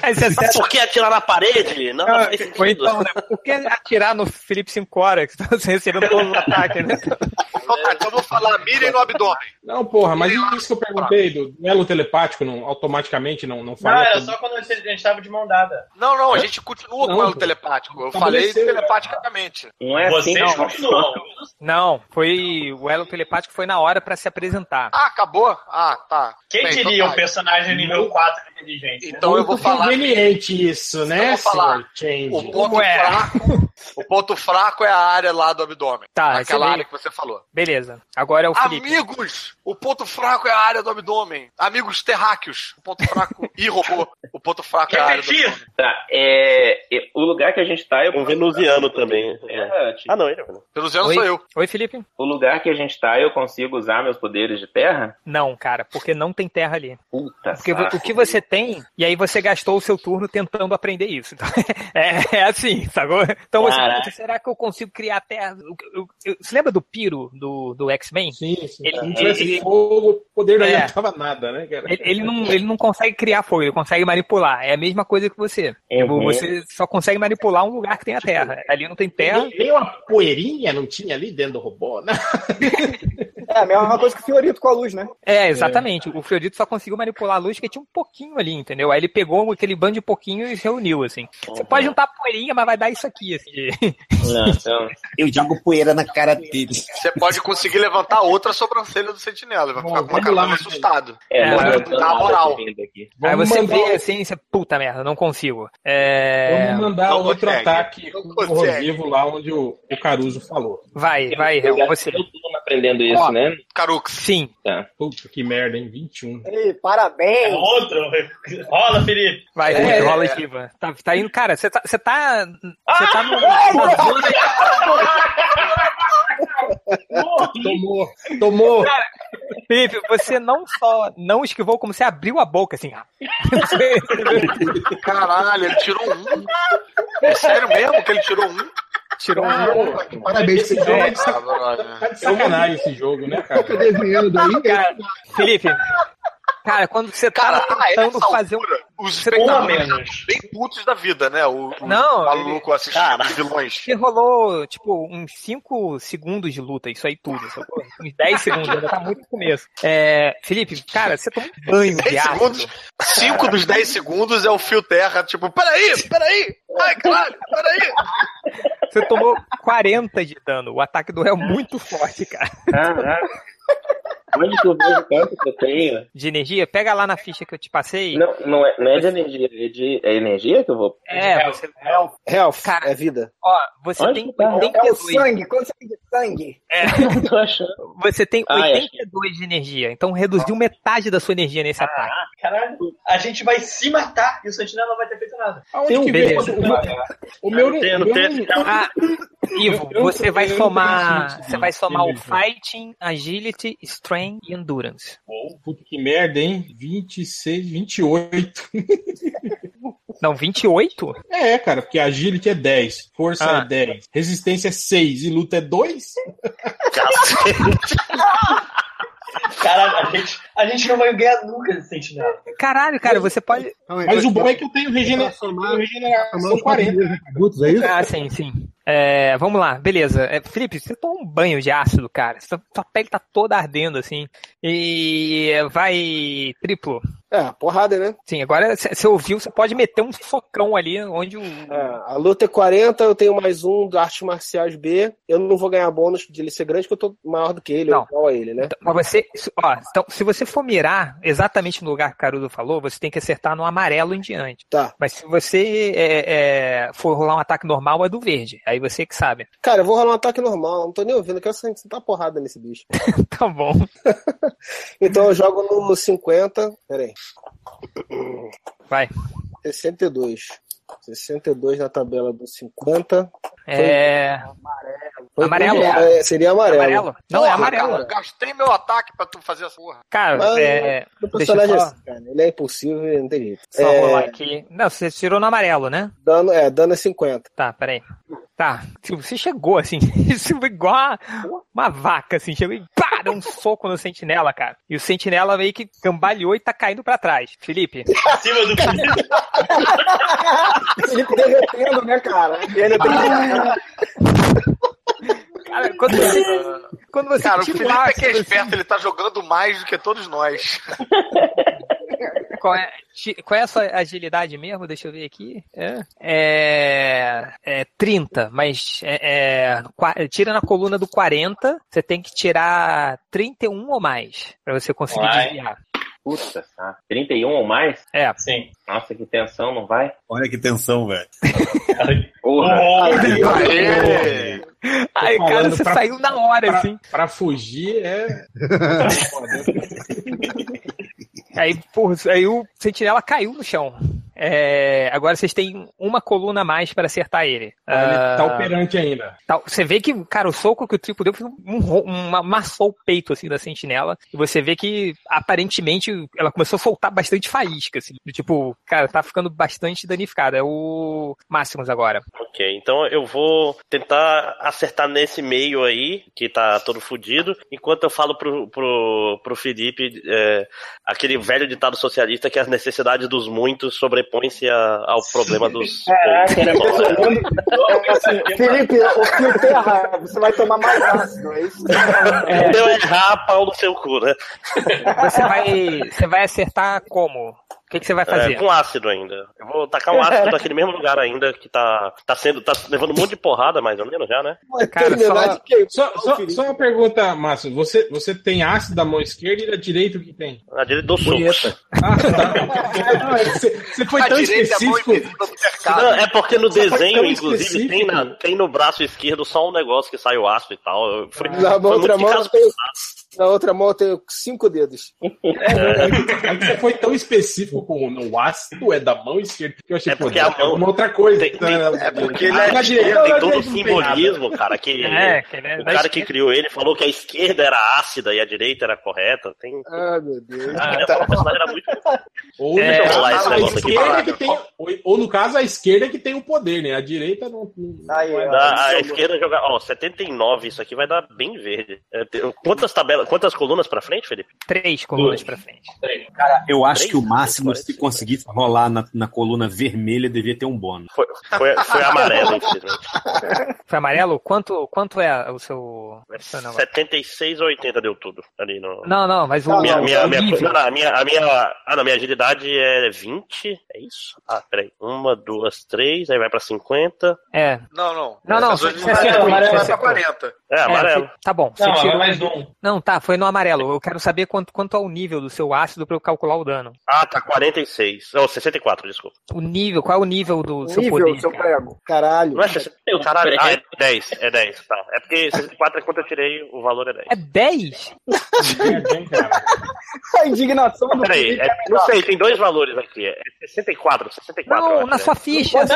S2: Mas por que atirar na parede? Não,
S10: Ah,
S2: não faz sentido.
S1: Ou então, né, por que atirar no Felipe 5 horas, que tá recebendo todos os ataques, né?
S5: Então, tá, então eu vou falar, mirem no abdômen.
S3: Não, porra, mas isso que eu perguntei, do do elo telepático não, automaticamente não, não
S15: Não,
S3: faria.
S15: era
S3: todo-
S15: só quando a gente a gente tava de mão dada.
S5: Não, não, a gente continua
S3: Não,
S5: com o elo
S3: pô.
S5: telepático. Eu falei
S3: Estabeleceu,
S5: telepaticamente.
S10: Não
S1: é assim, não.
S5: continuam.
S1: Não, foi o elo telepático foi na hora pra se apresentar.
S5: Ah, acabou? Ah, tá.
S15: Quem
S1: Bem,
S15: diria
S1: então
S15: um
S1: tá.
S15: personagem nível 4 inteligente? né?
S5: Então eu vou falar.
S3: Conveniente isso,
S5: eu
S3: né,
S5: vou falar.
S3: senhor Change?
S5: O ponto, fraco, o ponto fraco é a área lá do abdômen.
S1: Tá,
S5: Aquela
S1: excelente.
S5: área que você falou.
S1: Beleza. Agora é o Felipe.
S5: Amigos, o ponto fraco é a área do abdômen. Amigos terráqueos, o ponto fraco e robô. O ponto fraco é a área do abdômen.
S10: Tá, é, é, o lugar que a gente tá... Eu...
S2: Um venusiano também.
S10: É, tipo,
S2: Ah, não, ele não.
S5: venusiano
S10: sou
S5: eu.
S1: Oi, Felipe.
S10: O lugar que a gente tá, eu consigo usar meus poderes de terra? Ah.
S1: Não, cara, porque não tem terra ali.
S10: Puta
S1: Porque vo-
S10: saco.
S1: o que você tem, e aí você gastou o seu turno tentando aprender isso. Então, é, é assim, sacou? Então você
S10: Caraca.
S1: pergunta, será que eu consigo criar terra? Eu- eu- eu- você lembra do Piro do, do X-Men?
S3: Sim, sim.
S1: Ele,
S3: Se não
S1: ele-
S3: tivesse
S1: ele-
S3: fogo, o poder daí
S1: É.
S3: não tava nada, né, cara?
S1: ele- ele não, ele não consegue criar fogo, ele consegue mani- manipular. É a mesma coisa que você.
S15: É
S10: Uhum.
S1: Você só consegue manipular um lugar que tem a terra. Ali não tem terra.
S11: Nem uma poeirinha não tinha ali dentro do robô, né?
S12: É a mesma coisa que o Fiorito com a luz, né?
S1: É, exatamente. O Fiorito só conseguiu manipular a luz que tinha um pouquinho ali, entendeu? Aí ele pegou aquele bando de pouquinho e reuniu, assim. Você pode juntar poeirinha, mas vai dar isso aqui, assim. de-
S15: então.
S22: Eu jogo poeira na cara dele.
S5: Você pode conseguir levantar outra sobrancelha do sentinela. Ele vai ficar com uma cara meio assustado.
S1: É,
S5: vai
S1: levantando
S5: dar a moral.
S1: Aí
S5: Vamos
S1: você
S5: mandar
S1: vê
S5: um-
S1: assim, você, puta merda, não consigo. É...
S3: Vamos mandar
S1: Não
S3: outro
S1: consegue.
S3: ataque com o
S1: consegue.
S3: Rosevo lá onde o, o Caruso falou.
S1: Vai, vai, Real, você.
S10: aprendendo isso,
S1: Ó,
S10: né?
S5: Carux.
S1: Sim.
S10: Tá.
S3: Puta que merda, hein? 21.
S12: Ei, parabéns!
S15: É outro? Rola, Felipe.
S1: Vai,
S3: É,
S1: Felipe, rola
S3: é.
S1: aqui, mano. Tá, tá indo, cara, você tá. Você tá, você tá no.
S3: Tomou, tomou.
S1: Cara, Felipe, você não só não esquivou, como você abriu a boca, assim. ah.
S5: Caralho, ele tirou um. É sério mesmo que ele tirou um?
S1: Tirou
S5: um.
S7: Parabéns,
S5: esse
S7: Felipe.
S5: jogo é
S7: É,
S5: de sacanagem.
S3: Tá de sacanagem esse jogo, né, cara?
S7: Tá desenhando aí.
S1: Cara, Felipe, cara, quando você tá tentando
S5: essa
S1: fazer um.
S5: Os
S1: você tá-
S5: espectadores bem putos da vida, né? O, o
S1: Não,
S5: maluco
S1: ele-
S5: assistindo
S1: Cara.
S5: os vilões.
S1: Que rolou, tipo, uns 5 segundos de luta, isso aí tudo. sacou? Uns 10 segundos, ainda tá muito no começo. É, Felipe, cara, você tomou um banho de
S5: 10
S1: ácido.
S5: segundos. 5 dos 10 segundos é o fio terra, tipo, peraí, peraí, ai, caralho, peraí.
S1: Você tomou 40 de dano. O ataque do réu é muito forte, cara.
S10: Caraca. Onde que eu vejo quanto é que eu tenho?
S1: De energia, pega lá na ficha que eu te passei.
S10: Não, não, é, não é de energia, é, de, é energia que eu vou.
S1: É, você,
S10: Health, é vida.
S1: ó, você tem, tem
S12: É o
S1: 82.
S12: sangue, quando você pede sangue.
S1: É. Você tem
S10: Ah, é. Ah.
S1: 82 de energia, então reduziu metade da sua energia nesse ataque.
S15: Caralho, a gente vai se matar e o Sentinela não vai ter feito nada.
S3: Aonde
S10: um
S2: um
S3: que vem
S1: Beleza.
S3: o, o, o meu...
S15: Não tem, um-
S3: o
S15: não
S3: meu-
S15: tem.
S1: Ah, Ivo,
S3: Então, Eu- eu-
S1: você vai
S3: eu- eu-
S1: somar.
S3: eu-
S1: Você vai somar o
S3: Beleza.
S1: Fighting, Agility, Strength e Endurance.
S3: Puta que merda, hein? 26, 28.
S1: Não, 28?
S3: É, cara, porque agility é 10,
S1: Ah.
S3: força é 10, resistência é 6 e luta é 2.
S15: Caralho, a gente, a gente não vai ganhar nunca desse Sentinela.
S1: Caralho, cara, você pode.
S3: Mas o bom é que eu tenho regenera- eu tenho
S7: tá
S3: regeneração 40.
S7: Atributos, é isso?
S1: Ah, sim, sim. É, vamos lá, beleza. É, Felipe, você toma um banho de ácido, cara. Sua, sua pele tá toda ardendo, assim. E é, vai triplo.
S8: É, porrada, né?
S1: Sim, agora você ouviu, você pode meter um socão ali onde o.
S8: A luta é 40, eu tenho mais um do Artes Marciais B. Eu não vou ganhar bônus de ele ser grande, porque eu tô maior do que ele,
S1: Não.
S8: ou igual a ele, né?
S1: Mas você, ó, então, se você for mirar exatamente no lugar que o Caruso falou, você tem que acertar no amarelo em diante.
S8: Tá.
S1: Mas se você é, é, for rolar um ataque normal, é do verde. Aí você que sabe.
S8: Cara, eu vou rolar um ataque normal, não tô nem ouvindo, eu quero saber que você tá porrada nesse bicho.
S1: Tá bom.
S8: Então eu jogo no 50. Peraí.
S1: Vai.
S8: 62. 62 na tabela do 50.
S1: É.
S8: Foi
S1: Amarelo?
S8: com- é, seria amarelo.
S1: Amarelo? Não, é amarelo.
S5: Cara, gastei meu ataque pra tu fazer essa porra.
S1: Cara,
S8: Mas, o
S1: é, deixa eu
S8: personagem é
S1: só-
S8: assim, cara. Ele é impulsivo e não tem jeito.
S1: Só
S8: é,
S1: rolar aqui. Não, você tirou no amarelo, né?
S8: Dano, é, dano é 50.
S1: Tá, peraí. Tá, tipo, você chegou assim, isso foi igual a- uma vaca, assim, chegou e pá, deu um soco no sentinela, cara. E o sentinela meio que cambalhou e tá caindo pra trás. Felipe,
S15: Acima do Felipe.
S12: Felipe derretendo, né, cara? E ainda tem
S1: cara, quando você, quando você
S5: Cara, o
S1: tipo,
S5: Felipe
S1: lá,
S5: é que é esperto, ele tá jogando mais do que todos nós.
S1: qual, é, ti- qual é a sua agilidade mesmo? Deixa eu ver aqui. É, é, é 30, mas é, é, qua- tira na coluna do 40, você tem que tirar 31 ou mais pra você conseguir
S10: Uai.
S1: desviar.
S10: Puta, tá. 31 ou mais?
S1: É.
S15: Sim.
S10: Nossa, que tensão, não vai?
S16: Olha que tensão, velho.
S10: Porra.
S15: Uhum.
S1: é né?
S5: Aê!
S1: Aí,
S3: falando
S1: cara, você
S3: pra-
S1: saiu na hora,
S3: pra-
S1: assim.
S3: Pra fugir é.
S1: Aí, porra, aí o sentinela caiu no chão. É, agora vocês têm uma coluna a mais para acertar ele.
S3: Ele
S1: Ah,
S3: tá operante ainda.
S1: Tá, você vê que, cara, o soco que o Trico deu foi um, ro- uma, amassou o peito, assim, da sentinela. E você vê que, aparentemente, ela começou a soltar bastante faísca, assim. do Tipo, cara, tá ficando bastante danificada. É o Máximos agora.
S2: Ok, então eu vou tentar acertar nesse meio aí, que tá todo fudido, enquanto eu falo pro, pro, pro Felipe é, aquele velho ditado socialista que as necessidades dos muitos sobrepõem-se a- ao problema dos.
S15: É.
S12: Caraca, era
S2: poucos.
S12: É, assim, Felipe, o fio terra, você vai tomar mais ácido, é isso?
S2: É, eu errar, pau no seu cu, né?
S1: Você vai, você vai acertar como? O que, que você vai fazer?
S2: É, com ácido ainda. Eu vou tacar um ácido naquele mesmo lugar ainda, que tá, tá sendo. tá levando um monte de porrada, mais ou menos, já, né?
S8: é
S3: Cara, só, só, só, só uma pergunta, Márcio. Você, você tem ácido da mão esquerda e da direita o que tem? Ah, tá.
S2: A direita do soco.
S3: é Você, você foi tão
S2: é
S5: é
S3: específico.
S5: né,
S2: Não, é porque no
S3: Você foi
S2: desenho,
S3: tão
S2: inclusive, tem, na- tem no braço esquerdo só um negócio que sai o ácido e tal. Eu- Foi,
S8: Na
S2: foi
S8: outra
S2: muito
S8: mão eu
S2: caso-
S8: tenho. Na outra mão eu tenho cinco dedos.
S3: É que Você foi tão específico com o ácido é da mão esquerda que eu achei
S2: É
S3: que
S2: porque a mão-
S3: uma outra coisa.
S2: É porque
S5: Ah,
S2: ele é
S3: Na direita,
S2: esquerda, tem
S3: na
S2: todo o
S3: direita não tem nada.
S2: simbolismo, cara. Que,
S1: É, que ele é
S2: o
S1: da
S2: cara que criou ele falou que a esquerda era ácida e a direita era correta. Tem,
S8: Ah, meu Deus.
S2: Ah, tá. era muito...
S3: Ou,
S2: É,
S3: no
S2: deixa eu rolar
S3: caso,
S2: esse
S3: a
S2: negócio aqui,
S3: esquerda
S2: parado.
S3: que tem, ou, ou no caso, a esquerda que tem o poder, né? A direita não. não não é
S2: Da- Ah, a
S3: nada.
S2: esquerda jogar, ó, 79, isso aqui vai dar bem verde. É, tem- Quantas tabelas, quantas colunas pra frente, Felipe?
S1: Três colunas pra frente.
S22: Cara, eu acho que o máximo, se conseguisse rolar na, na coluna vermelha, devia ter um bônus.
S2: Foi, foi, foi amarelo, infelizmente.
S1: Foi amarelo? Quanto, quanto é o seu. o seu negócio?
S2: 76 ou 80 deu tudo ali no.
S1: Não, não, é mas o-
S2: Minha,
S1: o
S2: minha, minha,
S1: nível.
S2: não, não, a minha, a minha, ah, não, minha agilidade é 20, é isso? Ah, peraí. Uma, duas, três, aí vai pra 50.
S1: É.
S5: Não, não.
S1: Não, não,
S5: As
S1: você
S5: duas
S1: você
S5: amarelo,
S1: acertou. você
S5: amarelo vai pra
S1: acertou.
S5: 40.
S2: É, amarelo.
S1: você- Tá bom.
S5: Não, agora
S1: tirou-
S5: mais um.
S1: Não, tá, foi no amarelo. Eu quero saber quanto, quanto é o nível do seu ácido pra eu calcular o dano.
S2: Ah, tá, 46. Ou 64, desculpa.
S1: O nível, qual é o nível do seu
S8: Nível,
S1: poder?
S8: seu
S1: cara?
S8: Caralho.
S2: Não é 60, caralho. Ah, é 10, é 10, tá. É porque 64 é quanto eu tirei, o valor é 10.
S1: É 10?
S3: é
S7: é
S12: A indignação do
S2: Peraí,
S12: Felipe
S2: é, não sei, tem dois valores aqui. É 64, 64. eu
S1: Não,
S2: acho,
S1: na
S2: né?
S1: sua ficha.
S2: Não,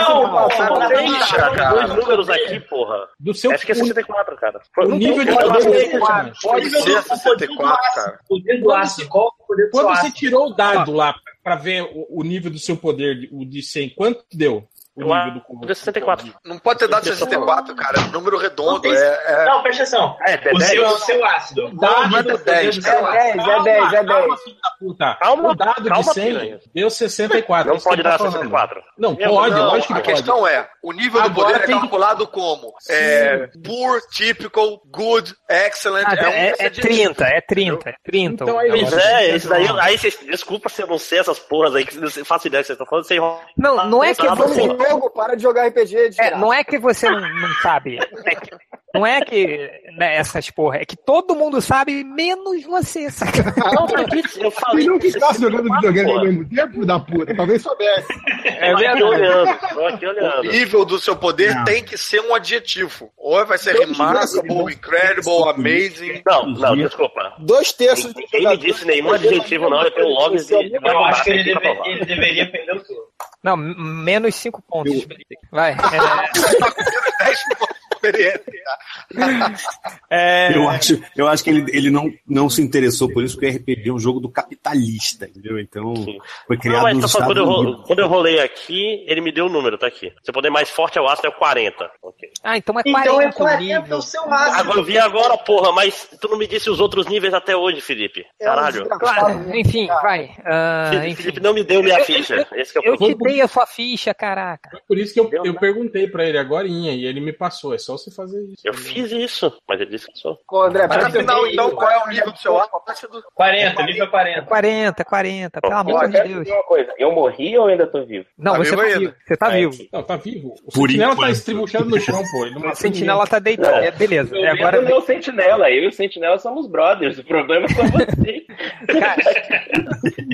S1: seu-
S2: pô, na
S1: é,
S2: ficha, cara. Dois números aqui, porra.
S3: Do seu
S2: Acho que é 64, cara.
S3: O nível
S2: um
S3: de poder. é
S2: Pode ser um
S5: 64,
S15: é
S5: cara.
S3: Quando você- Quando você
S5: ácido.
S3: tirou o dado lá pra- pra ver o, o nível do seu poder, de- o de 100, quanto deu? O nível do
S2: é
S3: combo?
S2: 64.
S5: Não pode ter dado 64, cara. É um número redondo.
S15: tem-
S5: É, é...
S15: Não, presta atenção.
S2: É, é
S15: o,
S2: 10.
S15: seu, o seu ácido.
S3: Dado
S15: Não,
S3: do
S15: não,
S3: poder
S12: É,
S3: do seu
S15: não,
S3: ácido.
S15: não,
S3: Calma,
S15: não,
S3: calma,
S15: calma.
S3: filho da puta.
S2: Calma,
S3: o dado
S2: calma,
S3: de 100
S2: piranha.
S3: deu 64.
S2: Não
S3: isso que
S2: pode
S3: eu tô
S2: dar
S3: falando.
S2: 64.
S3: Não,
S2: Meu
S3: pode,
S2: Deus.
S3: lógico que
S5: a
S3: pode.
S5: questão é, o nível do
S3: Agora
S5: poder é
S3: tem que-
S5: calculado como? É, poor, typical, good, excellent.
S1: Ah,
S5: um
S1: é, é
S5: desses-
S1: 30, é 30, é 30.
S3: Então
S1: o
S3: aí-
S2: Pois
S1: negócio.
S2: é, isso daí. Aí vocês. Desculpa se eu não sei essas porras aí, que eu não faço ideia que vocês estão falando. Vocês rolam.
S1: Não, não é que
S2: Nada,
S1: você.
S2: porra.
S12: Jogo, para de jogar RPG,
S1: É,
S12: desgraça.
S1: não é que você não, não sabe. É que- não é que né, essas porra, é que todo mundo sabe, menos você, saca?
S2: Não, mas eu
S7: E
S2: falei. tá
S7: não que está jogando
S2: 64,
S7: videogame ao
S2: porra.
S7: mesmo tempo, da puta. Talvez soubesse.
S2: Eu tô aqui olhando, tô aqui
S5: O
S2: olhando.
S5: nível do seu poder tem que ser um adjetivo. Ou vai ser remarkable, incredible, amazing.
S2: Não, não, desculpa.
S8: Dois terços de
S2: Ninguém me disse nenhum adjetivo, não. Eu tenho logs de. de
S15: Eu acho que ele,
S2: aqui pra
S15: deve-
S2: provar.
S15: ele deveria perder o turno.
S1: Não, m- menos 5 pontos. Vai. É,
S22: Eu acho, eu acho que ele, ele não, não se interessou por isso, porque RPG é um jogo do capitalista, entendeu? Então, foi
S2: Não,
S22: criado
S2: mas
S22: nos
S2: tá só
S22: Estados
S2: quando eu,
S22: Unidos.
S2: ro- quando eu rolei aqui, ele me deu o número, tá aqui. Seu poder mais forte é o ácido, é o 40. Ok.
S1: Ah, então é 40
S15: Então é
S1: o
S15: 40
S1: nível.
S15: o seu ácido.
S2: Agora eu vi agora, porra, mas tu não me disse os outros níveis até hoje, Felipe.
S12: É um
S2: Caralho.
S1: Claro, enfim, vai. Ah,
S2: Felipe,
S1: enfim.
S2: Felipe não me deu minha ficha. Esse que é o
S1: Eu te
S2: problema.
S1: dei a sua ficha, caraca.
S3: Foi Por isso que eu, eu perguntei pra ele agora e ele me passou. É só você fazer isso.
S2: Eu fiz isso, mas ele disse que sou.
S8: Ô, André,
S5: Mas
S8: pra
S5: afinal, então, qual é o nível do seu arco? A partir do
S15: 40, nível 40.
S1: 40, 40, É pelo
S10: É Eu
S1: amor
S10: só
S1: de
S10: quero
S1: Deus.
S10: dizer uma coisa. Eu morri ou ainda tô vivo?
S1: Não,
S5: Tá
S1: você
S5: vivo
S1: tá
S5: ainda.
S1: vivo. Você tá vivo.
S3: Não, tá vivo. O
S22: Por
S3: sentinela tá
S22: enquanto.
S3: estribuchando no chão, pô. Ele não
S1: A
S3: matou
S1: sentinela tá deitada. É, beleza.
S10: Eu
S1: É, agora
S10: agora meu sentinela. Eu e o sentinela somos brothers. O problema é só você.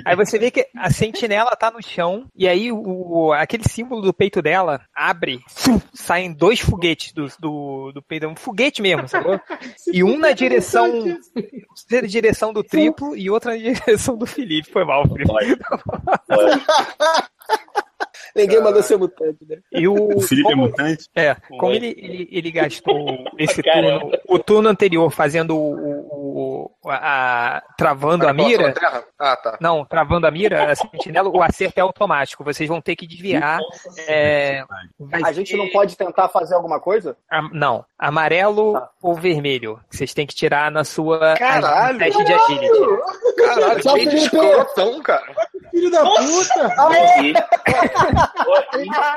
S1: Aí você vê que a sentinela tá no chão, e aí o, o- aquele símbolo do peito dela abre, fum, saem dois foguetes do, do, do peito, um foguete mesmo, sacou? E um na direção, na direção do triplo e outro na direção do Felipe. Foi mal, Felipe.
S10: Olha,
S8: Ninguém mandou ser mutante, né?
S1: E o,
S22: O Felipe é
S1: como-
S22: mutante?
S1: É, como
S22: Oi.
S1: ele, ele, ele gastou esse
S22: Caramba.
S1: turno, o turno anterior fazendo o, o- a, a- travando a
S8: Manipulação
S1: mira.
S8: da terra? Ah, tá.
S1: Não, travando a mira, a sentinela, o acerto é automático. Vocês vão ter que desviar. é, vai
S12: A gente
S1: ser-
S12: não pode tentar fazer alguma coisa?
S1: a- não, amarelo
S12: Tá.
S1: ou vermelho. que Vocês têm que tirar na sua
S12: Caralho!
S1: teste de agility.
S5: Caralho,
S12: Tchau,
S5: que
S12: Felipe.
S5: escrotão, cara.
S7: Filho da puta!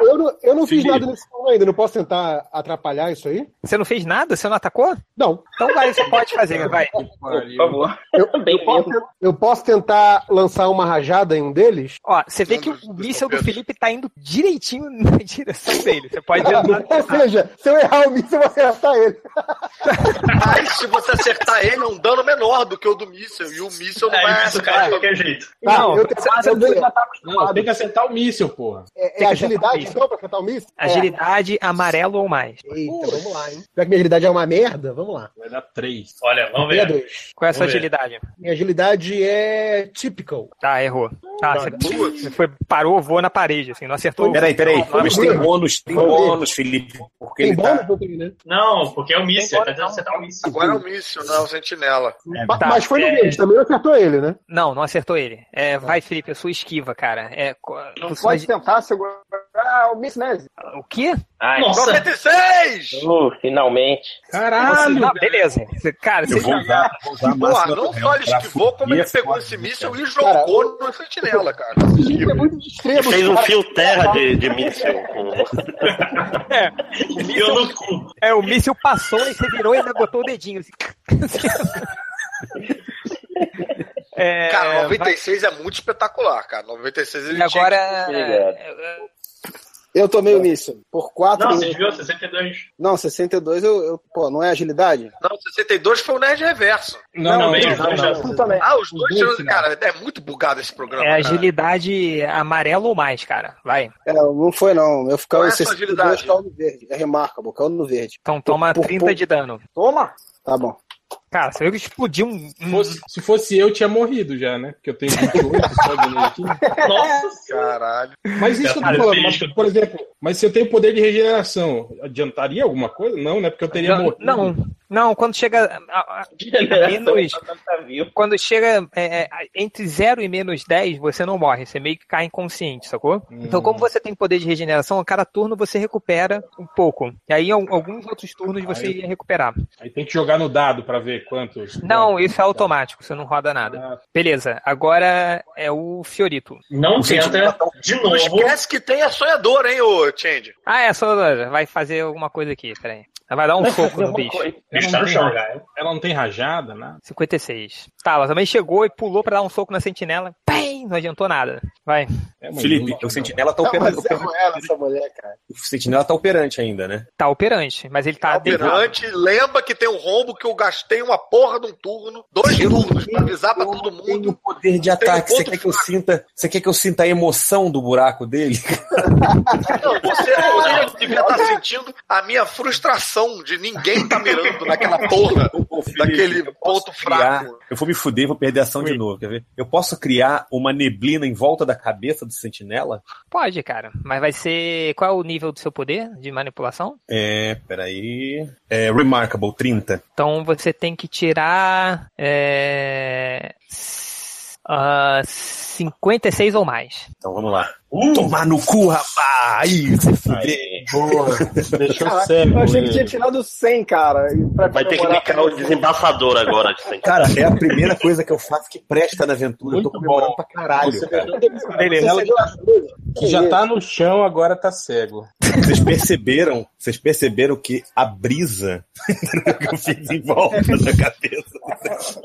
S7: eu não, eu não fiz
S1: Felipe.
S7: nada nesse turno ainda, não posso tentar atrapalhar isso aí?
S1: Você não fez nada? Você não atacou?
S7: Não.
S1: Então vai, você pode fazer, vai.
S10: Por favor.
S7: Eu, eu posso, eu posso tentar lançar uma rajada em um deles?
S1: Ó, você vê que o míssel do Felipe tá indo direitinho na direção dele. Você pode andar.
S7: Ou seja, se eu errar o míssil, eu vou acertar ele. Tá,
S5: Mas se você acertar ele, é um dano menor do que o do míssel. E o míssel
S1: É
S5: não
S15: É,
S5: vai acertar de qualquer
S15: jeito.
S7: Tá,
S5: Não,
S7: eu tenho
S5: quase
S7: eu já tá
S3: Não, tem que acertar o míssil, porra.
S7: É, é agilidade, então, pra acertar o míssil?
S1: É Agilidade, amarelo ou mais.
S7: Eita, vamos lá, hein? Já que minha agilidade é uma merda, vamos lá.
S3: Vai dar três.
S15: Olha, vamos
S7: Meia
S15: ver.
S7: dois.
S1: Qual é a sua
S15: Vamos ver.
S1: agilidade?
S7: Minha agilidade é typical.
S1: Tá, errou. Tá, você, você foi, parou, voou na parede, assim, não acertou.
S22: Peraí, peraí. Mas tem bônus, tem bônus, Felipe. Porque ele tá.
S7: um né?
S15: Não, porque é o míssil, tá tentando acertar o míssil.
S5: Agora é o míssil, não é o sentinela.
S7: Ma- Mas foi no verde, também acertou ele, né?
S1: Não, não acertou ele. É, vai, Felipe, a sua esquiva, cara. É, co-
S12: Não
S1: você
S12: pode
S1: vai-
S12: tentar segurar ah, o Misnese.
S1: O quê?
S10: Ai,
S1: Nossa.
S5: 96!
S10: Uh, finalmente.
S3: Ah,
S1: Caralho! Não, beleza. Você- Cara,
S10: Eu
S1: você
S10: vou usar- vou usar a máxima
S5: Porra, não
S10: do
S5: só ele
S10: réu pra
S5: esquivou, como ele
S10: fugir, é
S5: pegou
S10: foda,
S5: esse míssil e jogou no sentinela, cara.
S7: é muito
S2: Ele
S7: extremo.
S2: fez um
S7: cara.
S2: fio terra de, de míssil. com-
S1: Míssil- É, o míssil passou e você virou e ainda botou o dedinho. assim. É,
S5: Cara, 96 é muito espetacular, cara. 96 ele
S1: E agora- é,
S8: Eu tomei o míssil. Por 4
S7: então.
S15: Não, você desviou 62.
S8: Não, 62 eu, eu- Pô, não é agilidade?
S5: Não, 62 foi o Nerd Reverso.
S8: Não, Não, não, não, não, não.
S5: não.
S8: Também.
S5: Ah, os dois
S8: Os dois,
S5: tiram. Cara, é muito bugado esse programa.
S1: é
S5: cara.
S1: agilidade amarelo ou mais, cara. Vai.
S8: É, não foi não. Eu ficava
S1: Qual é
S8: em
S1: a sua
S8: 62 caiu no verde. É remarkable, caiu no verde.
S1: Então toma
S8: Por- por-
S1: 30 de dano.
S12: Toma!
S8: Tá bom.
S1: Cara, você viu que explodiu um.
S3: Se fosse, se fosse eu, tinha morrido já, né? Porque eu tenho 28 só de novo né? aqui.
S15: Nossa!
S5: Caralho.
S3: Mas isso que eu tô falando, mas, por exemplo, mas se eu tenho poder de regeneração, adiantaria alguma coisa? Não, né? Porque eu teria morrido.
S1: Não, não, quando chega a, a- a menos. Quando chega é, é, entre 0 e menos 10, você não morre, você meio que cai inconsciente, sacou? Então, como você tem poder de regeneração, a cada turno você recupera um pouco. E aí, em al- alguns outros turnos você
S3: Aí-
S1: ia recuperar.
S3: Aí tem que jogar no dado pra ver quantos.
S1: Não, isso é automático, você não roda nada. Beleza, agora é o Fiorito.
S15: Não tenta de
S5: Não
S15: novo.
S5: esquece que tem a sonhadora, hein, ô Change.
S1: Ah, é, só vai fazer alguma coisa aqui, peraí. Ela vai dar um soco no bicho.
S3: Ela não, tem, ra- ela não tem rajada, né?
S1: 56. Tá, ela também chegou e pulou pra dar um soco na sentinela. Pem! Não adiantou nada. Vai.
S3: É
S22: Felipe,
S3: né?
S22: o sentinela tá
S8: Não,
S22: operando.
S8: mas é com ela, essa mulher, cara.
S22: O sentinela tá operante ainda, né?
S1: Tá operante, mas ele tá derrubado.
S5: Perante, lembra que tem um rombo que eu gastei uma porra de um turno, dois turnos, pra avisar pra todo mundo.
S22: Poder de ataque.
S5: Tem
S22: Você
S5: um
S22: quer que eu sinta? Você quer que eu sinta a emoção do buraco dele?
S5: Não, você você devia estar sentindo a minha frustração de ninguém tá mirando naquela porra daquele ponto
S22: criar-
S5: fraco.
S22: Eu vou me fuder, vou perder a ação de novo, quer ver? Eu posso criar uma neblina em volta da cabeça do sentinela?
S1: Pode, cara. Mas vai ser. Qual é o nível do seu poder de manipulação?
S22: É, peraí. É, Remarkable, 30.
S1: Então você tem que tirar. É... ah, 56 ou mais.
S22: Então vamos lá.
S15: Uh!
S22: Tomar no cu, rapaz! Aí, se fuder.
S3: Deixou
S12: Caraca,
S3: cego.
S12: eu achei que
S3: ele.
S12: tinha tirado 100, cara. e pra
S2: Vai ter que
S12: comemorar.
S2: clicar o desembaçador agora. que tem.
S22: Cara, é a primeira coisa que eu faço que presta na aventura. eu tô comemorando pra caralho.
S3: Você
S22: cara.
S3: Sentinela que já tá no chão, agora tá cego.
S22: Vocês perceberam? Vocês perceberam que a brisa que eu fiz em volta da cabeça.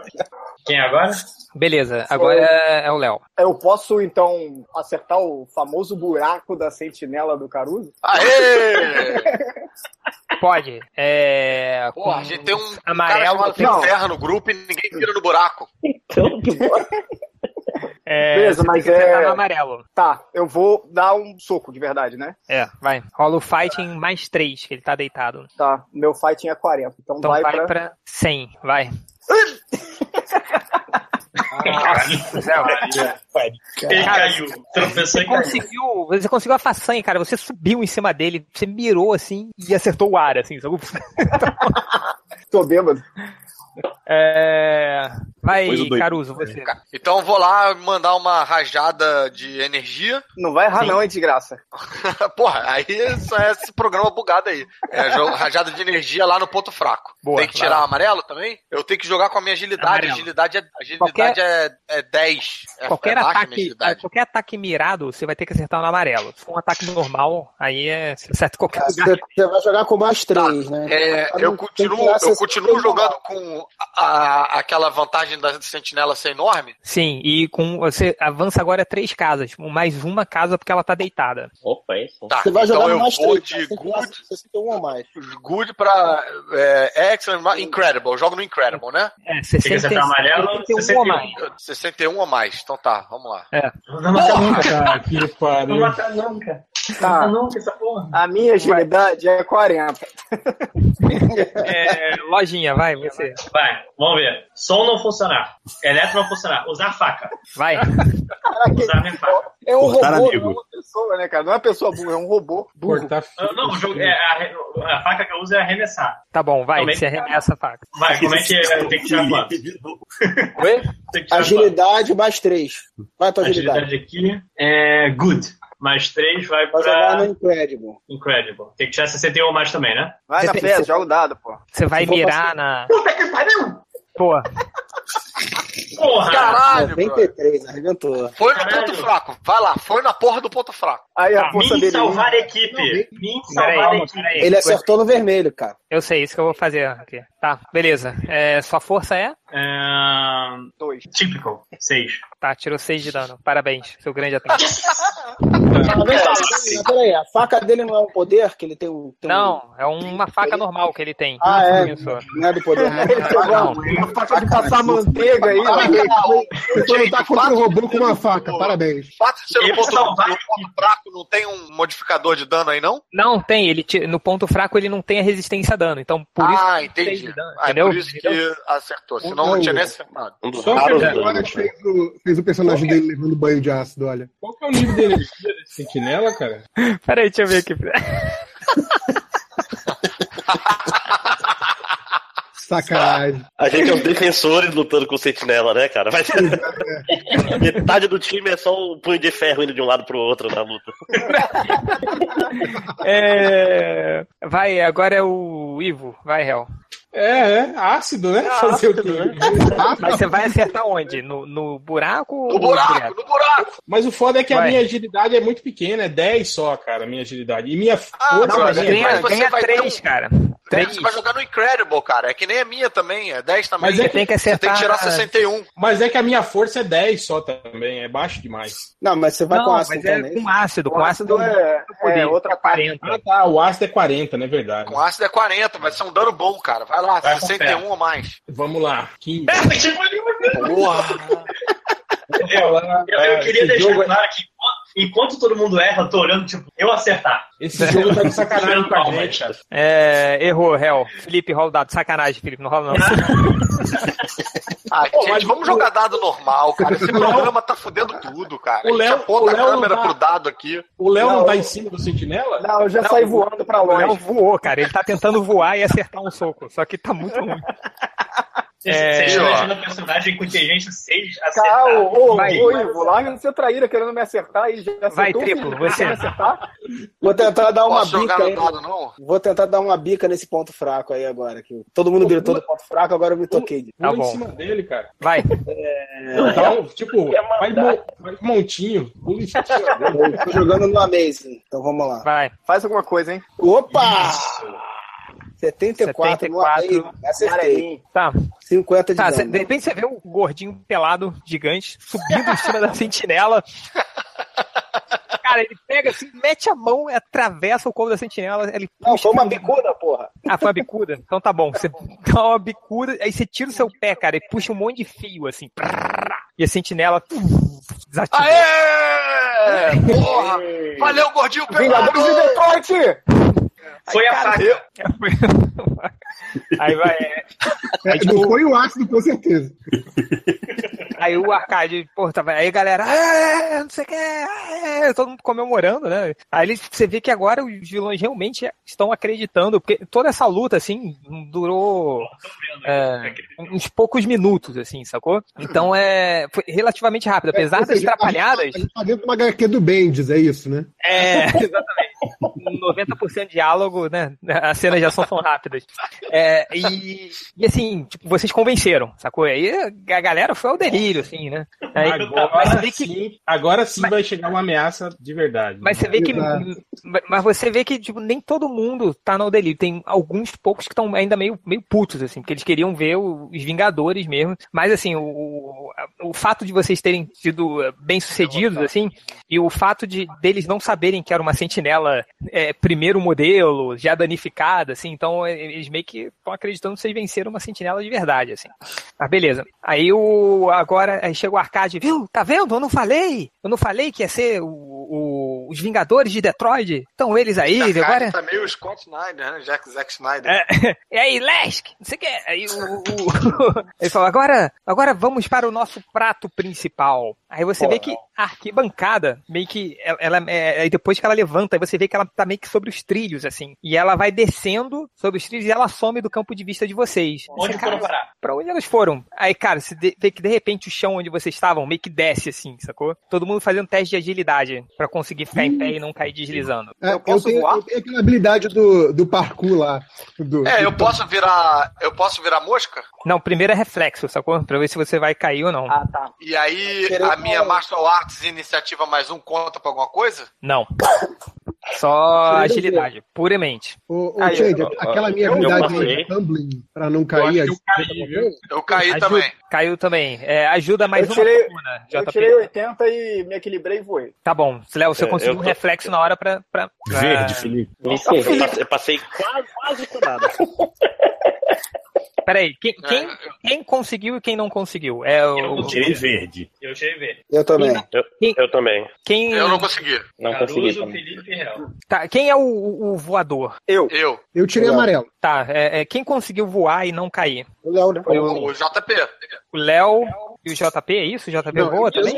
S15: Quem agora?
S1: Beleza, agora é o Léo.
S12: Eu posso, então, acertar o famoso buraco da sentinela do Caruso?
S5: Aê!
S1: Pode. É.
S5: Porra,
S1: com
S5: a gente tem um
S1: Amarelo.
S5: cara chamado Felipe Terra no grupo e ninguém mira no buraco.
S1: É,
S12: Beleza,
S1: você
S12: mas
S1: tem que acertar
S12: é-
S1: no amarelo.
S12: Tá, eu vou dar um soco de verdade, né?
S1: É, vai. Rola o fighting mais 3, que ele tá deitado.
S12: Tá, meu fighting é 40, então,
S1: Então
S12: vai,
S1: vai
S12: pra...
S1: pra 100, vai.
S15: Ele caiu. Tropeçou
S1: Você
S15: e caiu.
S1: conseguiu, você conseguiu a façanha, cara. Você subiu em cima dele, você mirou assim e acertou o ar, assim. Sabe?
S12: Tô bêbado.
S1: É... Vai,
S12: Coisa doida.
S1: Caruso, você.
S5: Então vou lá mandar uma rajada de energia.
S12: Não vai errar,
S5: Sim.
S12: não, hein, desgraça.
S5: Porra, aí só é esse programa bugado aí. É jo- rajada de energia lá no ponto fraco.
S12: Boa,
S5: Tem que tirar
S12: claro.
S5: amarelo também? Eu tenho que jogar com a minha agilidade.
S1: Amarelo.
S5: Agilidade é, agilidade
S1: Qualquer-
S5: é, é 10. É,
S1: Qualquer,
S5: é baixa a minha
S1: ataque,
S5: agilidade.
S1: qualquer ataque mirado, você vai ter que acertar no amarelo. Se for um ataque normal, aí é você acerta em qualquer
S8: Você
S1: lugar.
S8: você vai jogar com mais três, né?
S5: É,
S8: Então, tem que
S5: eu continuo,
S8: tirar
S5: eu
S8: 60
S5: continuo jogando com a- a- aquela vantagem da sentinela ser enorme.
S1: Sim, e com você avança agora três casas, mais uma casa porque ela tá deitada.
S10: Opa, é isso.
S5: Tá,
S8: Você vai jogar
S5: então eu
S8: mais
S5: vou
S8: três,
S5: de
S8: tá?
S5: good,
S8: 61 ou mais.
S5: good pra é, excellent, ma- incredible. Eu jogo no incredible, né?
S1: É,
S5: você
S15: tá
S1: 60
S5: acertar amarelo,
S1: 61 ou mais.
S5: 61 ou mais. Então tá, vamos lá.
S1: É.
S3: Puta que pariu.
S12: nunca. Tá. A minha agilidade é 40.
S15: um.
S1: É, lojinha, vai, você.
S15: Vai, vamos ver. Som não funcionar. Eletro não funcionar. Usar faca.
S1: Vai.
S15: Usar minha faca.
S12: É um
S15: Cortar
S12: robô,
S15: amigo.
S12: não é uma pessoa, né, cara? Não é uma pessoa burra, é um robô. burro.
S3: tá
S15: Não, não, o jogo, é, a, a faca que eu uso é arremessar.
S1: Tá bom, vai,
S15: Também.
S1: você arremessa a faca.
S15: Vai, como é que é? Tem que tirar quanto?
S5: É,
S8: Agilidade mais três. Vai pra agilidade.
S15: Agilidade aqui é good. Mais 3 vai
S5: é
S8: Vai jogar
S15: pra
S8: no Incredible.
S15: Incredible. Tem que tirar 61 ou mais também, né?
S12: Vai na fé, joga o dado, pô.
S1: Você vai
S15: Se for
S1: mirar
S15: você-
S1: na.
S15: Puta que pariu!
S1: Pô,
S8: Ah,
S15: Porra!
S5: Caralho,
S8: um. 93, arrebentou.
S5: Foi no ponto fraco. Vai lá, foi na porra do ponto fraco.
S12: Aí
S1: a força
S12: é
S1: dele-
S12: um,
S15: salvar a equipe. Vim salvar a
S1: Peraí,
S15: equipe.
S1: peraí.
S8: Ele acertou no vermelho, cara.
S1: Eu sei, isso que eu vou fazer aqui. Tá, beleza. É, sua força é?
S15: Ah,
S12: Dois.
S15: Típico. Seis.
S1: Tá, tirou seis de dano. Parabéns, seu grande ataque.
S8: Mas peraí,
S5: assim.
S8: mas peraí, a faca dele não é um poder, que ele tem um. tem um-
S1: Não, é uma faca normal que ele tem.
S8: Ah, é.
S1: Isso.
S8: Não é do poder. Não.
S1: Ele pegou
S8: Não.
S12: Uma faca de passar manteiga aí, ó.
S7: Foi
S8: tá
S7: lutar contra o robô com uma faca, parabéns.
S5: O fato de ser no
S7: Ele
S5: ponto,
S7: salvar
S5: no ponto fraco não tem um modificador de dano aí, não?
S1: Não tem, ele ti- no ponto fraco ele não tem a resistência a dano, então por isso.
S5: ah,
S1: que tem
S5: entendi.
S1: de dano,
S5: Ah, é
S1: entendeu?
S5: por isso que acertou. Senão não tinha nem acertado.
S2: Um
S12: um
S7: Só que ele agora fez o, fez o personagem dele levando banho de ácido, olha.
S3: Qual que é o nível de energia desse sentinela, cara?
S1: Peraí, deixa eu ver aqui.
S7: Sacanagem.
S2: A gente é os defensores lutando com o sentinela, né, cara? Vai- Metade do time é só um punho de ferro indo de um lado pro outro na luta.
S1: É... Vai, agora é o Ivo. Vai, Hel.
S3: É, é ácido, né? Fazer o quê?
S1: Mas você vai acertar onde? No, no buraco? No
S5: no buraco!
S3: Mas o foda é que a
S1: Vai.
S3: minha agilidade é muito pequena, é 10 só, cara, a minha agilidade. E minha força...
S8: Ah,
S5: não, mas
S8: é
S3: né?
S5: ganha- Mas você ganha vai ter três, um-
S1: cara.
S5: Você vai jogar no Incredible, cara. É que nem a minha também. É 10 também.
S3: Mas é que-
S5: Você tem que tirar 61.
S3: Mas é que a minha força é 10 só também, é baixo demais.
S8: Não, mas você vai
S3: Não,
S8: com ácido
S3: mas é
S8: também. né?
S1: Com ácido,
S3: com ácido
S12: é,
S3: é
S12: outra
S1: 40.
S3: Ah, tá, o ácido é 40, né? Verdade.
S5: Com ácido é 40, vai ser um dano bom, cara. Vai lá,
S3: Vai com
S5: 61
S3: fé.
S5: ou mais.
S3: Vamos lá, 15.
S5: Porra!
S15: Eu, eu queria
S3: esse
S15: deixar
S3: jogo é-
S15: claro que enquanto- enquanto todo mundo erra, eu tô olhando, tipo, eu acertar.
S3: Esse jogo tá de sacanagem com a gente, cara.
S1: É, errou, Hel. Felipe, rola o dado. Sacanagem, Felipe, não rola não.
S5: Ah, gente, vamos jogar dado normal, cara. Esse programa tá fudendo tudo, cara.
S3: O
S5: a gente
S3: Léo-
S5: aponta
S3: o
S5: a
S3: Léo não
S5: câmera
S3: tá-
S5: pro dado aqui.
S3: O Léo não,
S5: Não,
S3: tá em cima do sentinela?
S12: Não, eu já
S1: Não,
S12: saí voando pra
S1: O Léo
S12: longe.
S1: voou, cara. Ele tá tentando voar e acertar um soco. Só que tá muito ruim.
S15: Vocês
S1: É, ó.
S15: vocês estão deixando o personagem com inteligência 6 acertar.
S12: Cara, Tá, ô, ô,
S15: Vai.
S12: ô, Ivo, larga de ser traíra querendo me acertar e já acertou.
S8: um
S1: Vai, triplo, você.
S12: Me acertar?
S8: Vou tentar dar uma
S12: Posso
S8: bica
S12: jogar no
S8: aí.
S12: dado,
S5: não?
S8: Vou tentar dar uma bica nesse ponto fraco aí agora. Que todo mundo gritou do ponto fraco, agora eu me toquei. É.
S3: Pula em cima dele, cara.
S1: Vai.
S3: Então, tipo, vai, mo- vai montinho. Pula em cima dele.
S8: Tô jogando no Amazing, então vamos lá.
S1: Vai.
S12: Faz alguma coisa, hein?
S8: Opa! 74, no Amazing. Acertei.
S12: Amarelinho.
S1: Tá.
S8: 50 de
S1: Tá, cê-
S8: dano.
S1: de repente você vê um gordinho pelado, gigante, subindo em cima da sentinela. Cara, ele pega assim, mete a mão, atravessa o corpo da sentinela. Ele
S8: Não, foi uma bicuda, porra.
S1: Ah, foi uma bicuda? Então tá bom. Você dá uma bicuda, aí você tira o seu pé, cara, e puxa um monte de fio, assim. prrrrá, E a sentinela puf, desativou.
S5: Aê! Porra! Valeu, gordinho pelado!
S12: Vingadores de Detroit!
S15: Foi a faca.
S1: Aí vai. é.
S23: um,
S7: É, não foi o ácido, com certeza.
S1: Aí o arcade, pô, tava aí, galera, "Ah, não sei o que, ah, é", todo mundo comemorando, né? Aí eles- você vê que agora os vilões realmente estão acreditando, porque toda essa luta, assim, durou é, uns poucos minutos, assim, sacou? Então é foi relativamente rápido, apesar
S23: ou
S1: das
S23: seja, a gente tá-
S1: atrapalhadas.
S23: A gente tá dentro de uma HQ do Bendis, é isso, né?
S1: É, exatamente. 90% de diálogo, né? As cenas de ação são rápidas. É, e, e assim, tipo, vocês convenceram, sacou? Aí a galera foi ao delírio, assim, né? Aí- mas você
S3: Agora
S1: vê que
S3: sim, agora sim vai chegar uma ameaça de verdade.
S1: Mas você vê que.
S3: Exato.
S1: Mas você vê que, tipo, nem todo mundo tá no delírio. Tem alguns poucos que estão ainda meio, meio putos, assim, porque eles queriam ver o- os Vingadores mesmo. Mas assim, o, o, o fato de vocês terem sido eh, bem-sucedidos, assim, e o fato de deles não saberem que era uma sentinela eh, primeiro modelo, já danificada, assim, então eh, eles meio que estão acreditando que vocês venceram uma sentinela de verdade, assim. Mas beleza. Aí o. Agora aí chega o Arcade, viu? Tá vendo? Eu não falei! Eu não falei que ia ser o o- os Vingadores de Detroit? Estão eles aí, agora? é-
S5: Tá meio Scott Snyder, né? Jack Zack Snyder.
S1: E aí, Lesk, não sei o que. Aí o, o- Ele falou, agora, agora vamos para o nosso prato principal. Aí você vê que a arquibancada, meio que. Ela, ela- é, aí depois que ela levanta, aí você vê que ela tá meio que sobre os trilhos, assim. E ela vai descendo sobre os trilhos e ela some do campo de vista de vocês.
S15: Onde
S1: Você,
S15: foram
S1: cara,
S15: parar?
S1: Pra onde elas foram? Aí, cara, você de- vê que de repente o chão onde vocês estavam meio que desce, assim, sacou? Todo mundo fazendo teste de agilidade pra conseguir ficar em pé e não cair deslizando.
S23: É, eu, tenho, eu tenho aquela habilidade do, do parkour lá. do-
S5: É, eu
S23: do-
S5: posso virar. Eu posso virar mosca?
S1: Não, primeiro é reflexo, sacou? Pra ver se você vai cair ou não. Ah,
S13: tá.
S5: E aí a minha Martial Arts iniciativa mais um conta pra alguma coisa?
S1: Não. Só
S5: Primeiro
S1: agilidade, puramente.
S23: Ô, ô, Change, aquela minha habilidade de tumbling pra não cair. é
S5: Eu caí
S12: também.
S1: Caiu também. É, ajuda mais
S12: eu
S1: uma
S12: tirei,
S1: coluna,
S12: eu
S1: JP.
S12: tirei 80 e me equilibrei e voei.
S1: Tá bom. Léo, você
S12: É,
S1: conseguiu
S12: eu
S1: um
S12: tô-
S1: reflexo na hora pra... pra, pra...
S22: Verde, Felipe.
S1: Nossa,
S2: Eu
S1: Felipe.
S2: passe- eu passei quase, quase com nada.
S1: Peraí, quem, quem, quem conseguiu e quem não conseguiu? É o...
S2: Eu tirei verde.
S15: Eu tirei verde.
S1: Eu também.
S2: Eu, eu também.
S1: Quem...
S5: Eu não consegui.
S2: Não
S15: Caruso,
S2: consegui também.
S15: Felipe Real.
S1: Tá, quem é o, o- o voador?
S12: Eu.
S5: Eu.
S23: Eu tirei amarelo.
S1: Tá, é, é, quem conseguiu voar e não cair?
S23: O Léo, né?
S1: Foi o,
S5: O JP.
S1: o Léo e o JP, é isso? O JP voa também?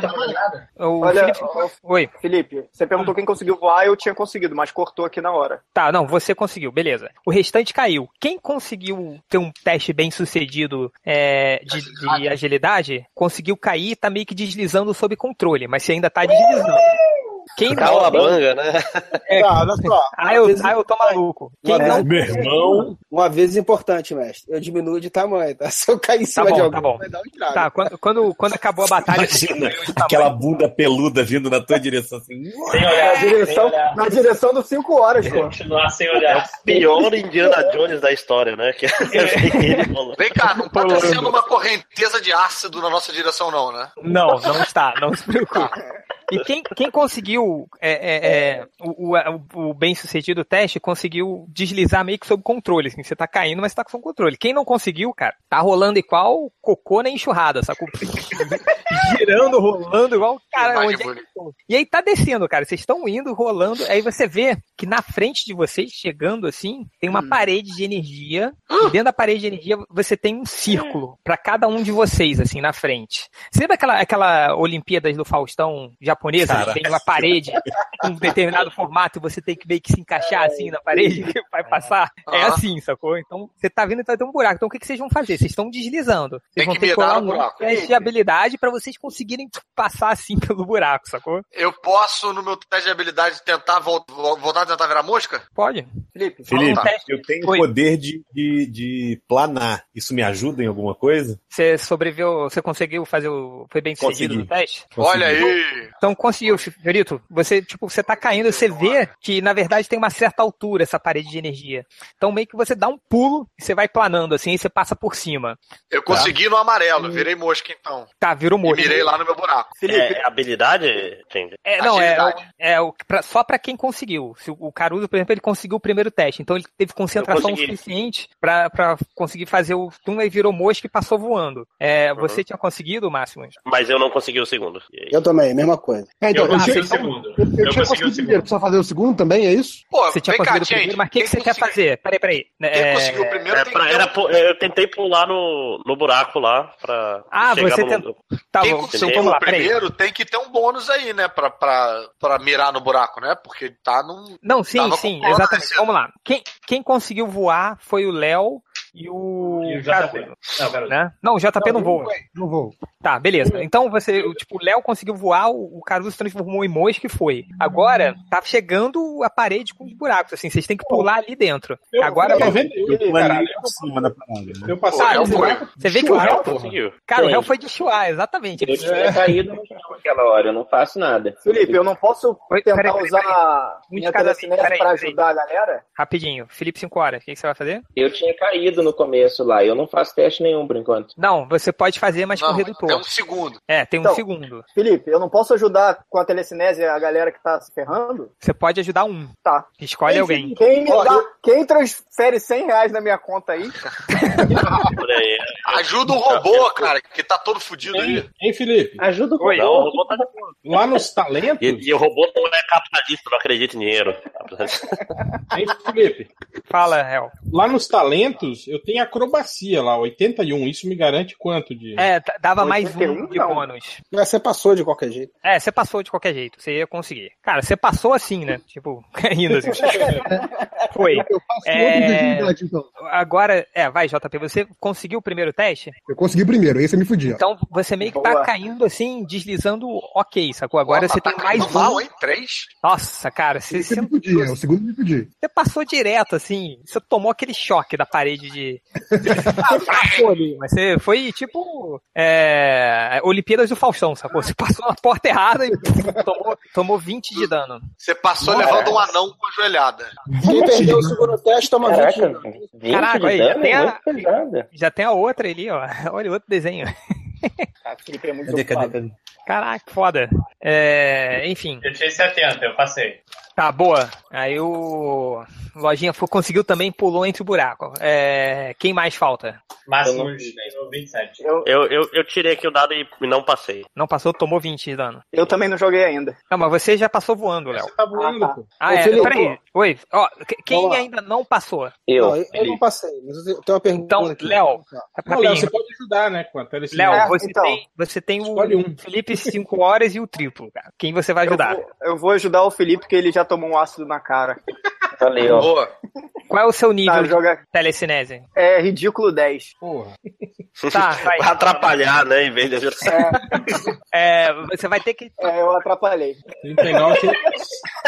S15: tá falando nada.
S1: O
S12: Olha,
S1: Felipe-
S12: ô,
S1: Oi.
S12: Felipe, você perguntou quem conseguiu voar, eu tinha conseguido, mas cortou aqui na hora.
S1: Tá, não, você conseguiu, beleza. O restante caiu. Quem conseguiu ter um teste bem sucedido é, de, de agilidade, conseguiu cair e tá meio que deslizando sob controle, mas você ainda tá deslizando. Quem
S16: Tá
S1: não-
S6: né?
S1: É,
S8: Tá, olha só.
S1: Ah, eu, ah, eu tô maluco. Quem não...
S8: Uma vez é importante, mestre. Eu diminuo de tamanho, tá? Se eu cair em
S1: Tá
S8: cima de
S1: bom,
S8: alguém,
S1: tá bom.
S8: vai dar um
S7: é
S8: trago.
S1: Tá, quando, quando, quando acabou a batalha... tá
S22: Imagina aquela bunda peluda vindo na tua direção assim.
S12: na,
S7: É.
S12: direção, na direção dos 5 horas, pô.
S15: Continuar sem olhar.
S2: Pior Indiana Jones da história, né? Que
S12: É.
S5: Vem cá, não tá descendo uma correnteza de ácido na nossa direção, não, né?
S1: Não, não está, não se preocupe. E quem, quem conseguiu é, é, é, o, o- o bem-sucedido teste conseguiu deslizar meio que sob controle, assim, você tá caindo, mas tá com controle. Quem não conseguiu, cara, tá rolando igual cocô na enxurrada, sacou? Girando, rolando igual, cara, onde é que eu tô? E aí tá descendo, cara, vocês estão indo, rolando, aí você vê que na frente de vocês, chegando assim, tem uma parede de energia, e dentro da parede de energia você tem um círculo pra cada um de vocês, assim, na frente. Você lembra aquela, aquela Olimpíadas do Faustão japonesa? que
S6: Caraca.
S1: Tem uma parede com um determinado formato e você tem que meio que se encaixar assim na parede que vai passar. É
S6: Ah.
S1: assim, sacou? Então você tá vindo e tá tendo um buraco. Então o que, que vocês vão fazer? Vocês estão deslizando. Vocês
S5: Tem
S1: vão
S5: É que
S1: ter que
S5: mirar
S1: colar
S5: no
S1: um
S5: buraco.
S1: teste de habilidade pra vocês conseguirem passar assim pelo buraco, sacou?
S5: Eu posso, no meu teste de habilidade, tentar vol- vol- voltar a tentar virar mosca?
S1: Pode.
S12: Felipe,
S22: Felipe, eu tenho o poder de, de, de planar. Isso me ajuda em alguma coisa?
S1: Você sobreviveu, você conseguiu fazer o. Foi bem sucedido
S22: Consegui.
S1: no teste?
S22: Consegui. Olha
S5: aí!
S1: Então conseguiu, Fiorito. Você, tipo, você tá caindo, você vê que, na verdade, tem uma certa altura essa parede de energia. Então meio que você dá um pulo e você vai planando, assim, e você passa por cima.
S5: Eu consegui no amarelo, virei mosca então.
S1: Tá, virou morto.
S5: E mirei lá no meu buraco.
S2: É, habilidade, entende?
S1: É, não, é,
S2: Agilidade.
S1: é o, pra- só pra quem conseguiu. Se o- o Caruso, por exemplo, ele conseguiu o primeiro teste, então ele teve concentração
S2: Eu consegui.
S1: suficiente pra pra conseguir fazer o túnel e virou
S5: Uhum.
S1: mosca e passou voando. É, Você tinha conseguido, Máximo?
S2: Mas eu não consegui o segundo.
S8: Eu também, mesma coisa.
S7: coisa.
S24: É, então,
S25: eu
S24: eu
S25: consegui
S24: tinha-
S25: o segundo.
S24: Eu, eu
S25: Eu
S24: tinha
S25: consegui
S24: conseguido
S25: o
S24: o primeiro.
S25: segundo.
S24: Precisa fazer o segundo também, é isso?
S1: você tinha conseguido o primeiro, mas o que, que você quer fazer? Peraí, peraí. É,
S2: É, pra-
S5: um-
S26: um
S2: era pu- eu tentei pular no, no buraco lá pra.
S1: Ah,
S2: chegar
S1: você
S2: no-
S1: tentou. Tá
S2: Quem
S1: bom,
S2: conseguiu
S1: então vamos lá,
S5: o
S1: peraí.
S5: primeiro tem que ter um bônus aí, né? Pra, pra, pra mirar no buraco, né? Porque tá num.
S1: Não, sim,
S5: Tava
S1: sim,
S5: com-
S1: exatamente. Vamos lá. Quem, quem conseguiu voar foi o Léo e o.
S15: E o JP.
S1: Não, né? não, o JP não, voa.
S24: Não vou.
S1: Tá, beleza. Então você, o- tipo, o Léo conseguiu voar, o o Caruso se transformou em mosca e foi. Agora, tá chegando a parede com os buracos, assim, vocês têm que pular ali dentro.
S3: Eu-
S1: Agora.
S3: eu tô vendo- eu- caralho,
S16: por cima da parada. né?
S3: Eu passei
S5: é
S1: Ah,
S3: por um
S1: você-
S3: buraco.
S1: Você vê que o
S3: Chuar,
S1: Léo.
S3: porra.
S1: Cara, o
S26: Foi.
S1: Léo foi de chuar, exatamente.
S26: Eu
S2: É.
S26: tinha caído no chão naquela hora, eu não faço nada.
S12: Felipe, eu não posso
S1: Oi,
S12: tentar
S1: peraí, peraí,
S12: usar
S1: Um de
S12: minha
S1: cada vez,
S12: telecinese
S1: peraí,
S12: pra
S1: peraí.
S12: ajudar a galera?
S1: Rapidinho, Felipe 5 horas, o que que você vai fazer?
S26: Eu tinha caído no começo lá, eu não faço teste nenhum por enquanto.
S1: Não, você pode fazer, mas com
S26: Não,
S1: redutor.
S26: é
S1: um
S5: segundo.
S1: É, tem um
S12: Então.
S1: segundo.
S12: Felipe, eu não posso ajudar com a telecinese a galera que tá se ferrando?
S1: Você pode ajudar um.
S12: Tá.
S1: Escolhe
S12: Quem-
S1: alguém.
S12: Quem, me dá- quem transfere 100 reais na minha conta aí?
S5: Ajuda o robô, cara, que tá todo fudido aí.
S3: Hein, Felipe?
S26: Ajuda o
S2: Não, o robô tá
S3: Lá nos talentos.
S2: E, e o robô não é capitalista, não acredita em dinheiro.
S3: Hein, Felipe?
S1: Fala, Hel.
S3: Lá nos talentos, eu tenho acrobacia lá, 81. Isso me garante quanto de.
S1: É, t- dava mais um
S3: 81
S1: de
S3: não.
S1: bônus.
S7: Mas É, você passou de qualquer jeito.
S1: É, você passou de qualquer jeito, você ia conseguir. Cara, você passou assim, né? Tipo, caindo assim. Foi.
S24: Eu faço outro
S1: É,
S24: desvio então.
S1: Agora, é, vai, JP, você conseguiu o primeiro teste?
S24: Eu consegui o primeiro, esse eu me fudia.
S1: Então você meio que tá
S24: Boa.
S1: caindo assim, deslizando, ok, sacou? Agora
S24: Nossa,
S1: você
S24: tá
S1: tem mais um.
S24: caindo mal, hein?
S5: Três?
S1: Nossa, cara, você,
S24: esse eu me
S1: você
S24: fudia, o segundo eu me fudia.
S1: você passou direto, assim, você tomou aquele choque da parede de. Ah, passou ali, mas você foi tipo. É... Olimpíadas do Faustão, sacou? Você passou na porta errada e tomou, tomou 20 de dano.
S5: Você passou levando um anão com a joelhada.
S7: Quem perdeu o segundo teste toma 20
S5: Caraca,
S7: minutos.
S1: Caraca, aí, já tem,
S26: né?
S1: a,
S26: pesada.
S1: já tem a outra ali, ó. Olha o outro desenho.
S12: Felipe é muito
S16: Cadê, cadê, cadê?
S1: Caraca, foda. É, enfim.
S15: Eu tirei 70, eu passei.
S1: Tá, boa. Aí o Lojinha foi- conseguiu também, pulou entre o buraco. É, quem mais falta?
S15: Máximo de 27.
S2: Eu, eu, eu tirei aqui o dado e não passei.
S1: Não passou, tomou 20 de dano.
S12: Eu também não joguei ainda.
S1: Não, mas você já passou voando, Léo.
S3: Tá voando, pô.
S1: Ah,
S7: Ô,
S1: é,
S7: Felipe,
S1: peraí. Oi, ó, que- quem
S7: Vamos lá.
S1: ainda não passou?
S7: Não, eu, eu não passei, mas eu tenho- eu tenho uma pergunta.
S1: Então,
S7: aqui.
S1: Léo,
S3: Não, Léo, você
S1: rapidinho.
S3: pode ajudar, né? Com a telecinese.
S1: Léo,
S3: É,
S1: você,
S12: então.
S1: tem, você tem o
S3: Escolhe um.
S1: Felipe 5 horas e o triplo, cara. Quem você vai ajudar?
S12: Eu vou, eu vou ajudar o Felipe, porque ele já tomou um ácido na cara.
S26: Valeu.
S5: Boa.
S1: Qual é o seu nível
S12: Tá,
S1: de
S12: joga-
S1: telecinese?
S12: É ridículo 10.
S3: Porra.
S1: Tá, vai.
S2: Pra atrapalhar, né? Em vez de ajudar.
S1: É, você vai ter que.
S12: É, eu atrapalhei.
S3: 39, você,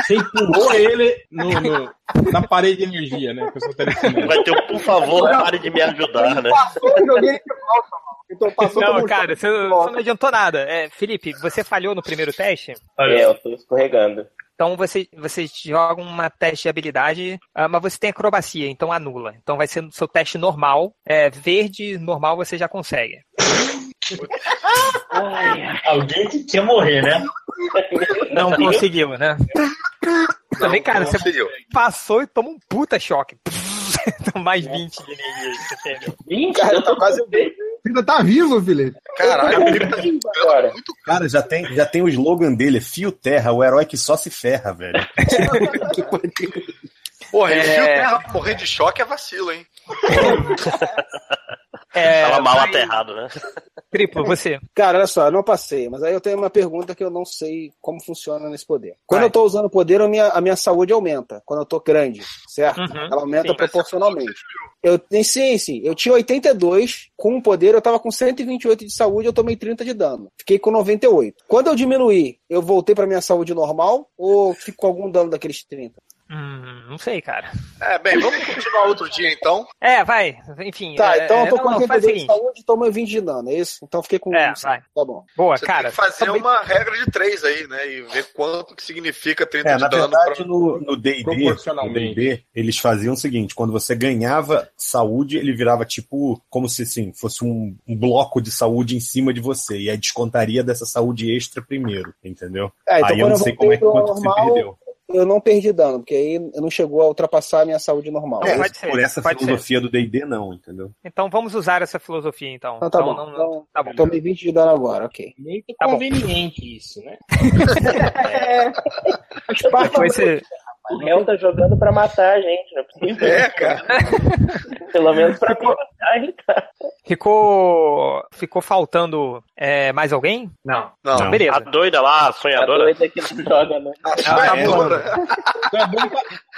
S3: você empurrou ele no, no- na parede de energia, né? Com essa
S26: É.
S3: telecinese.
S1: Tá
S2: Vai ter um, por favor, pare de me ajudar, né?
S12: Eu joguei ele de volta, mano. Então passou
S1: Não,
S12: como-
S1: cara, você, você não adiantou nada. É, Felipe, você falhou no primeiro teste?
S26: É, eu tô escorregando.
S1: Então você, você joga uma teste de habilidade, ah, mas você tem acrobacia, então anula. Então vai ser no seu teste normal. É, verde, normal, você já consegue.
S15: Alguém que quer morrer, né?
S1: Não conseguiu, né? Também, cara, você
S5: conseguiu.
S1: passou e toma um puta choque. Mais 20 de energia que você teve.
S26: Cara, eu tô quase
S24: Ainda tá vivo, Felipe.
S5: Caralho,
S26: agora.
S16: Cara, já tem, já tem o slogan dele: Fio Terra, o herói que só se ferra, velho.
S5: Porra,
S1: É.
S5: ele viu terra morrer de choque é vacilo, hein?
S1: É,
S2: Tava mal
S1: vai-
S2: aterrado, né?
S1: Triplo, você.
S7: Cara, olha só, eu não passei, mas aí eu tenho uma pergunta que eu não sei como funciona nesse poder. Quando
S1: Vai.
S7: eu tô usando o poder, a minha, a minha saúde aumenta, quando eu tô grande, certo?
S1: Uhum.
S7: Ela aumenta
S1: Sim.
S7: proporcionalmente. Eu, sim, sim, eu tinha 82, com o poder eu tava com 128 de saúde, eu tomei 30 de dano. Fiquei com 98. Quando eu diminuí, eu voltei pra minha saúde normal ou fico com algum dano daqueles 30?
S1: Hum, não sei, cara.
S5: É, bem, vamos continuar outro dia então.
S1: É, vai. Enfim.
S7: Tá,
S1: é,
S7: então eu tô
S1: não,
S7: com
S1: não, faz o
S7: 82 de
S1: seguinte.
S7: saúde e tomei 20 de dano, é isso? Então eu fiquei com...
S1: É, vai.
S7: Tá bom.
S1: Boa,
S5: Você
S1: cara.
S5: tem que fazer
S1: também-
S5: uma regra de três aí, né? E ver quanto que significa 30
S16: É,
S5: de
S16: na
S5: dano.
S16: verdade, no no D&D, no
S3: Proporcionalmente.
S16: D&D, eles faziam o seguinte, quando você ganhava saúde, ele virava tipo, como se assim, fosse um, um bloco de saúde em cima de você, e aí descontaria dessa saúde extra primeiro, entendeu?
S7: É, então
S16: aí eu
S7: quando
S16: não
S7: eu
S16: sei
S7: voltei
S16: como é que
S7: pro
S16: quanto que você
S7: normal,
S16: perdeu.
S8: eu não perdi dano, porque aí não chegou a ultrapassar a minha saúde normal.
S7: é,
S16: Não, mas por essa filosofia do D&D não, entendeu?
S1: Então vamos usar essa filosofia, então.
S8: Então tá bom.
S1: não- não-
S8: então, Tomei 20 de dano agora, ok.
S11: Muito
S3: É
S1: Tá bom.
S11: conveniente isso, né?
S12: É.
S1: Com esse-
S10: O réu tá jogando pra matar a gente, não é possível. É, cara. Pelo menos pra matar ele tá.
S1: Ficou. Ficou faltando é, mais alguém? Não. Não.
S2: A
S1: Beleza.
S2: doida lá, a
S10: A
S2: sonhadora.
S10: doida que não joga, né?
S16: Ah,
S1: Ela
S16: é,
S1: tá voando.
S3: Então é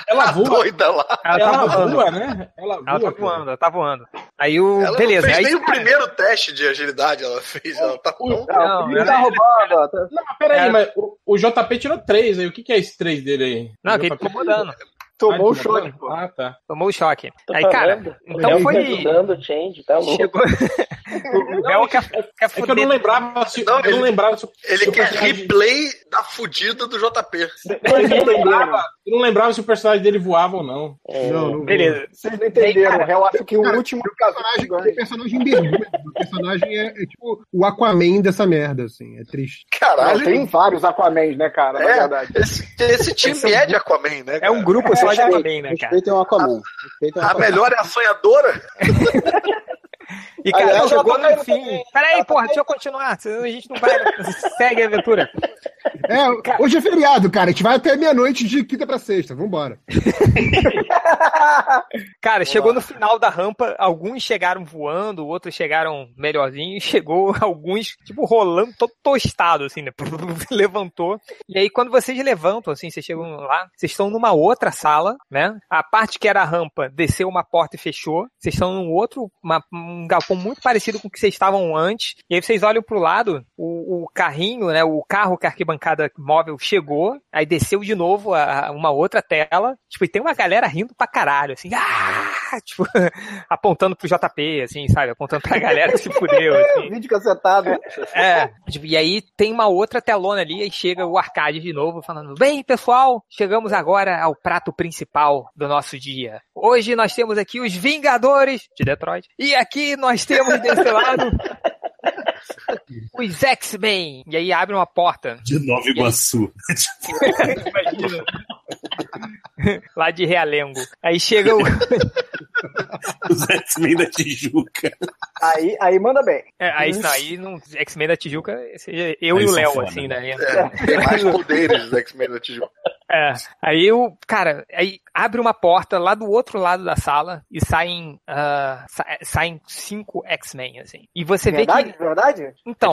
S11: Ela voa.
S5: Doida lá.
S1: Ela tá
S11: Ela
S1: voando.
S11: voa, né? Ela voa.
S1: tá Ela tá voando, ela tá voando. Aí o.
S5: Ela
S1: Beleza.
S5: não fez
S1: aí, tá.
S5: nem o primeiro teste de agilidade, ela fez. Ela tá tão...
S11: Não,
S1: Não, ela- é-
S8: roubando, ó. Tá-
S11: Não, mas peraí, mas o, o JP tirou 3 aí. O que, que é esse 3 dele aí?
S1: Não,
S11: O
S1: que ele
S11: JP
S1: tomou dano.
S12: Tomou
S11: Ah,
S12: o choque,
S11: dano?
S12: pô.
S11: Ah, tá.
S1: Tomou o choque.
S10: Tô
S1: Aí,
S10: falando.
S1: cara, então
S10: O réu tá
S1: foi.
S10: ajudando o change, tá louco.
S1: Chegou. O Bel quer, quer
S11: É que eu não
S1: fuder.
S11: lembrava se.
S5: Não,
S11: eu não
S5: ele-
S11: lembrava se. se
S5: Ele
S11: o
S5: quer
S11: personagem-
S5: replay da fudida do JP.
S11: Eu não lembrava- eu não lembrava se o personagem dele voava ou não.
S23: Não, não
S1: Beleza.
S12: Vocês não entenderam.
S1: Cara,
S12: o réu acha que o
S23: cara,
S12: último
S23: O personagem, o personagem mergulha. O personagem é, é tipo o Aquaman dessa merda, assim. É triste.
S5: Caralho.
S12: Não, tem um vários Aquamans, né, cara? Na verdade.
S5: É, esse, esse time é de Aquaman, né?
S1: É
S5: cara?
S1: um grupo só de
S8: Respeito-
S1: também, né, cara?
S8: Respeito é um Aquaman. Respeito é um
S5: A
S8: Aquaman.
S5: melhor é a sonhadora.
S1: E, cara,
S8: Aliás,
S1: chegou
S8: ela tá
S1: no fim. Peraí, porra, deixa eu continuar. senão A gente não vai. Segue a aventura.
S23: É, hoje é feriado, cara. A gente vai até meia-noite de quinta pra sexta. Vambora.
S1: Cara, chegou no final da rampa, alguns chegaram voando, outros chegaram melhorzinho, e chegou alguns, tipo, rolando, todo tostado, assim, né? Levantou. E aí, quando vocês levantam, assim, vocês chegam lá, vocês estão numa outra sala, né? A parte que era a rampa desceu uma porta e fechou. Vocês estão num outro, uma- um galpão muito parecido com o que vocês estavam antes. E aí vocês olham pro lado, o, o carrinho, né? O carro que a arquibancada móvel chegou, aí desceu de novo a, a uma outra tela. Tipo, e tem uma galera rindo pra caralho, assim, ah! Tipo, apontando pro JP, assim, sabe? Apontando pra galera que se fudeu, assim.
S12: Vídeo cacetado.
S1: É. tipo, E aí tem uma outra telona ali e chega o Arcade de novo falando: Bem, pessoal, chegamos agora ao prato principal do nosso dia. Hoje nós temos aqui os Vingadores de Detroit. E aqui nós temos desse lado os X-Men. E aí abre uma porta
S16: De Nova Iguaçu.
S1: lá de Realengo. Aí chega o.
S16: Os X-Men da Tijuca.
S12: Aí, aí manda bem.
S1: É, aí, não, aí não, X-Men da Tijuca, seja eu
S16: Aí
S1: e o
S16: são
S1: Léo,
S16: foda.
S1: assim, né?
S5: É, tem mais poderes dos X-Men da Tijuca.
S1: É, aí eu, cara, aí abre uma porta lá do outro lado da sala e saem, ah, sa- saem cinco X-Men, assim. E você
S12: verdade?
S1: vê que,
S12: Verdade?
S1: então,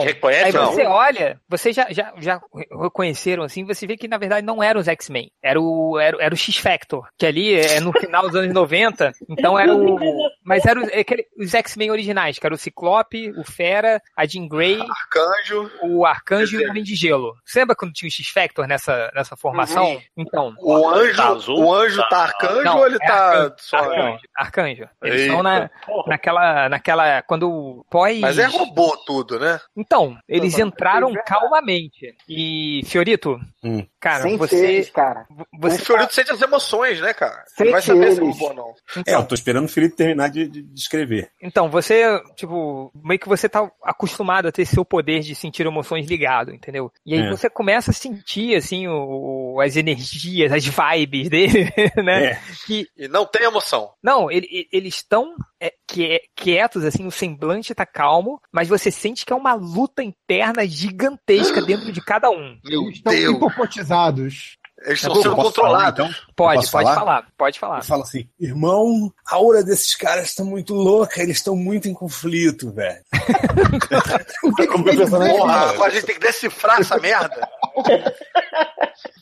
S1: aí
S2: Reconhece ou É não?
S1: você olha, vocês já, já, já reconheceram, assim, você vê que na verdade não eram os X-Men, era o, era, era o X-Factor, que ali é no final dos anos 90, então era o, mas eram os, é aquele- os X-Men originais, que era o Ciclope, o Fera, a Jean Grey,
S5: Arcanjo.
S1: o Arcanjo e o Homem de Gelo. Você lembra quando tinha o X-Factor nessa, nessa formação? Então...
S5: O anjo
S2: Tá
S5: tá,
S2: azul?
S5: o anjo tá,
S2: Tá-
S5: arcanjo
S1: Não,
S5: ou ele
S1: é
S5: tá
S1: arcanjo.
S5: só.
S1: Arcanjo. Arcanjo. Eles
S5: Eita.
S1: estão na, naquela, naquela. Quando o pós.
S5: Mas é robô tudo, né?
S1: Então, eles
S12: Não, não,
S1: entraram
S12: é verdade.
S1: calmamente. E, Fiorito,
S16: Hum.
S1: cara,
S12: Sem
S1: você.
S12: fez, cara.
S5: O
S1: você
S5: Fiorito sente as emoções, né, cara? Ele vai
S12: Sente
S5: saber se é
S12: eles.
S5: robô ou não.
S16: É, eu tô esperando o Felipe terminar de, de, de escrever.
S1: Então, você, tipo, meio que você tá acostumado a ter seu poder de sentir emoções ligado, entendeu? E aí
S16: É.
S1: você começa a sentir, assim, o- o- as energias, as vibes dele, né?
S16: É.
S1: Que
S5: E não tem emoção.
S1: Não, ele- ele- eles estão é, que- quietos, assim, o semblante tá calmo, mas você sente que é uma luta interna gigantesca dentro de cada um.
S5: Meu
S23: Eles estão
S7: tipo-
S5: Deus. É
S23: hipopotizados.
S5: Eles estão
S16: Eu
S5: sendo
S16: posso falar,
S5: controlados.
S16: então?
S1: Pode,
S16: Posso
S1: pode
S16: falar?
S1: falar? pode falar.
S16: E fala assim, irmão, a aura desses caras tá muito louca, eles estão muito em conflito, velho.
S23: O que, que
S16: Tá Como eu
S23: eles
S16: pensava,
S23: veem?
S5: Porra,
S16: Porra.
S5: agora a gente tem que decifrar essa merda.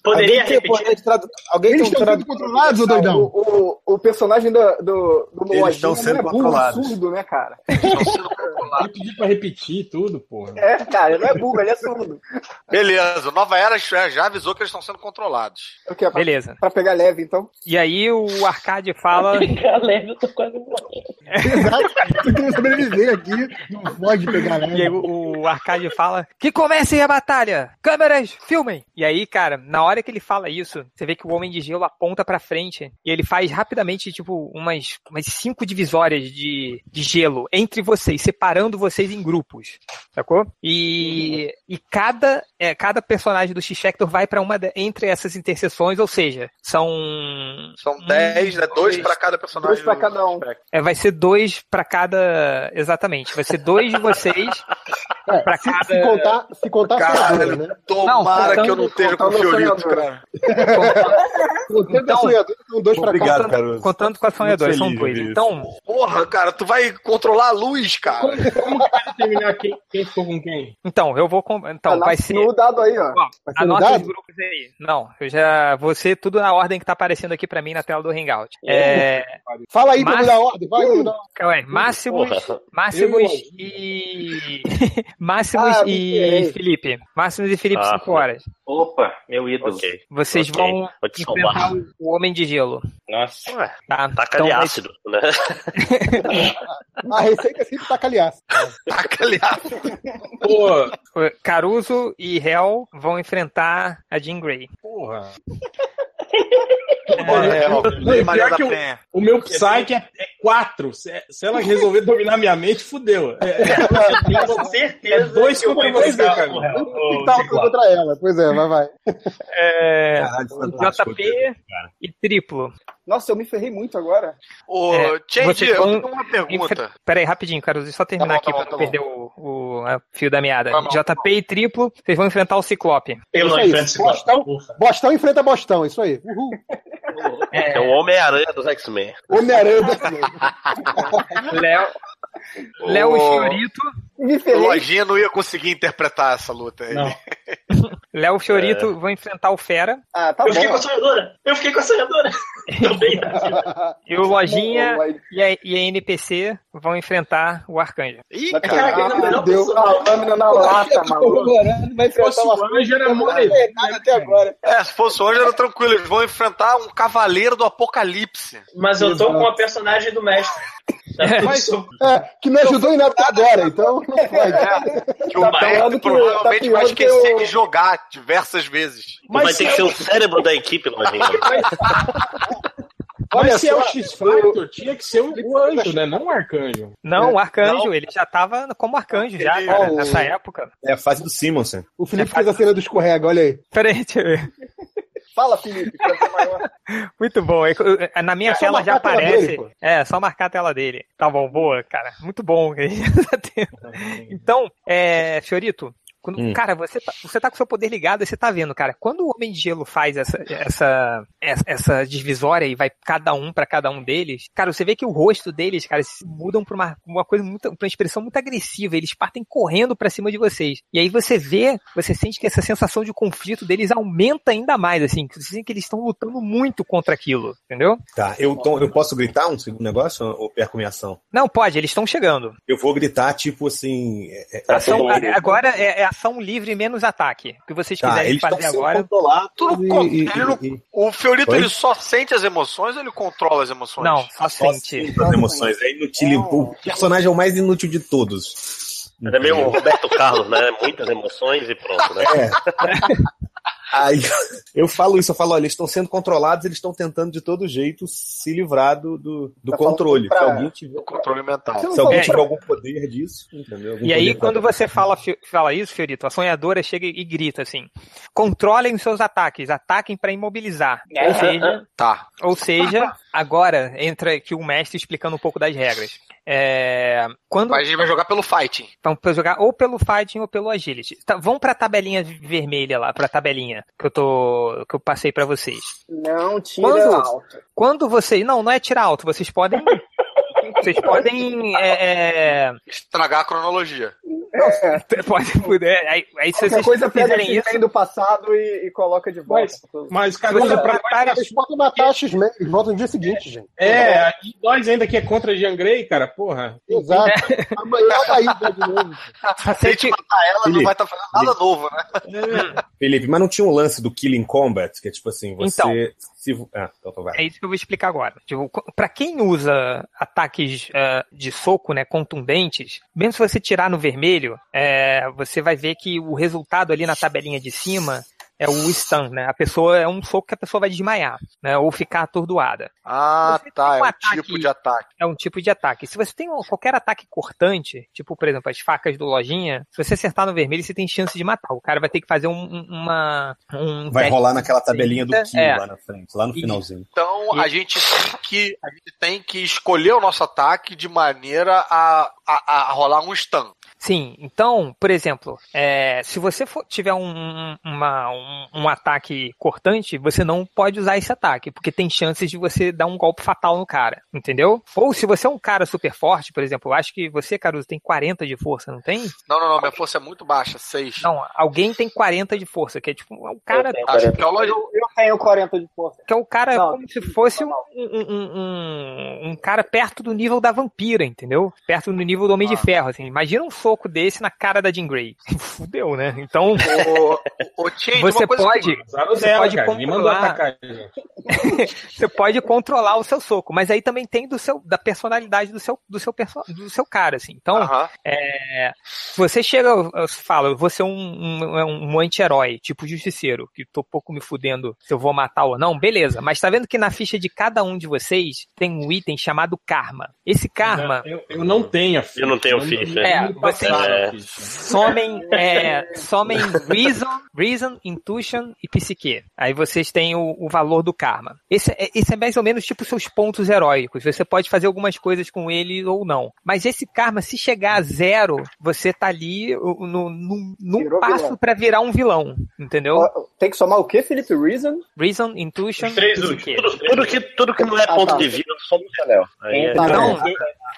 S15: Poderia
S8: Alguém tem
S15: repetir.
S8: poder de tradu- Alguém
S23: Eles
S8: tem um
S23: estão sendo
S8: tradutor?
S23: controlados, ô doidão?
S12: O, o, o personagem do, do, do
S16: Eles estão
S12: Lojinha
S16: sendo
S12: não é burro,
S16: controlados.
S12: surdo, né, cara?
S11: Ele pediu pra repetir tudo, porra.
S12: É, cara, ele não é burro, ele é surdo.
S5: Beleza, Nova Era já avisou que eles estão sendo controlados.
S12: O que é pra,
S1: Beleza.
S12: pra pegar leve, então.
S1: E aí o Arcade fala.
S10: Fica leve, eu tô quase morrendo.
S23: Exato. Eu queria sobreviver aqui. Não pode pegar,
S1: e aí
S23: né?
S1: o, o Arcade fala: Que comece a batalha! Câmeras, filmem! E aí, cara, na hora que ele fala isso, você vê que o Homem de Gelo aponta pra frente e ele faz rapidamente, tipo, umas, umas cinco divisórias de, de gelo entre vocês, separando vocês em grupos, sacou? E, e cada, é, cada personagem do X-Factor vai pra uma de- entre essas interseções, ou seja, são.
S5: São 10, né? Dois
S1: dois.
S5: pra cada personagem.
S12: Dois pra cada um.
S1: É, vai ser dois pra cada. Exatamente, vai ser dois de vocês pra
S7: se,
S1: cada.
S7: se contar, se contar
S1: Caralho,
S7: sonhador, né?
S5: Tomara que eu não
S12: Tá
S5: esteja com
S7: contando
S5: fiorito,
S7: sonhador.
S5: cara.
S1: Então,
S7: Contando então, sonhador, são dois pra
S1: Obrigado,
S7: cada
S1: Caruso. Contando com a sonhadora, são dois. Então,
S5: Porra, cara, tu vai controlar a luz, cara.
S3: Como que vai determinar quem, quem ficou com quem?
S1: então, eu vou. com-
S12: Ah, Tá
S1: Então, vai ser.
S12: No dado aí, ó.
S7: ser no
S1: Anota os
S7: dado?
S1: grupos aí. Não, eu já. Você, tudo na ordem que tá aparecendo aqui pra mim na tela do Hangout. É.
S7: Fala aí pra
S1: Mas-
S7: mudar a ordem, vai mudar a ordem.
S1: Calma aí, Máximos,
S2: Porra.
S1: Máximos
S7: Eu-
S1: e. Máximos
S7: Ah, me
S1: e
S7: ferrei.
S1: Felipe. Máximos e Felipe,
S2: Ah.
S1: 5 horas.
S27: Opa, meu ídolo.
S2: Ok.
S1: Vocês
S2: Ok,
S1: vão
S2: vou te
S1: enfrentar
S2: salvar. Tá
S1: o- o Homem de Gelo.
S27: Nossa.
S2: Ué,
S1: Tá?
S2: taca
S1: Então
S2: de
S1: vai-
S2: ácido, né?
S7: A receita é sempre tá calhaço.
S3: Pô,
S1: Caruso e Hell vão enfrentar a Jean Grey.
S3: porra.
S5: Bora, é, ó, Lei Maria
S3: pior
S5: da
S3: que eu-
S5: Penha.
S3: O meu Psyche é, é quatro. Se, se ela resolver dominar minha mente, fudeu. É,
S15: Com certeza.
S3: É dois
S15: que eu vou
S3: contra dois,
S15: enfrentar
S3: cara.
S15: o réu, o
S7: Que tal
S15: Ciclope.
S7: contra ela? Pois é, vai, vai.
S1: É,
S16: Caralho, tá- fantástico.
S1: JP e triplo.
S12: Nossa, eu me ferrei muito agora.
S5: Ô,
S1: É,
S5: Change,
S1: vocês
S5: eu
S1: vão-
S5: tenho uma
S1: Enfre-
S5: pergunta.
S1: Pera aí, rapidinho, Caruso, só terminar
S5: Tá bom,
S1: aqui
S5: tá
S1: pra
S5: bom, Tá
S1: não perder o, o- a fio da meada. JP e triplo, vocês vão enfrentar o Ciclope.
S15: Eu
S7: Isso
S15: não
S7: aí,
S15: enfrento esse
S7: bostão. Bostão enfrenta Bostão, isso aí. Uhul.
S2: É o Homem-Aranha dos X-Men.
S7: Homem-Aranha.
S1: Léo, Léo e Fiorito.
S12: Me
S5: O
S12: ferrei.
S5: Lojinha não ia conseguir interpretar essa luta aí.
S15: Não.
S1: Léo e
S5: É.
S1: Fiorito vão enfrentar o Fera.
S12: Ah, tá
S15: Eu fiquei com a
S12: bom.
S15: sonhadora. Eu fiquei com a sonhadora. Também.
S1: E o Lojinha
S12: Bom, vai-
S1: e a, e a NPC vão enfrentar o Arcanjo.
S5: Ih,
S12: Vai
S5: cara.
S12: pegar
S15: Caraca, ele é o melhor
S12: deu a
S15: personagem.
S12: lâmina na lata, maluco.
S7: Vai
S3: se fosse
S7: enfrentar uma
S3: o anjo, era mole.
S7: nada até agora.
S5: É, se fosse hoje era tranquilo. Eles vão enfrentar um cavaleiro do apocalipse.
S15: Mas eu tô com a personagem do mestre. Tá tudo sob
S7: É, que não ajudou em nada até agora, então não pode.
S1: É.
S5: Que o
S15: Tá
S12: pior do
S5: mestre
S12: que- tá
S5: provavelmente
S12: pior
S5: vai
S12: do que
S5: esquecer
S12: o-
S5: de jogar diversas vezes.
S2: Tu vai ter que ser o cérebro da equipe, Lojinha.
S3: Olha
S7: Olha
S3: se é o
S7: só,
S3: X-Factor, tinha que ser o, o anjo, né? Não o arcanjo.
S5: É.
S1: Não, o Arcanjo, ele já tava como Arcanjo já,
S5: Ele-
S1: cara,
S7: Oh.
S1: nessa época.
S16: É a fase do Simonsen.
S7: O Felipe fez a cena do escorrega, olha aí.
S1: Pera aí, deixa eu ver.
S12: Fala, Felipe. pra ver maior.
S1: Muito bom. Eu- eu- Na minha
S7: É só
S1: tela já
S7: marcar a tela
S1: aparece.
S7: dele, pô.
S1: é, só marcar a tela dele. Tá bom, boa, cara. Muito bom. então, é, Fiorito. quando-
S16: Hum.
S1: Cara, você tá, você tá com seu poder ligado e você tá vendo, cara. Quando o Homem de Gelo faz essa, essa, essa, essa divisória e vai cada um pra cada um deles, cara, você vê que o rosto deles, cara, se mudam pra uma, uma coisa muito, pra uma expressão muito agressiva. Eles partem correndo pra cima de vocês. E aí você vê, você sente que essa sensação de conflito deles aumenta ainda mais, assim. que Você sente que eles estão lutando muito contra aquilo, entendeu?
S16: Tá, eu, então, eu posso gritar um segundo negócio ou ou perco minha ação?
S1: Não, pode, eles estão chegando.
S16: Eu vou gritar, tipo assim. é- é-
S2: um
S1: Ação-
S16: eu vou-
S1: agora é, é ação livre menos ataque. O que vocês
S16: Tá,
S1: quiserem
S16: eles estão
S1: fazer
S16: sendo
S1: agora.
S16: controlados.
S5: Tu não
S16: e-
S5: con-
S16: e-
S5: ele não-
S16: e- e-
S5: O Fiorito
S16: Oi?
S5: ele só sente as emoções ou ele controla as emoções?
S1: Não, só
S16: Só
S1: sente.
S16: sinto as emoções. É inútil. O personagem é o mais inútil de todos.
S2: Era É meio o Roberto Carlos, né? Muitas emoções e pronto, né?
S16: É. Aí eu falo isso, eu falo, olha, eles estão sendo controlados, eles estão tentando de todo jeito se livrar do, do, do
S12: Tá
S16: controle.
S12: falando
S16: Se
S12: pra-
S16: alguém tiver,
S5: Controle mental.
S12: Você não
S16: se alguém
S12: falou
S16: tiver algum poder disso, entendeu? Algum
S1: E aí,
S16: poder
S1: quando
S16: pra-
S1: você fala, Fi- fala isso, Fiorito, a sonhadora chega e grita assim: controlem os seus ataques, ataquem pra imobilizar.
S12: É.
S1: Ou seja,
S5: Tá.
S1: ou seja, agora entra aqui o mestre explicando um pouco das regras. É, quando
S5: Mas a gente vai jogar pelo fighting.
S1: Então, pra jogar ou pelo fighting ou pelo agility. Tá, vão pra tabelinha vermelha lá, pra tabelinha que eu tô. que eu passei pra vocês.
S12: Não tira
S1: Quando?
S12: alto.
S1: Quando vocês. Não, não é tirar alto, vocês podem. Vocês podem. é, é,
S5: Estragar a cronologia.
S1: pode, puder, é, aí, aí se
S12: Qualquer
S1: vocês
S12: coisa pega o
S1: fizerem isso.
S12: X-Men do passado e, e coloca de volta.
S3: Mas- Mas, Caruso,
S1: Você
S3: pra
S1: prepara-
S3: nós.
S7: Eles podem matar X-Men, eles voltam no dia seguinte, gente.
S3: É, e nós ainda que é contra a Jean Grey, cara, porra.
S7: Exato.
S1: É.
S7: Amanhã tá aí, né, de novo.
S5: Se a gente matar ela, não
S16: Felipe,
S5: vai estar fazendo nada novo, né?
S16: Felipe, mas não tinha um lance do Killing Combat, que é tipo assim, você
S1: Então.
S22: se vo- ah, então
S16: tá,
S22: tu vai.
S1: É isso que eu vou explicar agora. Tipo, co- pra quem usa ataques ah, de soco, né, contundentes, mesmo se você tirar no vermelho, é, você vai ver que o resultado ali na tabelinha de cima é o stun, né? A pessoa é um soco que a pessoa vai desmaiar, né? Ou ficar atordoada.
S5: Ah, tá. É um tipo de ataque.
S1: É um tipo de ataque. Se você tem um- qualquer ataque cortante, tipo, por exemplo, as facas do lojinha, se você acertar no vermelho, você tem chance de matar. O cara vai ter que fazer um, um- uma. Um
S22: Vai
S1: teste
S22: rolar naquela tabelinha do
S1: É.
S22: Kill lá na frente, lá no finalzinho.
S5: Então a gente, tem que, a gente tem que escolher o nosso ataque de maneira a, a, a rolar um stun.
S1: Sim, então, por exemplo, é, se você for- tiver um, um- uma- um- um ataque cortante, você não pode usar esse ataque, porque tem chances de você dar um golpe fatal no cara, entendeu? Ou se você é um cara super forte, por exemplo, eu acho que você, Caruso, tem 40 de força, não tem?
S5: Não, não, não. Minha força é muito baixa. Seis.
S1: Não, alguém tem 40 de força, que é tipo, um cara.
S5: Acho que é o lojinha.
S12: Eu tenho 40 de força.
S1: Que é o cara
S12: Não,
S1: como se fosse um, um- um- um- um cara perto do nível da vampira, entendeu? Perto do nível do Homem de Ferro, assim. Imagina um soco desse na cara da Jean Grey. Fudeu, né? Então.
S5: Tchê,
S1: você
S5: uma coisa
S1: pode.
S5: que-
S1: Você
S5: dela,
S1: pode
S5: cara, ele mandou
S1: controlar.
S5: atacar,
S1: você pode controlar o seu soco, mas aí também tem do seu, da personalidade do seu, do seu, perso- do seu cara, assim. Então,
S5: Ah.
S1: é, se você chega, eu falo, eu vou ser um, um, um anti-herói, tipo justiceiro, que tô pouco me fudendo se eu vou matar ou não, beleza. Mas tá vendo que na ficha de cada um de vocês tem um item chamado karma. Esse karma.
S3: Eu, eu não tenho a ficha.
S1: Eu não tenho
S3: ficha.
S1: É, vocês
S3: passaram a
S1: somem, é, somem reason, reason, intuition e psique. Aí vocês têm o, o valor do karma. Esse, é- esse é mais ou menos tipo seus pontos heróicos. Você pode fazer algumas coisas com ele ou não. Mas esse karma, se chegar a zero, você tá ali o- no, no, num passo
S12: vilão.
S1: pra virar um vilão, entendeu?
S12: Tem que somar o quê, Felipe? Reason?
S1: Reason, intuition,
S12: três
S1: psique.
S12: últimos. Tudo- tudo que- tudo que não é ponto de vida,
S10: só
S2: um
S10: no Chanel.
S1: Aí é- Então,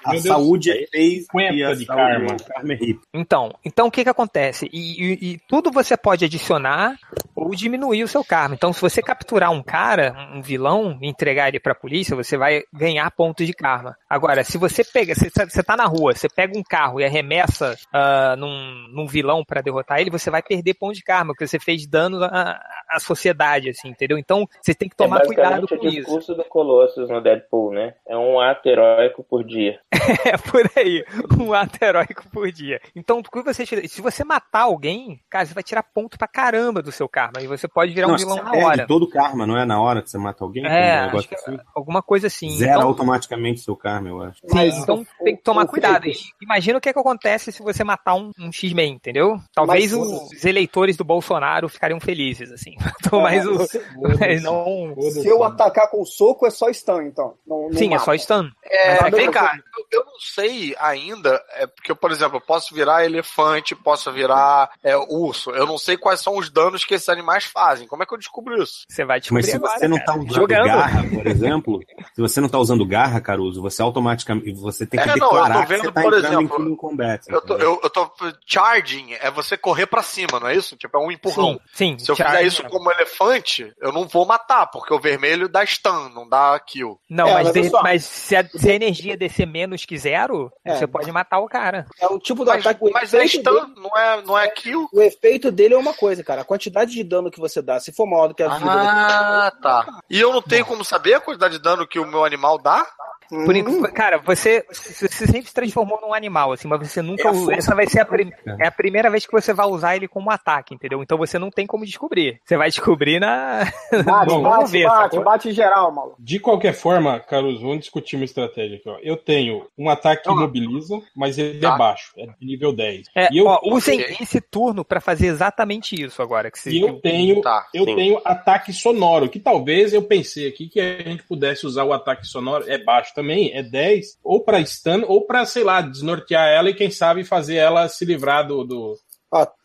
S22: a saúde é 3 e a saúde
S1: de karma.
S22: karma é hip.
S1: Então, então o que que acontece? E, e- e tudo você pode adicionar ou diminuir o seu karma. Então, se você capturar um cara, um vilão, e entregar ele pra polícia, você vai ganhar pontos de karma. Agora, se você pega, você, você tá na rua, você pega um carro e arremessa ah, num, num vilão pra derrotar ele, você vai perder ponto de karma, porque você fez dano à, à sociedade, assim, entendeu? Então, você tem que tomar
S10: é
S1: cuidado
S10: basicamente
S1: com
S10: o
S1: isso.
S10: discurso do Colossus no Deadpool, né? É um ato heróico por dia.
S1: É por aí, um ato heróico por dia. Então, o que você tira- se você matar alguém, cara, você vai tirar ponto pra caramba do seu karma. E você pode virar um
S22: Não, acho que
S1: vilão
S22: você
S1: na
S22: perde
S1: hora.
S22: todo o karma, não é? Na hora que você mata alguém?
S1: É,
S22: quando o
S1: acho
S22: negócio
S1: que
S22: assim,
S1: Alguma coisa assim.
S22: zera
S1: então,
S22: automaticamente seu karma, eu acho.
S1: sim, então tem que tomar cuidado. Imagina o que, é que acontece se você matar um, um X-Men, entendeu? Talvez
S11: Mas,
S1: os eleitores do Bolsonaro ficariam felizes, assim. Então, mas o. mas não.
S12: Se eu atacar com o soco, é só stun, então. Não, não
S1: Sim, é
S12: mata.
S1: só stun.
S5: É,
S1: Mas
S5: vem
S1: aí-
S5: cá, eu, eu não sei ainda, é, porque, por exemplo, eu posso virar elefante, posso virar é, urso. Eu não sei quais são os danos que esses animais fazem. Como é que eu descubro isso?
S1: Você vai
S22: Mas se você não tá usando garra, por exemplo, se você não tá usando garra, Caruso, você automaticamente você tem que
S5: É, não, eu tô
S22: declarar que
S5: vendo,
S22: você tá
S5: por
S22: entrando em
S5: exemplo,
S22: Killing Combat.
S5: Eu tô,
S1: Uhum.
S5: eu, eu tô- Charging é você correr pra cima, não é isso? Tipo, é um empurrão.
S1: Sim,
S5: Se eu fizer
S1: charging
S5: isso
S1: é.
S5: como elefante, eu não vou matar, porque o vermelho dá stun, não dá kill.
S1: Não, mas, de- mas se, a, se a energia descer menos que zero,
S5: É.
S1: você pode matar o cara.
S8: É um tipo do ataque. o
S5: Mas é
S8: efeito
S5: stun,
S8: dele-
S5: não é, não é kill.
S8: O efeito dele é uma coisa, cara. A quantidade de dano que você dá, se for maior do que a vida.
S5: Ah, tá. E eu não tenho como saber a quantidade de dano que o meu animal dá?
S1: Por enquanto, cara, você, você sempre se transformou num animal, assim, mas você nunca
S5: É a
S1: usou.
S5: força
S1: Essa vai ser a, prim-
S5: bruta.
S1: é a primeira vez que você vai usar ele como ataque, entendeu? Então você não tem como descobrir. Você vai descobrir na.
S12: Bate,
S1: Bom,
S12: bate,
S1: vamos ver,
S12: bate,
S1: sacou?
S12: bate geral, maluco.
S3: De qualquer forma, Caruso, vamos discutir uma estratégia aqui. Ó. Eu tenho um ataque que imobiliza, mas ele é baixo, é nível 10.
S1: É,
S3: e eu,
S1: ó, usem esse turno pra fazer exatamente isso agora. Que se-
S3: e eu tenho,
S5: Tá.
S3: eu
S1: sim.
S3: tenho ataque sonoro, que talvez eu pensei aqui que a gente pudesse usar o ataque sonoro, é baixo também, é 10, ou pra stun, ou pra, sei lá, desnortear ela e quem sabe fazer ela se livrar do, do-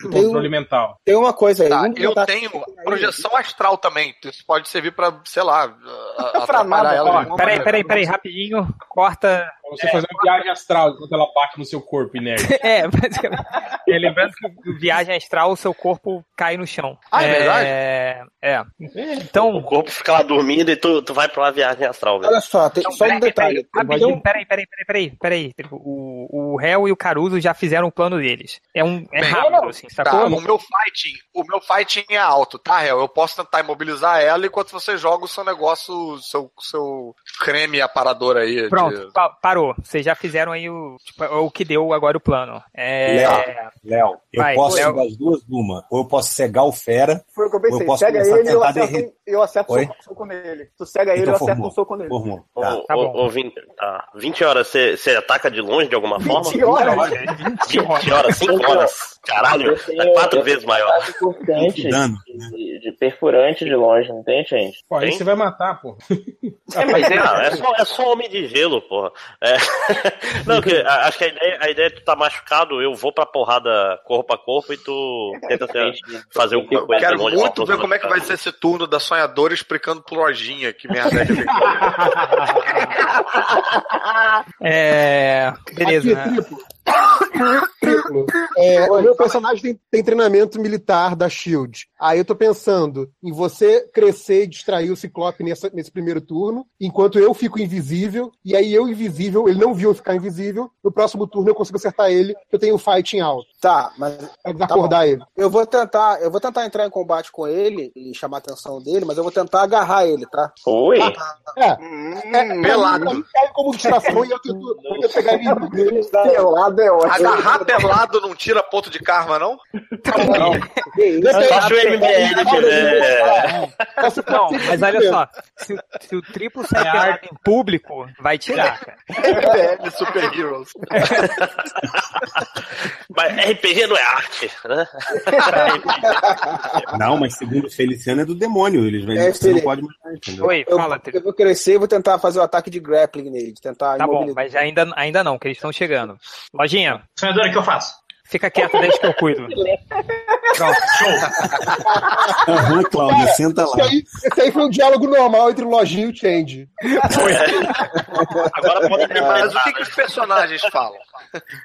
S3: do
S8: tem um-
S3: controle mental.
S8: Tem uma coisa aí. um
S5: Tá,
S8: vamos
S5: eu
S8: botar-
S5: tenho projeção astral também. Isso pode servir pra, sei lá, a- a- atrapalhar
S1: Ó,
S5: ela. de alguma
S1: peraí,
S5: maneira.
S1: peraí, peraí, rapidinho. Corta,
S3: Pra você fazer uma viagem astral enquanto ela bate no seu corpo inerte.
S1: É, basicamente. É, lembrando que viagem astral, o seu corpo cai no chão.
S2: Ah, é
S1: verdade? É.
S2: Então, o corpo fica lá dormindo e tu, tu vai pra uma viagem astral, velho.
S8: Olha só, tem só um detalhe.
S1: Então, Rapidinho, peraí, peraí, peraí, peraí, peraí. Tipo, O, o réu e o Caruso já fizeram o plano deles. É um é
S5: Bem,
S1: rápido, assim,
S5: Tá,
S1: sacou?
S5: o meu fighting, o meu fighting é alto, tá, Hel? Eu posso tentar imobilizar ela enquanto você joga o seu negócio, o seu, o seu creme aparador aí. de-
S1: Pronto, pa- parou. Vocês já fizeram aí o, tipo, o que deu agora o plano. É.
S16: Léo, Léo, eu
S1: Vai,
S16: posso
S1: Léo.
S16: das duas numa. Ou eu posso cegar o fera.
S12: Foi o que eu
S16: ou eu
S12: pensei.
S16: posso
S12: cega
S16: começar
S12: ele,
S16: a
S12: eu
S16: tentar
S12: acerto,
S16: derreter.
S12: um- eu acerto um
S16: Oi? Então
S12: soco- soco nele. Tu cega ele, eu acerto um soco nele.
S16: Formou.
S22: tá,
S2: Ô, ô, ô, vinte- tá. 20 horas você você ataca de longe de alguma forma?
S12: 20 horas?
S2: 20 horas, 5 horas. Caralho,
S10: Eu tenho-
S2: é 4
S10: eu
S2: vezes maior.
S10: Importante de, de perfurante de longe, não tem, gente?
S3: Pô, aí
S2: Tem?
S3: você vai matar, pô.
S2: É, mas é, não, é só, é só homem de gelo, porra. É. Não, que, a- acho que a ideia, a ideia é tu tá machucado, eu vou pra porrada corpo a corpo e tu tenta assim, fazer o corpo
S5: Eu quero muito
S2: né?
S5: ver como é que vai ser esse turno da sonhadora explicando pro Lojinha que merda é que tem.
S1: É. Beleza.
S7: Aqui, Triplo. É, o meu personagem tem, tem treinamento militar da Shield. Aí eu tô pensando em você crescer e distrair o Ciclope nessa- nesse primeiro turno, enquanto eu fico invisível, e aí eu invisível, ele não viu eu ficar invisível, no próximo turno eu consigo acertar ele, eu tenho um fighting alto.
S8: Tá, mas.
S7: Pra desacordar
S8: bom.
S7: ele.
S8: Eu vou tentar, eu vou tentar entrar em combate com ele e chamar a atenção dele, mas eu vou tentar agarrar ele, tá?
S10: Oi?
S5: Ah,
S7: É.
S12: Hum,
S7: é pelado. Ele cai como distração e eu tento, eu tento pegar ele invisível.
S8: Pelado é ótimo.
S5: Agarrar pelado não tira ponto de karma, não?
S2: Acho o MDL,
S5: é-
S2: né?
S1: Não, mas olha só, se, o- se o triplo sair pelado em público, vai tirar, cara.
S5: MDL Super Heroes.
S2: Mas RPG não é arte, né?
S16: Não, mas segundo o Feliciano é do demônio. Eles
S8: É,
S16: você não
S8: Felipe.
S16: pode matar, entendeu?
S1: Oi,
S8: Eu,
S1: fala,
S8: eu vou crescer e vou tentar fazer o ataque de grappling nele, de tentar
S1: Tá bom,
S8: imobilizar.
S1: mas ainda, ainda não, que eles estão chegando. Lojinha,
S15: Sonhadora, o que eu faço?
S1: fica quieto desde que eu cuido. Pronto,
S5: ah,
S16: Aham, Cláudia, senta
S7: Esse
S16: lá.
S7: aí, esse aí foi um diálogo normal entre o Lojinho e o Change.
S2: Agora pode me
S5: É, Mas o que, que os personagens falam?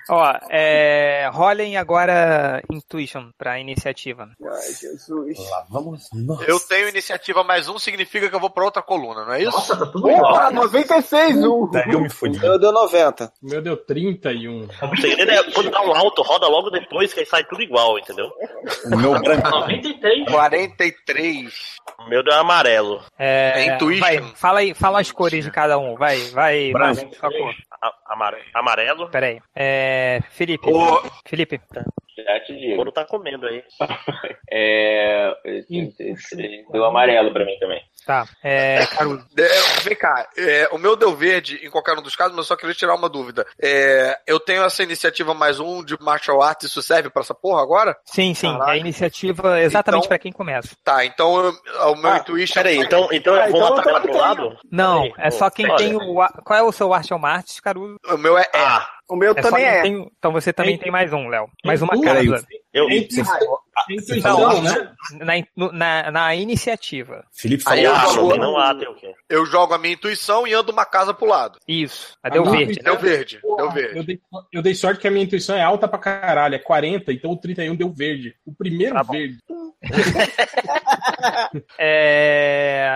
S1: Ó, é, rolem agora Intuition pra iniciativa.
S8: Ai, Jesus.
S16: Lá, vamos.
S5: Eu tenho iniciativa mais um, significa que eu vou pra outra coluna, não é isso?
S15: Nossa, tá tudo
S12: Opa, 96, um.
S16: Daí eu me fudi.
S8: Eu deu 90.
S11: O meu deu 31.
S2: O segredo é quando dá um alto, roda logo depois, que aí sai tudo igual, entendeu?
S16: O meu branco.
S15: 93.
S5: 43.
S2: O meu deu amarelo.
S1: É,
S5: É Intuition.
S1: Vai, fala aí, fala as cores de cada um. Vai, vai,
S16: Branco.
S1: Márcio, sua cor.
S2: A- amare- Amarelo,
S1: Peraí. É, Felipe.
S5: Ô.
S1: Felipe.
S10: Já te
S2: o
S10: digo.
S2: couro tá comendo aí.
S10: É, deu amarelo pra mim também.
S1: Tá. É, Caruso.
S5: É, vem cá, é, o meu deu verde em qualquer um dos casos, mas eu só queria tirar uma dúvida. É, eu tenho essa iniciativa mais um de martial arts, isso serve pra essa porra agora?
S1: Sim, sim.
S5: Caraca.
S1: É a iniciativa exatamente
S5: Então-
S1: pra quem começa.
S5: Tá, então eu- o meu intuition. é,
S2: Peraí, então, então
S12: Ah,
S2: eu vou
S12: então
S2: matar
S12: eu
S2: ela pro
S12: tenho.
S2: lado?
S1: Não,
S2: Peraí,
S1: é só quem
S2: olha.
S1: tem o. a- Qual é o seu Arte Martes, Caruso?
S5: O meu é. é.
S2: Ah,
S12: O meu
S1: É só
S12: também
S1: quem
S12: é.
S1: tem- Então você também tem mais um, Léo. Mais uma
S16: Peraí,
S1: casa.
S2: eu,
S16: Felipe, você-
S22: tá
S11: Intuição, né?
S1: Na, in- no- na, na iniciativa.
S16: Felipe
S5: Aí
S16: falou
S5: eu
S2: ah,
S5: jogo-
S2: não, não há, tem o quê?
S5: Eu jogo a minha intuição e ando uma casa pro lado.
S1: Isso. A
S11: A
S1: deu
S11: minha
S1: verde, né?
S5: É Deu verde, deu
S11: Eu
S5: verde.
S11: dei, eu dei sorte que a minha intuição é alta pra caralho, é 40, então o 31 deu verde. O primeiro
S1: Tá bom.
S11: verde.
S1: É...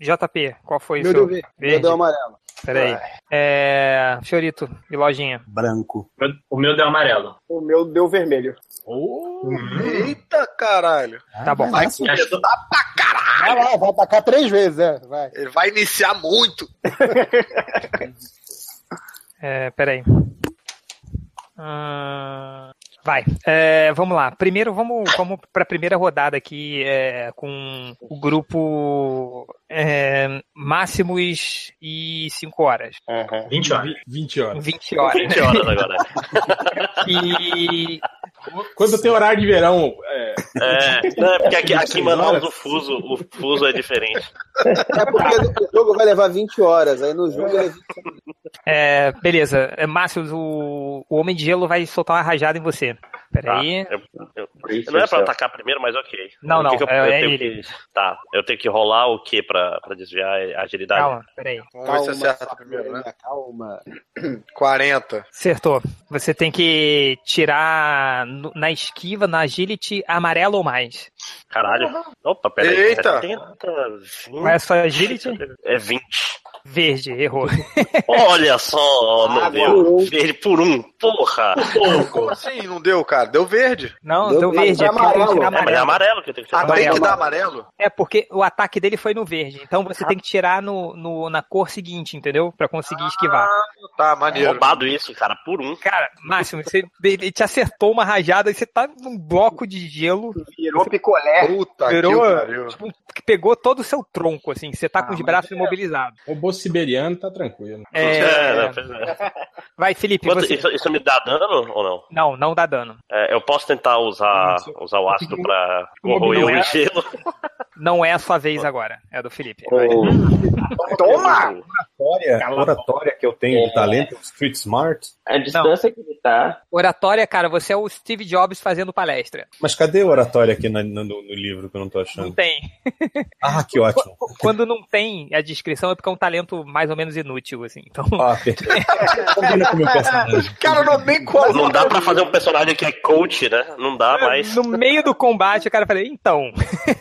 S1: JP, qual foi o
S8: Meu
S1: seu?
S8: deu verde. Eu deu amarelo.
S1: Peraí. É... Fiorito e Lojinha.
S16: branco.
S15: O meu deu amarelo.
S12: O meu deu vermelho.
S5: Eita caralho.
S1: Tá bom.
S5: Vai começar pra caralho.
S7: Vai lá, vai atacar três vezes, é. Vai.
S5: Ele vai iniciar muito.
S1: É, peraí. Ah, Vai, É, vamos lá. Primeiro, vamos, vamos para a primeira rodada aqui é, com o grupo é, Máximos e 5 horas.
S15: 20 horas.
S11: 20 horas.
S1: 20 horas.
S2: 20 horas agora.
S1: E
S11: Quando tem horário de verão, é,
S2: É, não, é porque aqui, aqui em Manaus o fuso, o fuso é diferente.
S8: É porque o jogo vai levar 20 horas, aí no jogo ele
S1: É, beleza. É, Márcio, o, o Homem de Gelo vai soltar uma rajada em você. Peraí.
S2: Tá, eu- eu- não é pra atacar primeiro, mas ok.
S1: Não,
S2: O que
S1: não,
S2: que eu,
S1: é-
S2: eu
S1: é
S2: tenho
S1: ele.
S2: que, tá, eu tenho que rolar o que pra, pra desviar a agilidade?
S1: Calma, peraí.
S5: Vamos ver se
S8: calma,
S5: acerta primeiro, né?
S8: calma.
S5: 40.
S1: Acertou. Você tem que tirar no- na esquiva, na agility, amarelo ou mais.
S2: Caralho. Opa, peraí.
S1: Eita.
S2: 70, 20.
S1: Qual é a sua agility?
S2: É 20.
S1: Verde, errou.
S2: Olha só, não deu. Verde Ah, por um. Porra.
S1: É
S5: Como assim? Não deu, cara? Deu verde.
S1: Não, deu, verde. é porque tem que tirar
S2: É, mas é amarelo que tem que tirar.
S5: Ah, tem que dar amarelo?
S1: É porque o ataque dele foi no verde. Então você tem que tirar no, no- na cor seguinte, entendeu? Pra conseguir esquivar.
S5: Tá,
S2: maneiro. Roubado isso, cara, por um.
S1: Cara, Máximo, você, ele te acertou uma rajada e você tá num bloco de gelo.
S12: Virou picolé.
S5: Puta
S1: virou,
S11: que pariu.
S1: tipo, que pegou todo o seu tronco, assim. Você tá com os braços imobilizados.
S11: Robô siberiano tá tranquilo.
S1: É,
S2: É, pois é.
S1: Vai, Felipe.
S2: Quanto-
S1: você.
S2: isso, isso me dá dano ou não?
S1: Não, não dá dano.
S2: É, eu posso tentar usar, usar o ácido pra corroer
S1: Não é-
S2: o gelo?
S1: Não é a sua vez agora. É a do Felipe.
S10: Toma!
S16: Oratória, oratória que eu tenho de talento, street smart.
S10: A distância que ele tá.
S1: Oratória, cara, você é o Steve Jobs fazendo palestra.
S16: Mas cadê o oratória aqui na- no, no livro que eu não tô achando?
S1: Não tem.
S16: Ah, que ótimo.
S1: Quando não tem a descrição é porque é um talento mais ou menos inútil, assim. Então,
S16: Ah, perfeito. Combina com o meu personagem.
S5: Cara, não nem
S2: qual. Não dá pra fazer um personagem que é coach, né? Não
S10: É,
S2: dá mais.
S1: no meio do combate, o cara fala, então.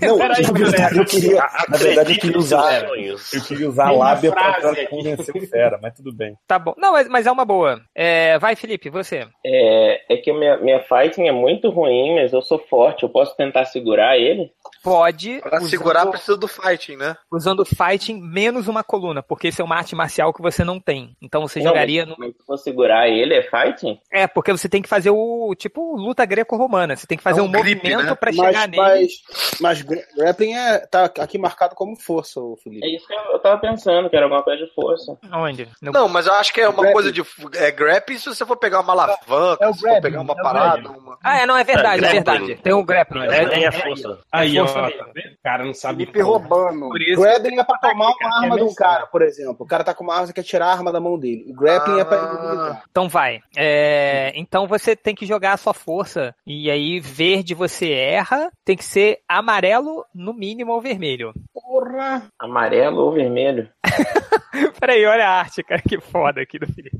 S16: Não, tipo,
S1: Peraí,
S16: eu queria- eu queria- na verdade, eu queria usar,
S2: sonhos.
S16: eu queria usar a
S1: Tem uma
S16: lábia pra,
S1: frase
S16: pra convencer o fera, mas tudo bem.
S1: Tá bom. Não, mas, mas é uma boa. É, vai, Felipe, você.
S10: É, é que minha, minha fighting é muito ruim, mas eu sou forte. Eu posso tentar segurar ele?
S1: Pode.
S5: Pra
S1: usando-
S5: segurar precisa do fighting, né?
S1: Usando fighting menos uma coluna, porque esse é uma arte marcial que você não tem. Então você jogaria
S10: Não,
S1: no.
S10: mas, mas se for segurar ele, é fighting?
S1: É, porque você tem que fazer o. Tipo, luta greco-romana. Você tem que fazer um, movimento pra chegar nele.
S8: Mas, mas gra- grappling é, tá aqui marcado como força, ô Felipe.
S10: É isso que eu, eu tava pensando, que era alguma coisa de força.
S1: Onde?
S5: Não, mas eu acho que é uma coisa de. É grappling se você for pegar uma alavanca, se for pegar uma parada. uma-
S1: Ah, é, não, é verdade, é, verdade. Tem o grappling.
S5: É,
S1: É,
S5: tem
S1: é,
S5: a força.
S11: Aí,
S1: É
S11: ó,
S1: força
S3: Ah,
S11: tá
S1: mesmo.
S11: vendo? O cara não sabe.
S8: Felipe roubando.
S11: Por isso-
S8: Grappling é pra tomar uma arma
S11: é
S8: de um cara, por exemplo. O cara tá com uma arma, você quer tirar a arma da mão dele. O grappling é pra
S16: Ah.
S8: imobilizar.
S1: Então vai. É, então você tem que jogar a sua força. E aí, verde você erra. Tem que ser amarelo, no mínimo, ou vermelho.
S11: Porra!
S10: Amarelo ou vermelho?
S1: Peraí, olha a arte, cara. Que foda aqui do Felipe.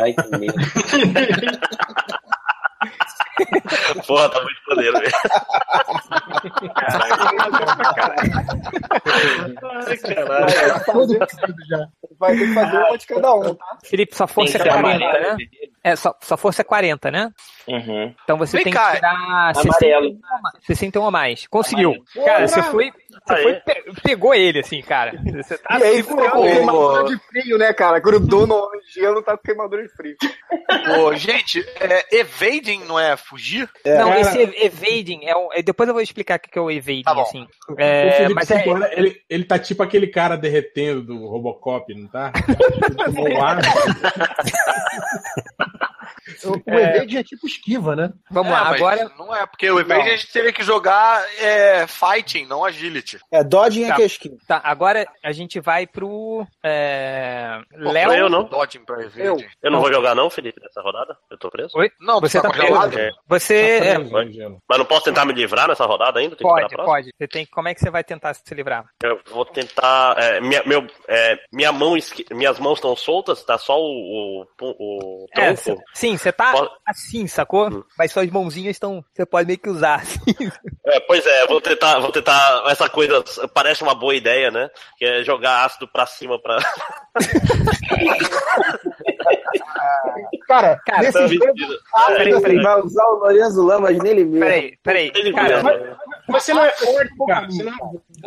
S10: Ai, que medo.
S2: Porra, tá muito maneiro mesmo.
S8: Vai ter que
S12: tá
S8: fazer uma de cada um, tá?
S1: Felipe, sua força é
S8: Tem que ser
S1: 40, né?
S8: amarelo,
S1: É, sua, sua força é 40, né?
S10: Uhum.
S1: Então você
S10: Vem
S1: tem
S10: cá,
S1: que tirar
S10: amarelo.
S1: 61 a mais- 61 a mais. Conseguiu. Cara, você foi. Você foi pe- pegou ele, assim, cara. Você tá
S12: E aí
S1: segurando
S12: ficou
S1: ele.
S12: queimadura de frio, né, cara? Grudou no homem de gelo, tá com queimadura de frio.
S5: Pô, gente, é, evading não é fugir?
S1: Não, esse ev- evading é um. é- Depois eu vou explicar o que que é o evading, assim.
S11: o
S1: É,
S3: tipo
S11: Felipe
S1: mas é,
S11: Simbora, ele, ele tá tipo aquele cara derretendo do Robocop, não tá? Ele tomou ar.
S23: O
S5: É.
S23: evade é tipo esquiva, né?
S1: Vamos
S5: É,
S2: Ah,
S5: mas Não é, porque o evading
S23: Não.
S5: a gente teria que jogar é, fighting, não agility.
S8: É, dodging
S1: Tá.
S8: é que é esquiva.
S1: Tá, agora a gente vai pro. É,
S2: Pô,
S1: Léo.
S2: foi eu, não?
S5: Dodging pra evading.
S2: Eu, não vou jogar, não, Felipe, nessa rodada? Eu tô preso?
S1: Oi?
S5: Não,
S1: você tá preso.
S2: É.
S1: Você. é,
S2: Mas não posso tentar me livrar nessa rodada ainda? Tem que
S1: pode,
S2: esperar a próxima?
S1: pode. Você tem, como é que você vai tentar se livrar?
S2: Eu vou tentar. é, minha, meu, é, minha mão esqui- Minhas mãos estão soltas, tá só o, o, o
S1: É,
S2: tronco.
S1: cê- sim, você tá
S2: Pode-
S1: assim,
S2: Hum.
S1: sacou? Mas suas mãozinhas estão. Você pode meio que usar. assim.
S2: É, pois é, vou tentar, vou tentar essa coisa, parece uma boa ideia, né? Que é jogar ácido pra cima pra.
S23: Cara,
S1: Cara,
S8: nesse
S2: tá
S8: jogo,
S2: vendido.
S8: ah,
S2: Peraí,
S8: você
S2: peraí.
S8: vai usar o Lorenzo Lamas nele mesmo.
S1: Peraí, peraí.
S2: Ele
S1: Cara,
S2: mesmo.
S11: Mas você não é forte, cara. Você não é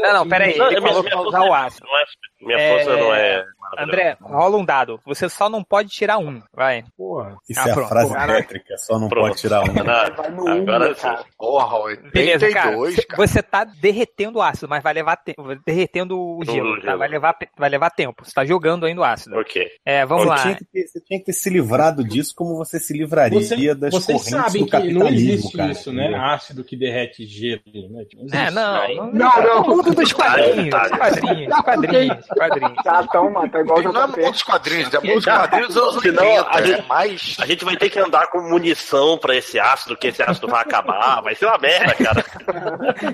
S1: Não, não, peraí.
S2: Não,
S1: Ele
S2: minha-
S1: falou
S2: minha
S1: que vai
S2: força
S1: usar o
S2: não é-
S1: aço.
S2: não é- minha força não é.
S1: André, rola um dado. Você só não pode tirar um. Vai.
S11: Porra.
S16: Isso
S1: Ah,
S16: é a frase métrica, só não pode tirar um.
S2: Agora sim.
S5: Porra,
S1: É. Beleza, cara.
S5: 82,
S1: Cê- Você tá derretendo o ácido, mas vai levar tempo. Derretendo o gelo. tá?
S16: gelo.
S1: Vai, levar, pe- vai levar tempo. Você tá jogando ainda o ácido.
S2: Ok.
S1: É, vamos
S16: Você
S1: lá.
S16: tinha que ter- você tinha que ter se livrado disso como você se livraria
S11: Você,
S16: das
S11: vocês
S16: correntes
S11: sabem
S16: do
S11: que
S16: capitalismo,
S11: não existe
S16: cara,
S11: isso, né?
S16: entendeu?
S11: Ácido que derrete gelo, né? Tipo, existe.
S1: É, não. Não,
S11: não.
S1: Mundo dos quadrinhos.
S11: Tá, tá.
S1: Quadrinhos, quadrinhos, quadrinhos.
S12: Tá, então, mano, tá igual
S5: Não é mundo
S1: né?
S5: dos quadrinhos, é mundo dos quadrinhos dos anos
S2: Senão,
S5: 80.
S2: a gente-
S5: é mais.
S2: A gente vai ter que andar com munição pra esse ácido, que esse ácido vai acabar. Vai ser uma merda, cara.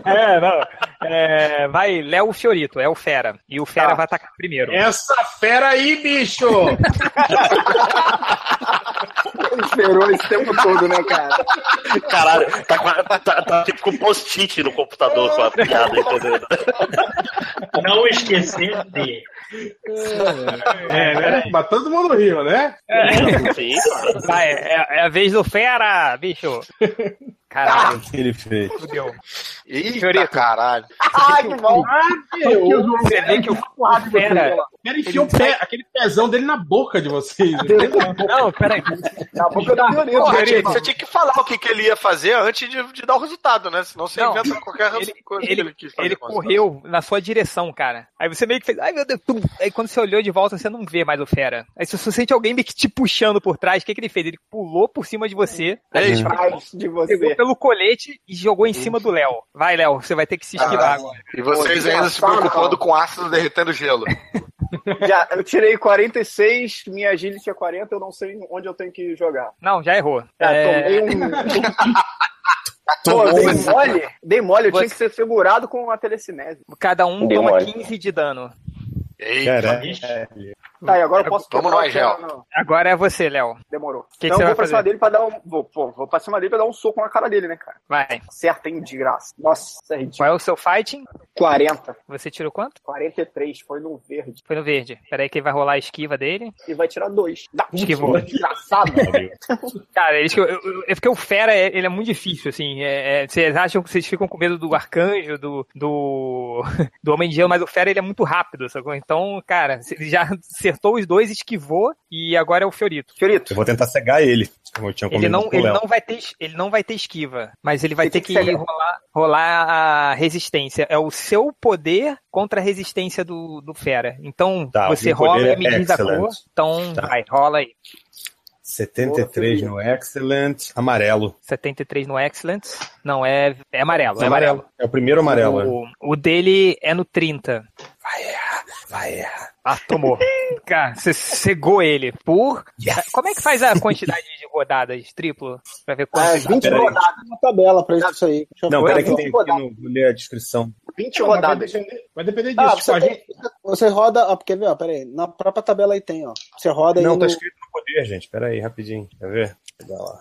S1: É, não. É, vai Léo Fiorito, é o Fera. E o Fera
S3: Tá.
S1: vai atacar primeiro.
S3: Essa fera aí, bicho!
S12: Esperou esse tempo todo, né, cara?
S2: Caralho, tá, com a- tá, tá tipo com post-it no computador com a piada, entendeu?
S15: Não esquecer de.
S3: É, né? Mas todo mundo riu, né?
S1: Vai, é, é a vez do Fera, bicho. Caralho,
S16: que ele fez?
S1: fudeu.
S5: Eita, caralho.
S12: Ah, que bom.
S3: É,
S1: Você vê que o o Fera.
S3: Ele enfiou o pé, aquele pezão dele na boca de vocês.
S1: Não, peraí.
S12: Na boca do Fiorito.
S5: Porra, tinha-
S12: Fiorito.
S5: você tinha que falar o que, que ele ia fazer antes de, de dar o resultado, né? Senão você
S1: Não,
S5: inventa qualquer coisa que ele quis fazer.
S1: Ele
S5: com o
S1: correu na sua direção, cara. Aí você meio que fez. Ai, meu Deus. tum. Aí quando você olhou de volta, você não vê mais o Fera. Aí você só sente alguém meio que te puxando por trás. O que, que ele fez? Ele pulou por cima de você.
S5: É isso.
S12: Atrás de
S1: Pegou
S12: você.
S1: pelo colete e jogou em cima do Léo. Vai, Léo, você vai ter que se esquivar agora.
S5: E vocês
S12: Pô,
S5: ainda se
S12: engraçado,
S5: preocupando com ácido derretendo gelo.
S12: Já, eu tirei 46, minha agility é 40, eu não sei onde eu tenho que jogar.
S1: Não, já errou.
S12: Já
S1: É,
S12: tomei um. Pô, eu dei
S5: um-
S12: mole, dei mole, eu tinha que ser segurado com a telecinese.
S1: Cada um
S10: Deu
S1: toma
S10: mole.
S1: 15 de dano.
S12: Tá, e agora eu posso
S5: É, Vamos
S12: trocar
S5: nós,
S12: o cara,
S5: Gel.
S12: não.
S1: Agora é você, Léo.
S12: Demorou.
S1: que
S12: então
S1: você
S12: eu
S1: vai
S12: vou pra cima
S1: fazer?
S12: dele pra dar um. Vou, pô, vou pra cima dele pra dar um soco na cara dele, né, cara?
S1: Vai.
S12: Certo, hein, de graça. Nossa, isso é ridículo.
S1: Qual é o seu fighting?
S12: 40.
S1: Você tirou quanto?
S12: 43, foi no verde.
S1: Foi no verde. Peraí que ele vai rolar a esquiva dele.
S12: E vai tirar dois. Dá, um
S1: Esquivou.
S12: Desgraçado.
S1: Cara, eles, eu, eu- é porque o Fera, é- ele é muito difícil, assim. É, é, vocês acham que vocês ficam com medo do Arcanjo, do, do, do Homem de Gelo, mas o Fera, ele é muito rápido, sacou? Então, cara, ele já acertou os dois, esquivou, e agora é o Fiorito.
S12: Fiorito.
S16: Eu vou tentar cegar ele. Como eu tinha
S1: Ele
S16: combinado
S1: não,
S16: com o
S1: ele,
S16: Léo.
S1: não vai ter, es- ele não vai ter esquiva, mas ele vai
S12: Ele
S1: ter que
S12: tem que ser-
S1: rolar, rolar a resistência. É o seu poder contra a resistência do, do fera. Então
S16: Tá, o
S1: você
S16: meu
S1: rola
S16: poder
S1: e
S16: é
S1: me diz a
S16: excellent.
S1: cor. Então
S16: Tá.
S1: vai, rola aí.
S16: 73 no Excellent. Amarelo.
S1: 73 no Excellent. Não, é, é amarelo.
S16: É
S1: É amarelo.
S16: amarelo. É o primeiro amarelo. né?
S1: O, o dele é no 30. Vai errar, vai errar. Ah, tomou. Cara, você cegou ele por. Como é que faz a quantidade de rodadas? Triplo? Pra ver quanto.
S8: Ah, 20
S16: Peraí.
S8: rodadas na tabela pra
S1: Tá.
S8: isso aí. Deixa eu
S16: Não,
S8: ver.
S16: peraí que
S8: 20
S16: tem aqui
S8: rodadas.
S16: no, vou ler a descrição.
S12: 20
S3: Não, mas vai,
S12: rodadas.
S3: depender, vai depender disso.
S8: Ah,
S3: tipo,
S8: você,
S3: a gente...
S8: você roda, ó, porque vê, ó, peraí, na própria tabela aí tem, ó. Você roda
S16: Não,
S8: aí
S16: tá
S8: no-
S16: escrito no poder, gente. Peraí, rapidinho. Quer ver? Deixa eu dar lá.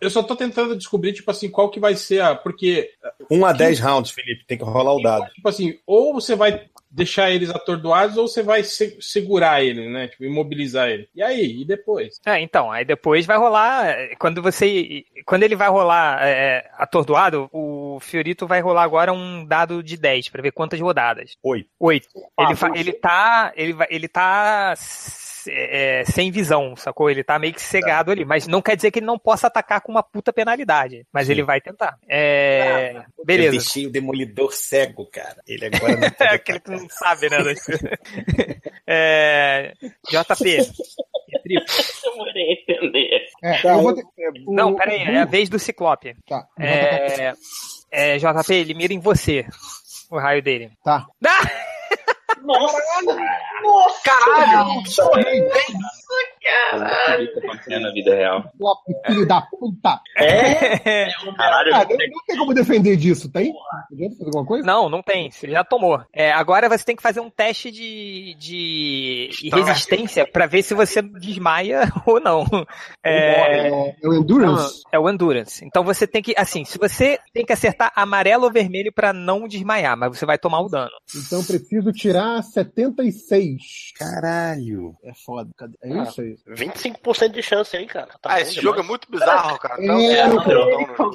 S3: Eu só tô tentando descobrir, tipo assim, qual que vai ser a. Porque
S16: 1 a 10 rounds, Felipe. Tem que rolar o dado.
S3: tipo assim, ou você vai deixar eles atordoados ou você vai se- segurar ele, né? Tipo, imobilizar ele. E aí? E depois?
S1: É, então, aí depois vai rolar. é, Quando você. Quando ele vai rolar é, atordoado, o Fiorito vai rolar agora um dado de 10 pra ver quantas rodadas.
S16: Oito.
S1: Oito. ele, fa-
S12: puxa.
S1: ele tá. Ele, vai- ele tá. se- é, sem visão, sacou? Ele tá meio que cegado ali. Mas não quer dizer que ele não possa atacar com uma puta penalidade. Mas ele vai tentar. É,
S16: Eu
S1: beleza.
S16: deixei o demolidor cego, cara. Ele agora não
S1: É aquele que não sabe, né? É, JP.
S10: Eu morei entender.
S23: É,
S8: Tá,
S23: eu vou
S8: eu-
S23: ter...
S1: Não,
S23: o-
S1: peraí, é a vez do Ciclope.
S23: Tá.
S1: É, é, JP, ele mira em você. O raio dele.
S23: Tá.
S1: Ah,
S10: Caralho,
S5: Caralho!
S10: isso acontecendo na vida real.
S23: Ciclope, filho da puta.
S2: Caralho,
S23: Ah, não não tem como defender disso, tem? Adianta fazer alguma coisa?
S1: não, não tem. Você já tomou. É, agora você tem que fazer um teste de, de resistência pra ver se você desmaia ou não. É,
S23: É, é o Endurance?
S1: é o endurance. Então você tem que, assim, se você tem que acertar amarelo ou vermelho pra não desmaiar, mas você vai tomar o dano.
S23: Então eu preciso tirar 76.
S16: Caralho.
S23: É foda. Cadê? É isso aí.
S2: 25% de chance, hein, cara. Tá
S5: Ah,
S2: bom
S5: esse
S2: demais.
S5: jogo é muito bizarro, cara. Não,
S23: É,
S5: não,
S23: não,
S5: não, não,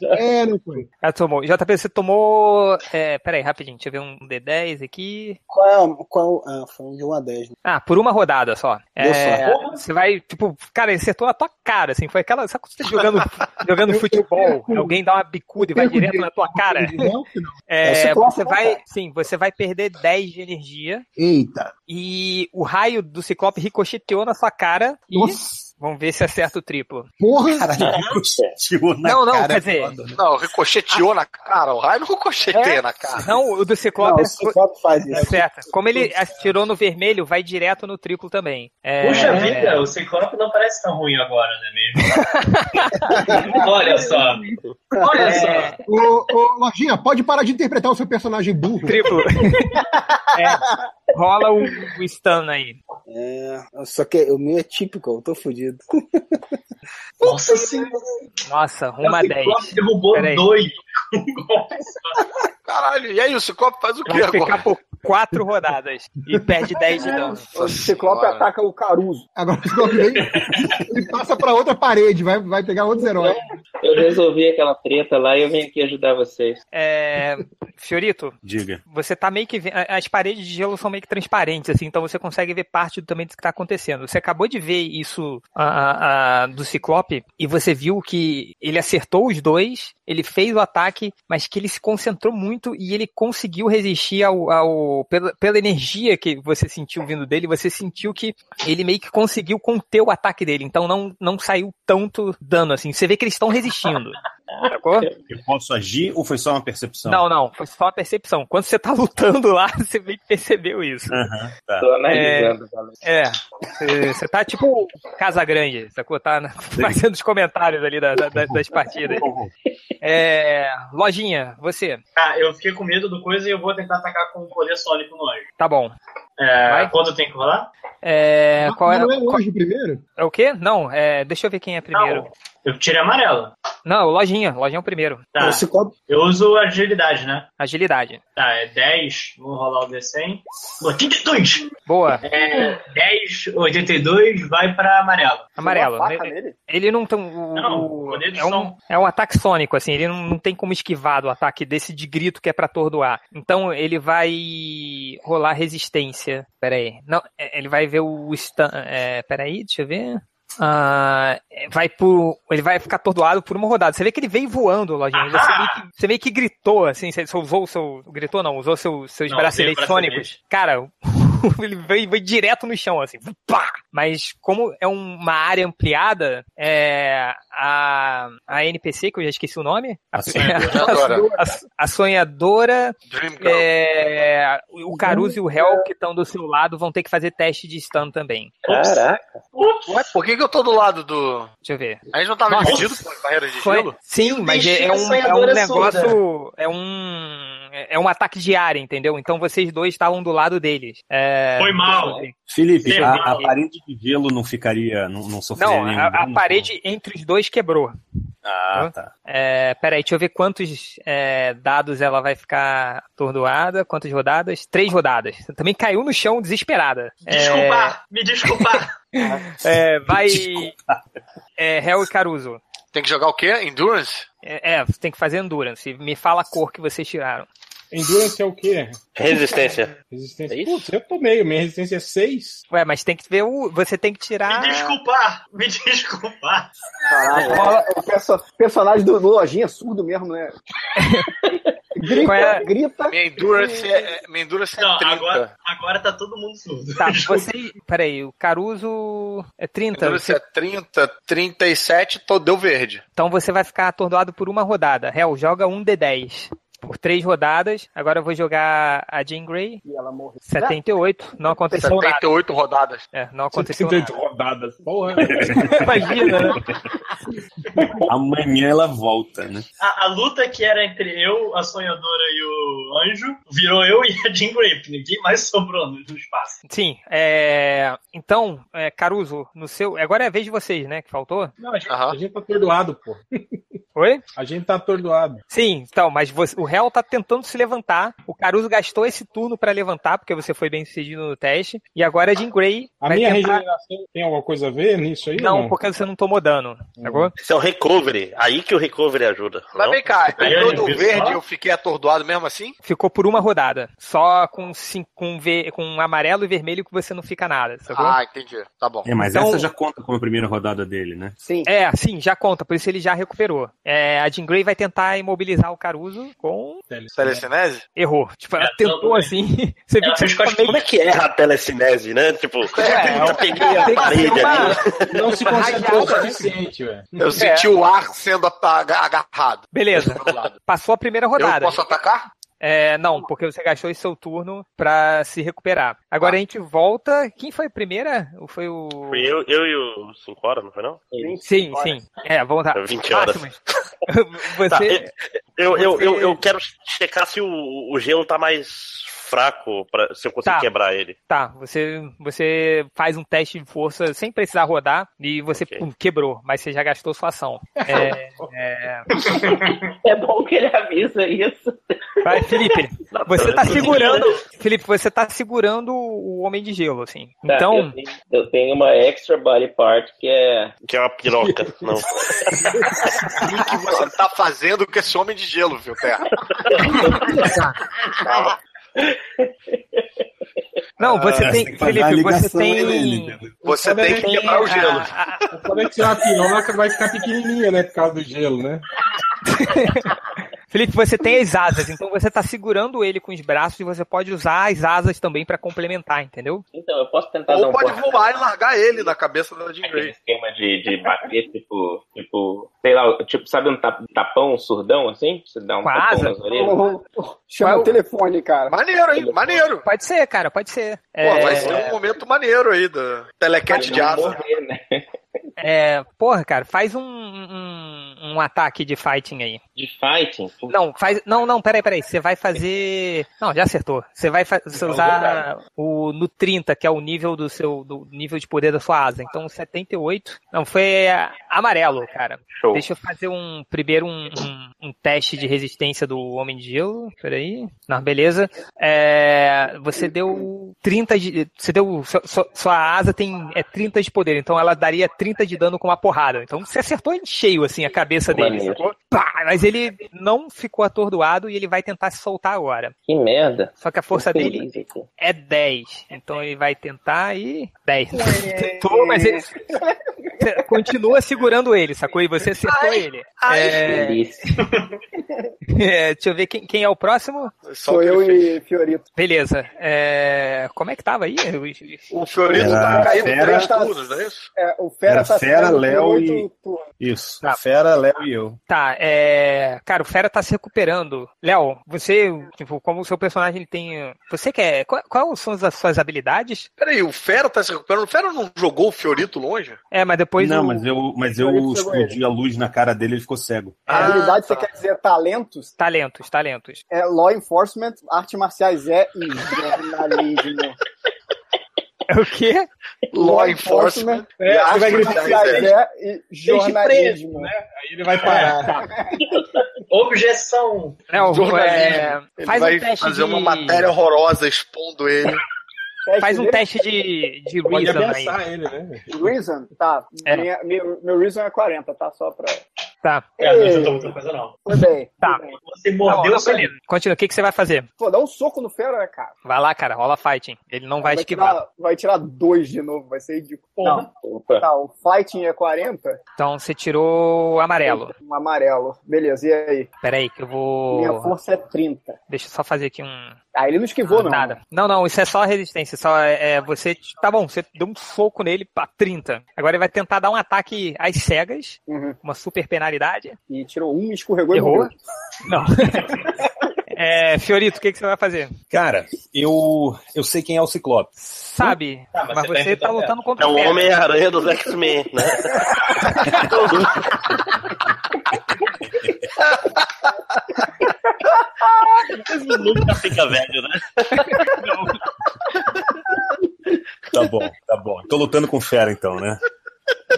S5: não.
S23: É, não foi.
S1: Já tomou. JP, você tomou. É, peraí, rapidinho, deixa eu ver um D10 aqui.
S8: Qual, qual, ah, foi um de 1 a 10. né?
S1: Ah, por uma rodada só.
S8: Deu
S1: É, você vai, tipo, cara, ele acertou na tua cara, assim, foi aquela, sabe quando você tá jogando, jogando futebol, alguém dá uma bicuda e vai
S23: perco
S1: direto
S23: de-
S1: na tua cara?
S23: Não, que não.
S1: É,
S8: Essa é a tua
S1: você vai, sim, você vai perder 10 de energia
S23: Eita.
S1: e o raio do Ciclope ricocheteou na sua cara. E... Vamos ver se acerta o triplo.
S7: Porra!
S16: ricocheteou
S1: na Não, não,
S8: é
S1: cara, quer dizer-
S8: né?
S5: Não, ricocheteou na cara. O raio não ricocheteia
S1: É?
S5: na cara.
S1: Não, o do Ciclope, é
S5: Não, o Ciclope
S1: faz
S5: isso.
S1: É Certo. Como ele tirou no vermelho, vai direto no triplo também. É,
S15: Puxa vida, o Ciclope não parece tão ruim agora, não é mesmo? Olha só.
S1: é,
S15: Olha só.
S23: Ô, ô, Lojinha, pode parar de interpretar o seu personagem burro.
S1: Triplo. É, Rola o, o stun aí.
S8: É, só que o meu é típico, eu tô fudido.
S15: Nossa senhora.
S1: Nossa, uma
S15: O
S1: 10.
S15: Ciclope derrubou
S1: Peraí.
S15: dois.
S5: Caralho, e aí o Ciclope faz o quê
S1: Vai ficar
S5: agora?
S1: por 4 rodadas e perde 10 de dano.
S5: O Ciclope
S23: ataca
S8: o Caruso.
S23: Agora o Ciclope vem e passa pra outra parede, vai, vai pegar outros heróis.
S10: Eu resolvi aquela treta lá e eu vim aqui ajudar vocês.
S1: É, Fiorito,
S16: Diga.
S1: você tá meio que vendo. As paredes de gelo são meio que transparentes, assim, então você consegue ver parte do- também do que tá acontecendo. Você acabou de ver isso ah, ah, ah, do Ciclope e você viu que ele acertou os dois, ele fez o ataque, mas que ele se concentrou muito e ele conseguiu resistir ao. ao- pela, pela energia que você sentiu vindo dele, você sentiu que ele meio que conseguiu conter o ataque dele, então não, não saiu tanto dano, assim. Você vê que eles estão resistindo. Sacou?
S16: Eu posso agir ou foi só uma percepção?
S1: Não, não, foi só a percepção. Quando você tá lutando lá, você meio que percebeu isso.
S16: Aham, tá.
S10: Tô analisando, valeu.
S1: É, é, você tá tipo Casa Grande, sacou? Tá na- fazendo os comentários ali da- da- das, das partidas. É, lojinha, você.
S15: Ah, eu fiquei com medo do coisa e eu vou tentar atacar com um o poder sônico no anjo.
S1: Tá bom.
S15: É,
S1: Vai.
S15: quando tem que rolar?
S1: É, qual é,
S23: Não é
S1: qual-
S23: hoje primeiro?
S1: é o quê? Não, é, deixa eu ver quem é primeiro.
S15: eu tirei amarelo.
S1: Não, lojinha, lojinha é o primeiro.
S23: Ah,
S15: Tá. Eu uso agilidade, né?
S1: Agilidade.
S15: Tá, é 10. Vou rolar o D100. 82!
S1: Boa.
S15: É, 10, 82 vai pra amarelo.
S1: Amarelo. né?
S15: Uma faca
S1: Ele, ele não tem. um, o-
S15: Não,
S1: o-
S15: poder de
S1: é, um,
S15: som.
S1: é um ataque sônico, assim. Ele não, não tem como esquivar do ataque desse de grito que é pra atordoar. Então ele vai rolar resistência. Pera aí. Não, é, ele vai ver o. Stun, é, pera aí, deixa eu ver. Ah, é, vai por. Ele vai ficar atordoado por uma rodada. Você vê que ele veio voando, Lojinha. Você
S15: Ah.
S1: meio, que, você meio que gritou, assim. Você usou o seu. Gritou, não, usou seu, seus
S15: Não,
S1: braceletes
S15: usei o bracelete.
S1: sônicos. Cara, ele veio, veio direto no chão, assim. Pá! Mas como é uma área ampliada, é, a, a NPC, que eu já esqueci o nome, a,
S5: É, sonhadora.
S1: a, a sonhadora,
S5: Girl.
S1: é, o Caruso e o Hel que estão do seu lado vão ter que fazer teste de stun também.
S10: Caraca.
S5: Ué, por que, que eu tô do lado do.
S1: Deixa eu ver.
S5: A gente não tava
S1: Nossa.
S5: dividido por barreira de
S1: Foi-
S5: gelo?
S1: Sim, mas é, é um, é um
S15: sonhadora
S1: negócio. É um. É um ataque de área, entendeu? Então vocês dois estavam do lado deles. É,
S15: Foi mal.
S1: deixa eu ver.
S16: Felipe,
S1: Sim,
S16: a,
S1: não.
S16: a parede de gelo não ficaria, não, não sofreria
S1: Não,
S16: nenhum
S1: a, a
S16: dano? então?
S1: parede entre os dois quebrou.
S16: Ah, tá.
S1: É, peraí, deixa eu ver quantos é, dados ela vai ficar atordoada. Quantas rodadas? Três rodadas. Também caiu no chão desesperada.
S15: Desculpa, me desculpar.
S1: É, é, vai. É, Hel e Caruso.
S5: Tem que jogar o quê? Endurance?
S1: É, é, você tem que fazer endurance. Me fala a cor que vocês tiraram.
S11: Endurance é o quê?
S2: Resistência.
S11: Resistência.
S1: É
S11: Putz, eu tomei. Minha resistência é 6.
S1: Ué, mas tem que ver o. Você tem que tirar.
S15: Me desculpar, me desculpar.
S12: o perso- personagem do, do Lojinha é surdo mesmo, né? grita,
S1: Qual é?
S12: grita.
S5: Minha endurance é, é- minha endurance é
S15: Não,
S5: 30.
S15: agora, agora tá todo mundo surdo.
S1: Tá, vocês. Peraí, o Caruso é 30.
S5: Endurance é
S1: Você...
S5: 30, 37, tô, deu verde.
S1: Então você vai ficar atordoado por uma rodada. Hel, joga um D10. Por três rodadas. Agora eu vou jogar a Jean Grey.
S12: E ela morreu.
S1: 78. Não
S5: um
S1: aconteceu nada.
S5: 78 rodadas.
S1: É, não aconteceu
S11: 78
S1: nada.
S11: rodadas. Porra.
S1: Imagina, né?
S16: Amanhã ela volta, né?
S15: A, a luta que era entre eu, a sonhadora e o anjo, virou eu e a Jean Grey. Ninguém mais sobrou no no espaço.
S1: Sim, é... então, é, Caruso, no seu. Agora é a vez de vocês, né? Que faltou?
S11: Não, a gente, a gente tá atordoado, pô.
S1: Oi?
S11: A gente tá atordoado.
S1: Sim, então, mas você- o réu tá tentando se levantar. O Caruso gastou esse turno pra levantar, porque você foi bem sucedido no teste. E agora a Jean Grey
S11: A
S1: vai
S11: minha
S1: tentar-
S11: regeneração tem alguma coisa a ver nisso aí?
S1: Não, porque você não tomou dano. Sacou?
S11: Hum.
S2: Isso é um recovery. Aí que o recovery ajuda.
S5: Mas
S2: não?
S5: vem cá,
S2: Aí
S5: em
S2: é
S5: todo
S2: difícil,
S5: verde
S2: não?
S5: eu fiquei atordoado mesmo assim?
S1: Ficou por uma rodada. Só com, cin- com, ve- com amarelo e vermelho que você não fica nada, sacou?
S5: Ah, entendi. Tá bom.
S28: É, mas
S1: Então-
S28: essa já conta como a primeira rodada dele, né?
S1: Sim. É, sim, já conta, por isso ele já recuperou. É, a Jean Grey vai tentar imobilizar o Caruso com.
S5: Telecinese?
S1: Errou. Tipo,
S2: É,
S1: ela tentou assim. Você viu que você ficou meio.
S2: Como é que erra a telecinese, né? Tipo, eu peguei a
S1: É, tem que
S2: parede
S1: ser uma-
S2: ali. né?
S11: Não se concentrou o suficiente, velho.
S5: Eu senti o ar sendo apa- agarrado.
S1: Beleza. Passou a primeira rodada.
S5: Eu posso atacar?
S1: É, não, porque você gastou esse seu turno pra se recuperar. Agora a gente volta. Quem foi a primeira? Ou Foi o.
S2: Fui eu, eu e o 5 horas, não foi não?
S1: Sim, sim. É, vamos lá.
S2: 20 horas.
S1: Máximos. Você-
S2: Tá, eu, eu,
S1: você-
S2: eu, eu quero checar se o, o gelo tá mais fraco, pra, se eu consigo
S1: Tá.
S2: quebrar ele.
S1: Tá, você, você faz um teste de força sem precisar rodar e você pum, quebrou, mas você já gastou sua ação. É, é...
S10: É bom que ele avisa isso.
S1: Vai, Felipe, você tá segurando. Felipe, você tá segurando o homem de gelo, assim.
S10: Tá,
S1: Então.
S10: eu tenho- eu tenho uma extra body part que é.
S2: Que é uma piroca. Não.
S5: O que você tá fazendo com esse homem de gelo, viu, Terra?
S1: Não, você
S16: Tá,
S5: Ah,
S1: tem.
S5: tem que fazer a
S1: Felipe, você
S5: ligação
S1: tem. um
S5: aí nele. Você tem que quebrar o gelo.
S11: Quando é que tirar a piroca, vai ficar pequenininha, né? Por causa do gelo, né?
S1: Felipe, você tem as asas, então você tá segurando ele com os braços e você pode usar as asas também pra complementar, entendeu?
S10: Então, eu posso tentar dar
S5: Ou
S10: um
S5: pode
S10: porra-
S5: voar e largar ele na cabeça da Jean Grey.
S10: esquema de, de bater, tipo, tipo, sei lá, tipo, sabe um tap- tapão surdão assim? Você dá um
S1: Com a
S10: tapão
S1: asa?
S10: nas orelhas.
S1: Chama o
S12: telefone, cara.
S5: Maneiro, hein? Maneiro.
S1: Pode ser, cara, pode ser.
S5: Pô, vai ser um momento maneiro aí da telequete de asa.
S1: É, porra, cara, faz um, um, um ataque de fighting aí.
S10: De fighting?
S1: Não, faz. Não, não, peraí, peraí. Você vai fazer. Não, já acertou. Você vai fa- você usar o no 30, que é o nível do seu. do nível de poder da sua asa. Então 78. Não, foi é, amarelo, cara.
S10: Show.
S1: Deixa eu fazer um. Primeiro um, um, um teste de resistência do Homem de Gelo. Peraí. Não, beleza. É, você deu 30 de. Você deu. Sua, sua- sua asa tem é 30 de poder, então ela daria 30 de dano com uma porrada. Então você acertou em cheio, assim, a cabeça dele.
S10: Maneiro.
S1: sacou? Pá, mas ele não ficou atordoado e ele vai tentar se soltar agora.
S10: Que merda.
S1: Só que a força
S10: Tô
S1: dele
S10: feliz aqui.
S1: é 10. Então ele vai tentar e. 10. Tentou, mas ele. Você Continua segurando ele, sacou? E você acertou ele. É, é, deixa eu ver quem, quem é o próximo.
S12: Sou eu e Fiorito.
S1: Beleza. É, como é que tava aí?
S5: O tá
S1: Fiorito
S16: Era tava caído Ah, Fera- tá três
S5: turnos, não é isso?
S12: o
S16: Era
S12: Fera tá
S16: Fera,
S12: sendo
S16: Léo
S12: muito-
S16: e. Isso. Fera, Léo e eu.
S1: Tá, é. Cara, o Fera tá se recuperando. Léo, você, tipo, como o seu personagem tem. Você quer. Qual, quais são as suas habilidades?
S5: Peraí, o Fera tá se recuperando. O Fera não jogou o Fiorito longe?
S1: É, mas depois.
S16: não,
S1: o-
S16: mas eu, mas
S1: Ele
S16: eu
S1: pegou
S16: escondi a luz na cara dele e ele ficou cego.
S12: habilidade, você quer dizer talentos?
S1: Talentos, talentos.
S12: É law enforcement, artes marciais é e jornalismo.
S1: O quê?
S5: Law enforcement. tá
S12: É,
S5: e
S12: você vai gritar
S5: artes
S12: marciais
S5: marciais.
S12: é e jornalismo.
S11: Aí ele vai parar.
S15: Objeção.
S1: Não,
S5: Jornalismo.
S1: é,
S5: Ele
S1: faz
S5: vai
S1: um teste
S5: fazer
S1: de...
S5: uma matéria horrorosa expondo ele.
S1: Faz um
S12: dele?
S1: teste de, de
S12: Pode
S1: reason aí.
S12: ameaçar
S11: ele, né?
S12: Reason? Tá.
S1: É.
S12: Minha- meu, meu reason é 40, tá? Só pra.
S1: Tá.
S12: É, não adiantou
S15: muita coisa, não.
S12: Foi bem.
S1: Tá.
S15: Você mordeu
S1: Não,
S15: o apelido.
S1: Continua, o que, que você vai fazer?
S12: Pô, dá um soco no Fera, né, cara?
S1: Vai lá, cara, rola fighting. Ele não
S12: é
S1: vai, esquivar.
S12: tirar, vai tirar dois de novo, vai ser ridículo.
S1: Porra.
S12: Não. Tá, o fighting é 40,
S1: Então você tirou o amarelo.
S12: um amarelo. Beleza, e aí?
S1: Peraí, que eu
S12: Minha
S1: vou.
S12: força é 30.
S1: Deixa eu só fazer aqui um.
S12: Ah, ele não esquivou, não.
S1: Nada. Não, não, isso é só resistência. Só é, é, você. Tá bom, você deu um soco nele pra 30. Agora ele vai tentar dar um ataque às cegas. Uma super penalidade.
S12: E tirou um, escorregou e
S1: Errou?
S12: morreu.
S1: Não. é, Fiorito, o que, que você vai fazer?
S16: Cara, eu, eu sei quem é o Ciclope.
S1: Sabe, mas, você tá lutando contra
S2: É o
S1: Fera.
S2: Homem-Aranha dos X-Men, né? Isso nunca fica velho, né?
S16: Tá bom, tá bom. Tô lutando com o Fera então, né?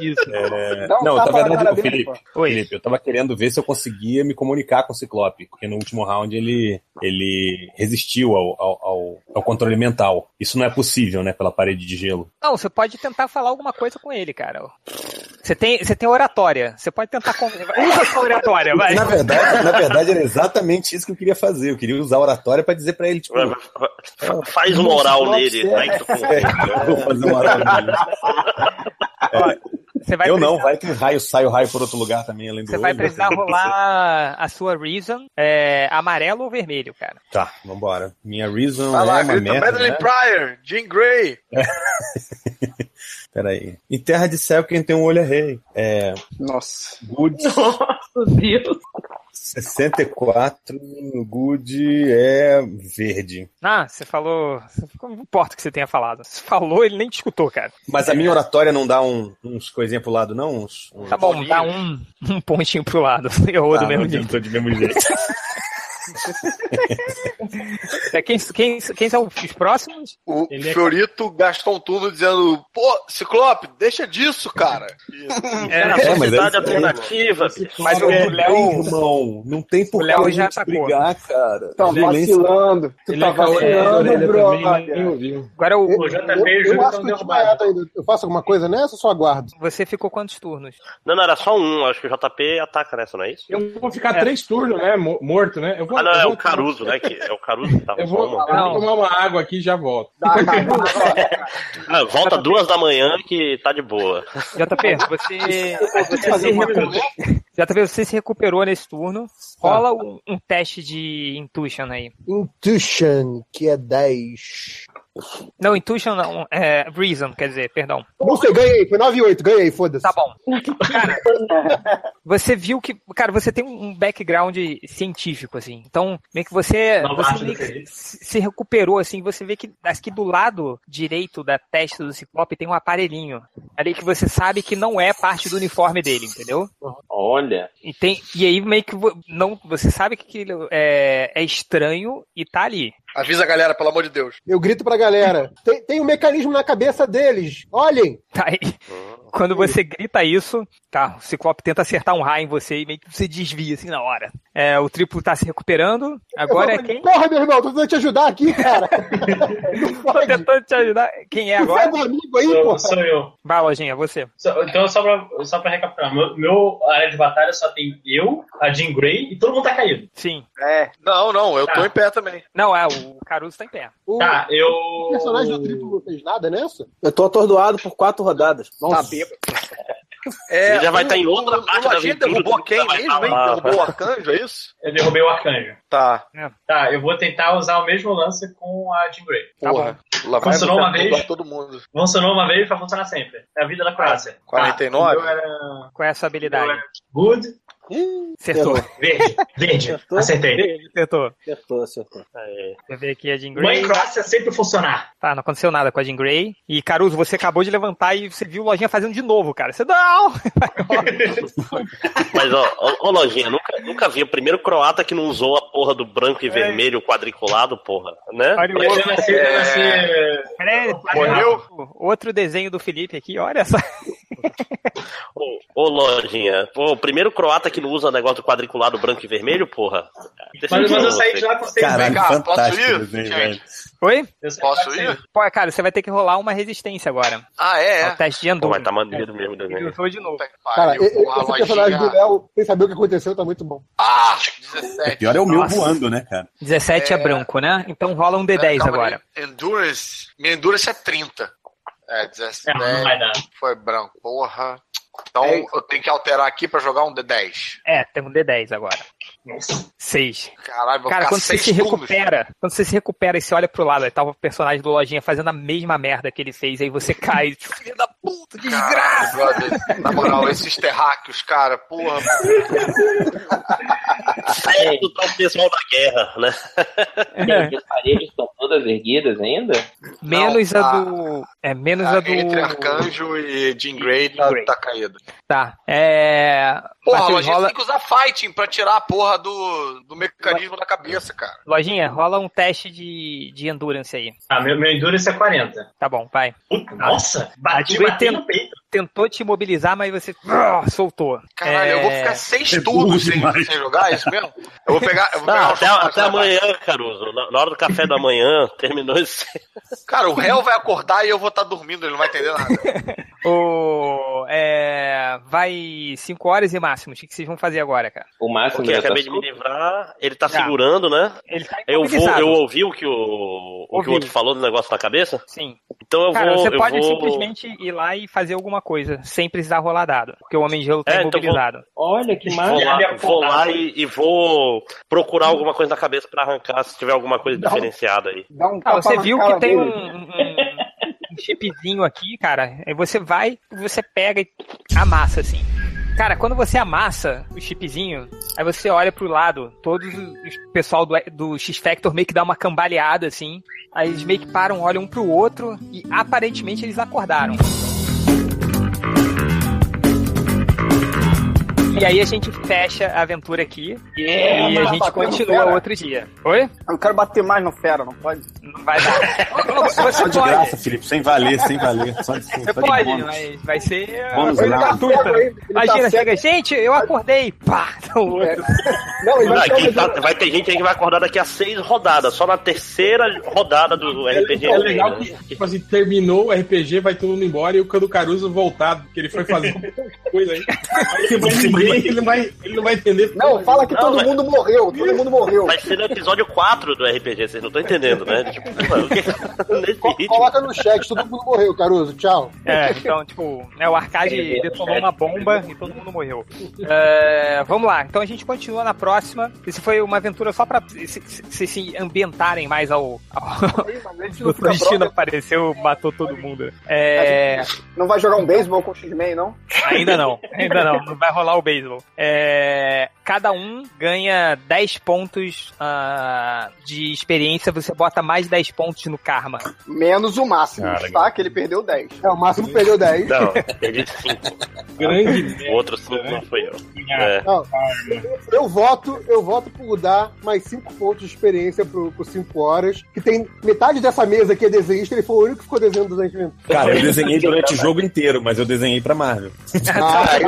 S1: Isso.
S16: É,
S12: Dá um
S16: Não, eu
S12: tapa
S16: tava, na
S12: na cara
S16: verdade, ô,
S12: dele,
S16: Felipe,
S12: pô. Oi.
S16: Felipe, eu tava querendo ver se eu conseguia me comunicar com o Ciclope, porque no último round ele, ele resistiu ao, ao, ao- ao controle mental. Isso não é possível, né, pela parede de gelo.
S1: Não, você pode tentar falar alguma coisa com ele, cara. Você tem, você tem oratória. Você pode tentar. con- Usa sua oratória, vai.
S16: Na verdade, na verdade, era exatamente isso que eu queria fazer. Eu queria usar a oratória pra dizer pra ele, tipo.
S2: Fa- Faz uma oral nele. tá? Vai que tu
S16: É, vou fazer uma oral nele.
S1: Você vai
S16: eu não,
S1: precisar-
S16: vai que raio sai o raio por outro lugar também, além do
S1: Você vai
S16: olho.
S1: precisar um- rolar a sua reason é, amarelo ou vermelho, cara.
S16: Tá, vambora. Minha reason
S1: Vai lá,
S16: é uma
S1: grita,
S16: merda,
S1: Madeline
S16: né?
S5: Pryor, Jean Grey.
S16: Peraí. Em terra de céu, quem tem um olho é rei. É...
S12: Nossa.
S16: Good.
S12: Nossa, Deus.
S16: 64. Good é verde.
S1: Ah, você falou. Não importa o que você tenha falado. Você falou, ele nem te escutou, cara.
S16: Mas a minha oratória não dá um- uns coisinha pro lado, não? Uns, uns...
S1: Tá bom, dá um, um pontinho pro lado. Errou
S16: Ah,
S1: do mesmo
S16: não
S1: jeito. tá
S16: adiantou de mesmo jeito.
S1: É, quem, quem, quem são os próximos?
S5: O
S1: é
S5: Fiorito gastou um turno dizendo: pô, Ciclope, deixa disso, cara.
S2: É, na sociedade alternativa. bicho.
S5: Mas
S16: Não
S5: o
S16: tem,
S5: Léo-
S16: é, irmão, não tem por
S5: O Léo
S16: que
S5: já
S16: a gente
S5: atacou.
S16: brigar, cara.
S5: Tá
S16: Violência-
S5: vacilando. Tu Ele tá acabou de vacilando,
S7: orelha
S12: é
S7: também,
S5: brother.
S7: nem
S1: Agora o,
S7: Eu,
S23: tá
S7: eu, eu
S23: então
S7: acho que eu, desmaiado ainda. eu faço alguma coisa nessa ou só aguardo?
S1: Você ficou quantos turnos?
S2: Não, não, era só um. Acho que o JP ataca nessa, não é isso?
S3: Eu vou ficar três turnos, né? mo- Morto, né? Eu vou,
S2: Ah, não,
S3: eu
S2: é
S3: vou-
S2: o Caruso, né? Que é o Caruso que tava
S3: Eu vou,
S2: só
S3: eu vou
S2: uma.
S3: tomar uma água aqui e já volto.
S2: Ah, volta duas da manhã que tá de boa.
S1: JP, você, você, se recuperou, JP, você se recuperou nesse turno. Rola um, um teste de intuition aí.
S7: Intuition, que é 10.
S1: Não, intuition não. É, reason, quer dizer, perdão.
S7: Não sei, ganhei. Foi 9 e 8. Ganhei, foda-se. Tá
S1: bom. Você viu que, cara, você tem um background científico, assim. Então, meio que você,
S15: Não
S1: você
S15: basta,
S1: meio que
S15: acredito.
S1: se se recuperou, assim. Você vê que aqui do lado direito da testa do Ciclope tem um aparelhinho. Ali que você sabe que não é parte do uniforme dele, entendeu?
S29: Olha.
S1: E, tem, e aí meio que vo- não, você sabe que aquilo é, é estranho e tá ali.
S5: Avisa a galera, pelo amor de Deus.
S7: Eu grito pra galera. Tem, tem um mecanismo na cabeça deles. Olhem.
S1: Tá aí. Quando você grita isso, tá, o Ciclope tenta acertar um raio em você e meio que você desvia assim na hora. É, o triplo tá se recuperando. Agora é
S7: Eu falo pra
S1: quem.
S7: ele, Porra, meu irmão, tô tentando te ajudar aqui, cara.
S1: Tô tá tentando te ajudar. Quem é
S7: Tu
S1: agora?
S7: faz um amigo aí,
S1: Sou-
S7: porra.
S1: sou eu. Vai, Lojinha, você.
S15: Só- Então, só pra, só pra recapitular, meu, meu área de batalha só tem eu, a Jean Grey e todo mundo tá caído.
S1: Sim.
S15: É.
S5: Não, não, eu tô em pé também.
S1: Não, é, o Caruso tá em pé.
S15: Tá, eu.
S7: O personagem do triplo não fez nada né, nessa?
S30: Eu tô atordoado por quatro rodadas.
S16: Tá
S30: Nossa.
S5: É,
S2: Ele já vai estar em outra parte da
S5: gente
S2: aventura,
S5: derrubou
S2: tudo
S5: quem
S2: vai
S5: mesmo, hein?
S2: falar.
S5: Derrubou o arcanjo, é isso?
S15: Eu derrubei o arcanjo.
S5: Tá.
S15: Tá, eu vou tentar usar o mesmo lance com a Jean Grey. Tá
S5: Porra.
S15: bom.
S5: Lá vai
S15: Funcionou uma
S5: atordoar
S15: vez.
S5: todo mundo.
S15: Funcionou uma vez, vai funcionar sempre. É a vida da Croácia. Tá,
S5: 49?
S15: o meu era-
S1: Qual é a sua habilidade?
S15: Good.
S1: Acertou.
S15: Verde. Verde. Acertei.
S1: Acertou.
S30: Acertou, acertou.
S2: É.
S1: Você vê aqui a Jean Grey.
S15: Mãe Croácia sempre funcionar.
S1: Tá, não aconteceu nada com a Jean Grey. E Caruso, você acabou de levantar e você viu o Lojinha fazendo de novo, cara. Você não!
S2: Mas, ó, ó, ó, Lojinha, nunca, nunca vi. O primeiro croata que não usou a porra do branco e vermelho quadriculado, porra, né?
S1: Olha o outro.
S5: É,
S1: Peraí,
S2: Morreu?
S1: Outro desenho do Felipe aqui, olha só.
S2: Ô, Lojinha, pô, o primeiro croata que não usa negócio do quadriculado branco e vermelho, porra.
S15: Mas, mas eu saí de lá com seis
S2: Caraca,
S15: Vem cá,
S2: fantástico
S15: posso ir?
S2: desenho,
S15: Gente,
S2: velho.
S1: Oi?
S5: Posso ir?
S1: Pô, cara, você vai ter que rolar uma resistência agora.
S5: Ah, é?
S1: É o teste de Andor.
S2: Vai tá maneiro mesmo o desenho.
S1: Foi de novo.
S5: Ah,
S7: Cara, eu, eu,
S5: porra,
S7: esse personagem do
S5: lojinha.
S7: Léo, sem saber o que aconteceu, tá muito bom.
S5: Ah!
S16: O pior é o meu
S1: Nossa.
S16: voando, né, cara?
S1: 17 é...
S5: É.
S1: branco, né? Então rola um D10
S5: Calma
S1: agora.
S5: aí. Endurance. Minha endurance é 30. É, 17.
S1: É, não vai dar.
S5: Foi branco. Porra. Então
S1: É.
S5: eu tenho que alterar aqui pra jogar um D10.
S1: É, tem um D10 agora. 6.
S5: Caralho, vou
S1: Cara,
S5: ficar
S1: quando você
S5: seis
S1: se
S5: turnos.
S1: recupera, quando você se recupera e você olha pro lado, aí tá o personagem do Lojinha fazendo a mesma merda que ele fez, aí você cai. Filho da puta,
S5: Caralho, brother. Na moral, esses terráqueos, cara, porra.
S2: Certo, tá o pessoal da guerra, né?
S29: E As paredes estão todas erguidas ainda?
S1: Menos
S5: Não,
S1: a
S5: tá.
S1: do. É, menos
S5: Ah,
S1: a do.
S5: Entre Arcanjo e Jean Grey tá, tá caído.
S1: Tá. É.
S5: Porra,
S1: Matheus,
S5: mas a gente
S1: rola-
S5: tem que usar fighting pra tirar a porra do, do mecanismo da cabeça, cara.
S1: Lojinha, rola um teste de, de endurance aí.
S15: Ah, meu, meu endurance é 40.
S1: Tá bom, vai.
S15: Nossa, bati,
S1: Ele
S15: bati
S1: ten-
S15: no peito.
S1: Tentou te imobilizar, mas você ah, soltou. É,
S5: Caralho, eu vou ficar seis turnos sem, sem jogar, é isso mesmo? Eu vou pegar. Eu vou pegar
S2: Ah,
S5: um
S2: até,
S5: jogo-
S2: até amanhã, Caruso. Na, na hora do café da manhã, terminou esse.
S5: tá Cara, o réu vai acordar e eu vou estar dormindo, ele não vai entender nada.
S1: O, é, vai 5 horas e máximo. O que que vocês vão fazer agora, cara?
S15: O máximo
S2: Ok,
S15: já
S2: acabei de
S15: tá
S2: me livrar. Ele tá
S1: Tá.
S2: segurando, né?
S1: Ele tá
S2: eu, vou,
S1: imobilizado.
S2: eu ouvi o que o, o, que
S1: Ouvi.
S2: o outro falou do negócio na cabeça?
S1: Sim.
S2: Então eu
S1: Cara,
S2: vou.
S1: você
S2: eu
S1: pode
S2: vou-
S1: simplesmente ir lá e fazer alguma coisa, sem precisar rolar dado, porque o Homem de Gelo tá
S2: É, então
S1: imobilizado.
S3: Olha que
S2: Vou lá, vou lá e, e vou procurar alguma coisa na cabeça pra arrancar se tiver alguma coisa diferenciada aí.
S31: Dá um
S1: Ah,
S31: tapa
S1: você
S31: na
S1: viu
S31: cara
S1: que tem um,
S31: dele.
S1: um- um chipzinho aqui, cara. Aí você vai, você pega e amassa, assim. Cara, quando você amassa o chipzinho, aí você olha pro lado, todos os o pessoal do, do X-Factor meio que dá uma cambaleada, assim. Aí eles meio que param, olham um pro outro e aparentemente eles acordaram. E aí a gente fecha a aventura aqui e a gente continua outro dia. Oi? Eu
S12: não quero bater mais no fera, não pode?
S1: Não vai dar. Você
S16: Só Tá de
S1: pode.
S16: graça, Felipe, sem valer, sem valer. Só de, só
S1: Você
S16: de
S1: pode,
S16: bônus.
S1: mas vai ser.
S16: Vamos
S1: coisa
S16: lá.
S1: gratuita.
S16: Ele tá
S1: Imagina,
S16: cego.
S1: chega, gente, eu acordei. Pá, tá outro.
S31: Não,
S2: Ah, quem tá- vai ter gente aí que vai acordar daqui a seis rodadas, só na terceira rodada do RPG.
S1: tá
S3: É legal que, tipo assim, terminou o RPG, vai todo mundo embora e o Cadu Caruso voltado, porque ele foi fazer uma coisa aí. Aí ele vai entender, ele não vai, ele não vai entender.
S31: Não, fala que
S2: Não,
S31: todo
S2: mas-
S31: mundo morreu, todo mundo morreu.
S2: Vai ser no episódio 4 do RPG, vocês não estão entendendo, né? Tipo, mano, o que- nesse ritmo.
S7: Coloca no chat, todo mundo morreu, Caruso. Tchau.
S1: É, então, tipo, né, o arcade
S7: É,
S1: detonou
S7: é.
S1: uma bomba e todo mundo morreu. É, vamos lá, então a gente continua na próxima. Isso foi uma aventura só pra se, se, se ambientarem mais ao. ao... O Destino apareceu, matou todo mundo. É.
S12: Não vai jogar um beisebol com o X-Men, não?
S1: Ainda não, ainda não. Não vai rolar o beisebol. É, cada um ganha 10 pontos ah, de experiência. Você bota mais 10 pontos no karma.
S12: Menos o máximo,
S1: Cara,
S12: tá? Que ele perdeu 10.
S7: É, o máximo perdeu 10.
S2: Não, perdi 5.
S3: Grande
S2: O outro 5 não foi eu. É.
S7: Não, eu voto, eu voto por dar mais 5 pontos de experiência pro, pro 5 horas. Que tem metade dessa mesa que é desenhista, ele foi o único que ficou desenhando desenho de aventura.
S16: Cara, eu desenhei durante o jogo inteiro, mas eu desenhei pra Marvel.
S7: Ai,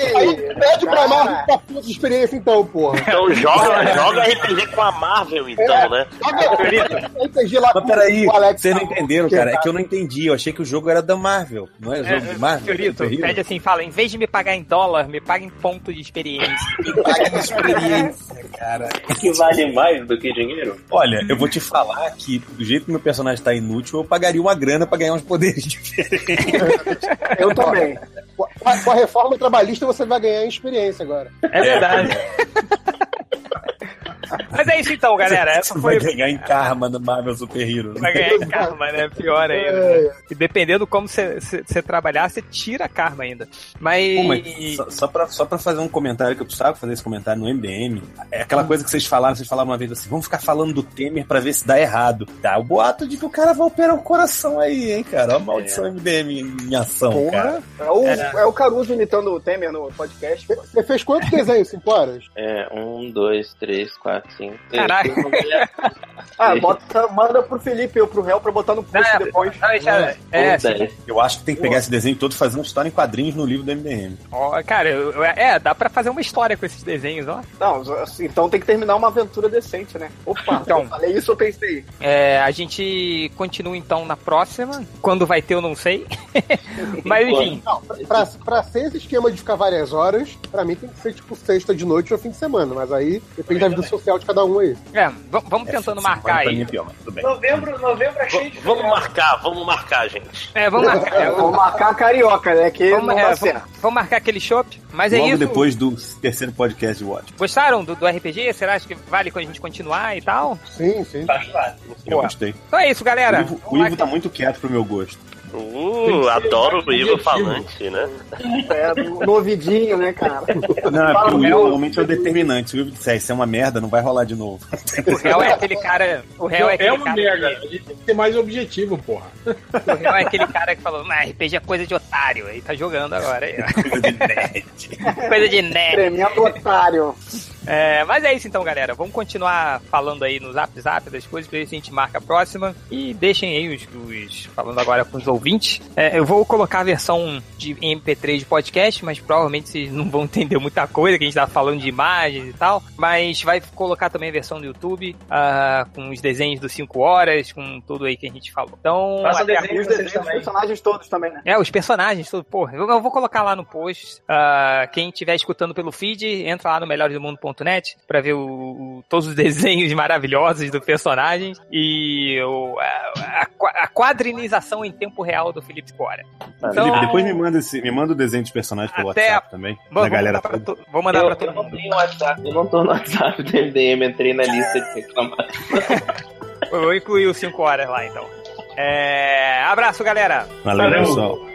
S7: aí pede pra Marvel pra pontos de experiência então, porra.
S2: Então joga, joga RPG com a Marvel, então, né?
S7: RPG Tá lá
S16: Mas peraí, vocês não entenderam, cara. É que eu não entendi. Eu achei que o jogo era da Marvel. Não é jogo de Marvel?
S1: Fiorito,
S16: Superhero?
S1: pede assim, fala, em vez de me pagar em dólar, me paga em ponto de experiência.
S16: experiência, cara.
S15: que vale mais do que dinheiro?
S16: Olha, eu vou te falar que do jeito que meu personagem tá inútil, eu pagaria uma grana pra ganhar uns poderes diferentes.
S7: Eu também. Com a, com a reforma trabalhista você vai ganhar experiência agora.
S1: É verdade. Mas é isso então, galera. Essa
S16: Você
S1: foi.
S16: vai ganhar em karma no Marvel Super Hero.
S1: Vai ganhar em karma, né? Pior ainda.
S16: É.
S1: né? E dependendo como você- você você trabalhar, você tira karma ainda. Mas.
S16: Pô, mas só, só, pra, só pra fazer um comentário que eu precisava fazer esse comentário no MDM, é aquela coisa que vocês falaram, vocês falaram uma vez assim, vamos ficar falando do Temer pra ver se dá errado. Tá, o boato de que o cara vai operar o coração aí, hein, cara? Ó a
S1: É.
S16: maldição MDM em, em ação, cara.
S12: É o, é o Caruso imitando o Temer no podcast.
S7: Você fez quanto desenho, 5 horas?
S15: É, um, dois, três, quatro, cinco. seis.
S12: Caralho. Ah, bota, manda pro Felipe ou pro réu pra botar no post depois.
S1: é,
S16: eu acho que tem que pegar esse desenho todo e fazer uma história em quadrinhos no livro do MDM.
S1: Ó, cara, eu- eu- é, dá pra fazer uma história com esses desenhos, ó.
S12: Não, assim, então tem que terminar uma aventura decente, né? Opa,
S1: Então.
S12: eu falei isso, eu pensei.
S1: É, a gente continua então na próxima. Quando vai ter, eu não sei. Mas enfim.
S7: Não, pra- pra, pra ser esse esquema de ficar várias horas, pra mim tem que ser tipo sexta de noite ou fim de semana. Mas aí depende da vida social de cada um aí.
S1: É, v- vamos tentando marcar
S16: pra mim
S1: aí.
S16: é pior, mas tudo bem.
S32: Novembro, novembro é cheio de
S2: Vamos marcar, vamos marcar, gente.
S1: É, vamos marcar. É,
S12: Vou marcar a carioca, né? Que
S1: vamos,
S12: não
S1: é,
S12: dá
S1: vamos-
S12: certo.
S1: vamos marcar aquele shopping. Mas é
S16: Logo
S1: isso.
S16: depois do terceiro podcast de Watch.
S1: Gostaram do, do RPG? Será que vale quando a gente continuar e tal?
S7: Sim, sim.
S16: Eu gostei.
S1: Então é isso, galera.
S16: o Ivo, o Ivo tá muito quieto pro meu gosto.
S2: Uh, adoro o Ivo falante, né?
S12: É, no, no ouvidinho, né, cara?
S16: Não, é porque o
S12: Fala,
S16: Will
S12: Léo.
S16: realmente é o determinante. Se o Will disser isso é uma merda, não vai rolar de novo.
S1: O réu é aquele cara. O réu é aquele
S3: É uma
S1: cara.
S3: merda. A gente tem que ter mais objetivo, porra.
S1: O réu é aquele cara que falou, "Mas RPG é coisa de otário. Aí tá jogando agora. aí, ó. coisa de nerd.
S12: Tremendo otário.
S1: É, mas é isso então, galera. Vamos continuar falando aí no zap zap das coisas, pra ver se a gente marca a próxima. E deixem aí os, os- falando agora com os ouvintes. É, eu vou colocar a versão de MP3 de podcast, mas provavelmente vocês não vão entender muita coisa, que a gente tá falando de imagens e tal. Mas vai colocar também a versão do YouTube, ah, com os desenhos dos 5 horas, com tudo aí que a gente falou. Então,
S12: Faça
S1: até a
S12: desenho, os
S1: próxima.
S12: desenhos dos personagens todos também, né?
S1: É, os personagens, tudo, porra. Eu, eu vou colocar lá no post. ah, quem estiver escutando pelo feed, entra lá no melhoresdomundo.net pra ver o- o- todos os desenhos maravilhosos do personagem e o- a, a qua- a quadrinização em tempo real do Felipe Cora.
S28: Tá,
S1: Então,
S28: Felipe, depois me manda, esse, me manda o desenho de personagem pelo
S1: Até
S28: WhatsApp
S1: a-
S28: também.
S1: Vamos-
S28: da galera
S1: vamos vou mandar
S10: eu,
S1: pra todo
S10: eu não tenho WhatsApp, eu não tô no WhatsApp do MDM, entrei na lista de reclamados.
S1: eu vou incluir o 5 horas lá então. É, abraço, galera.
S28: Valeu, pessoal.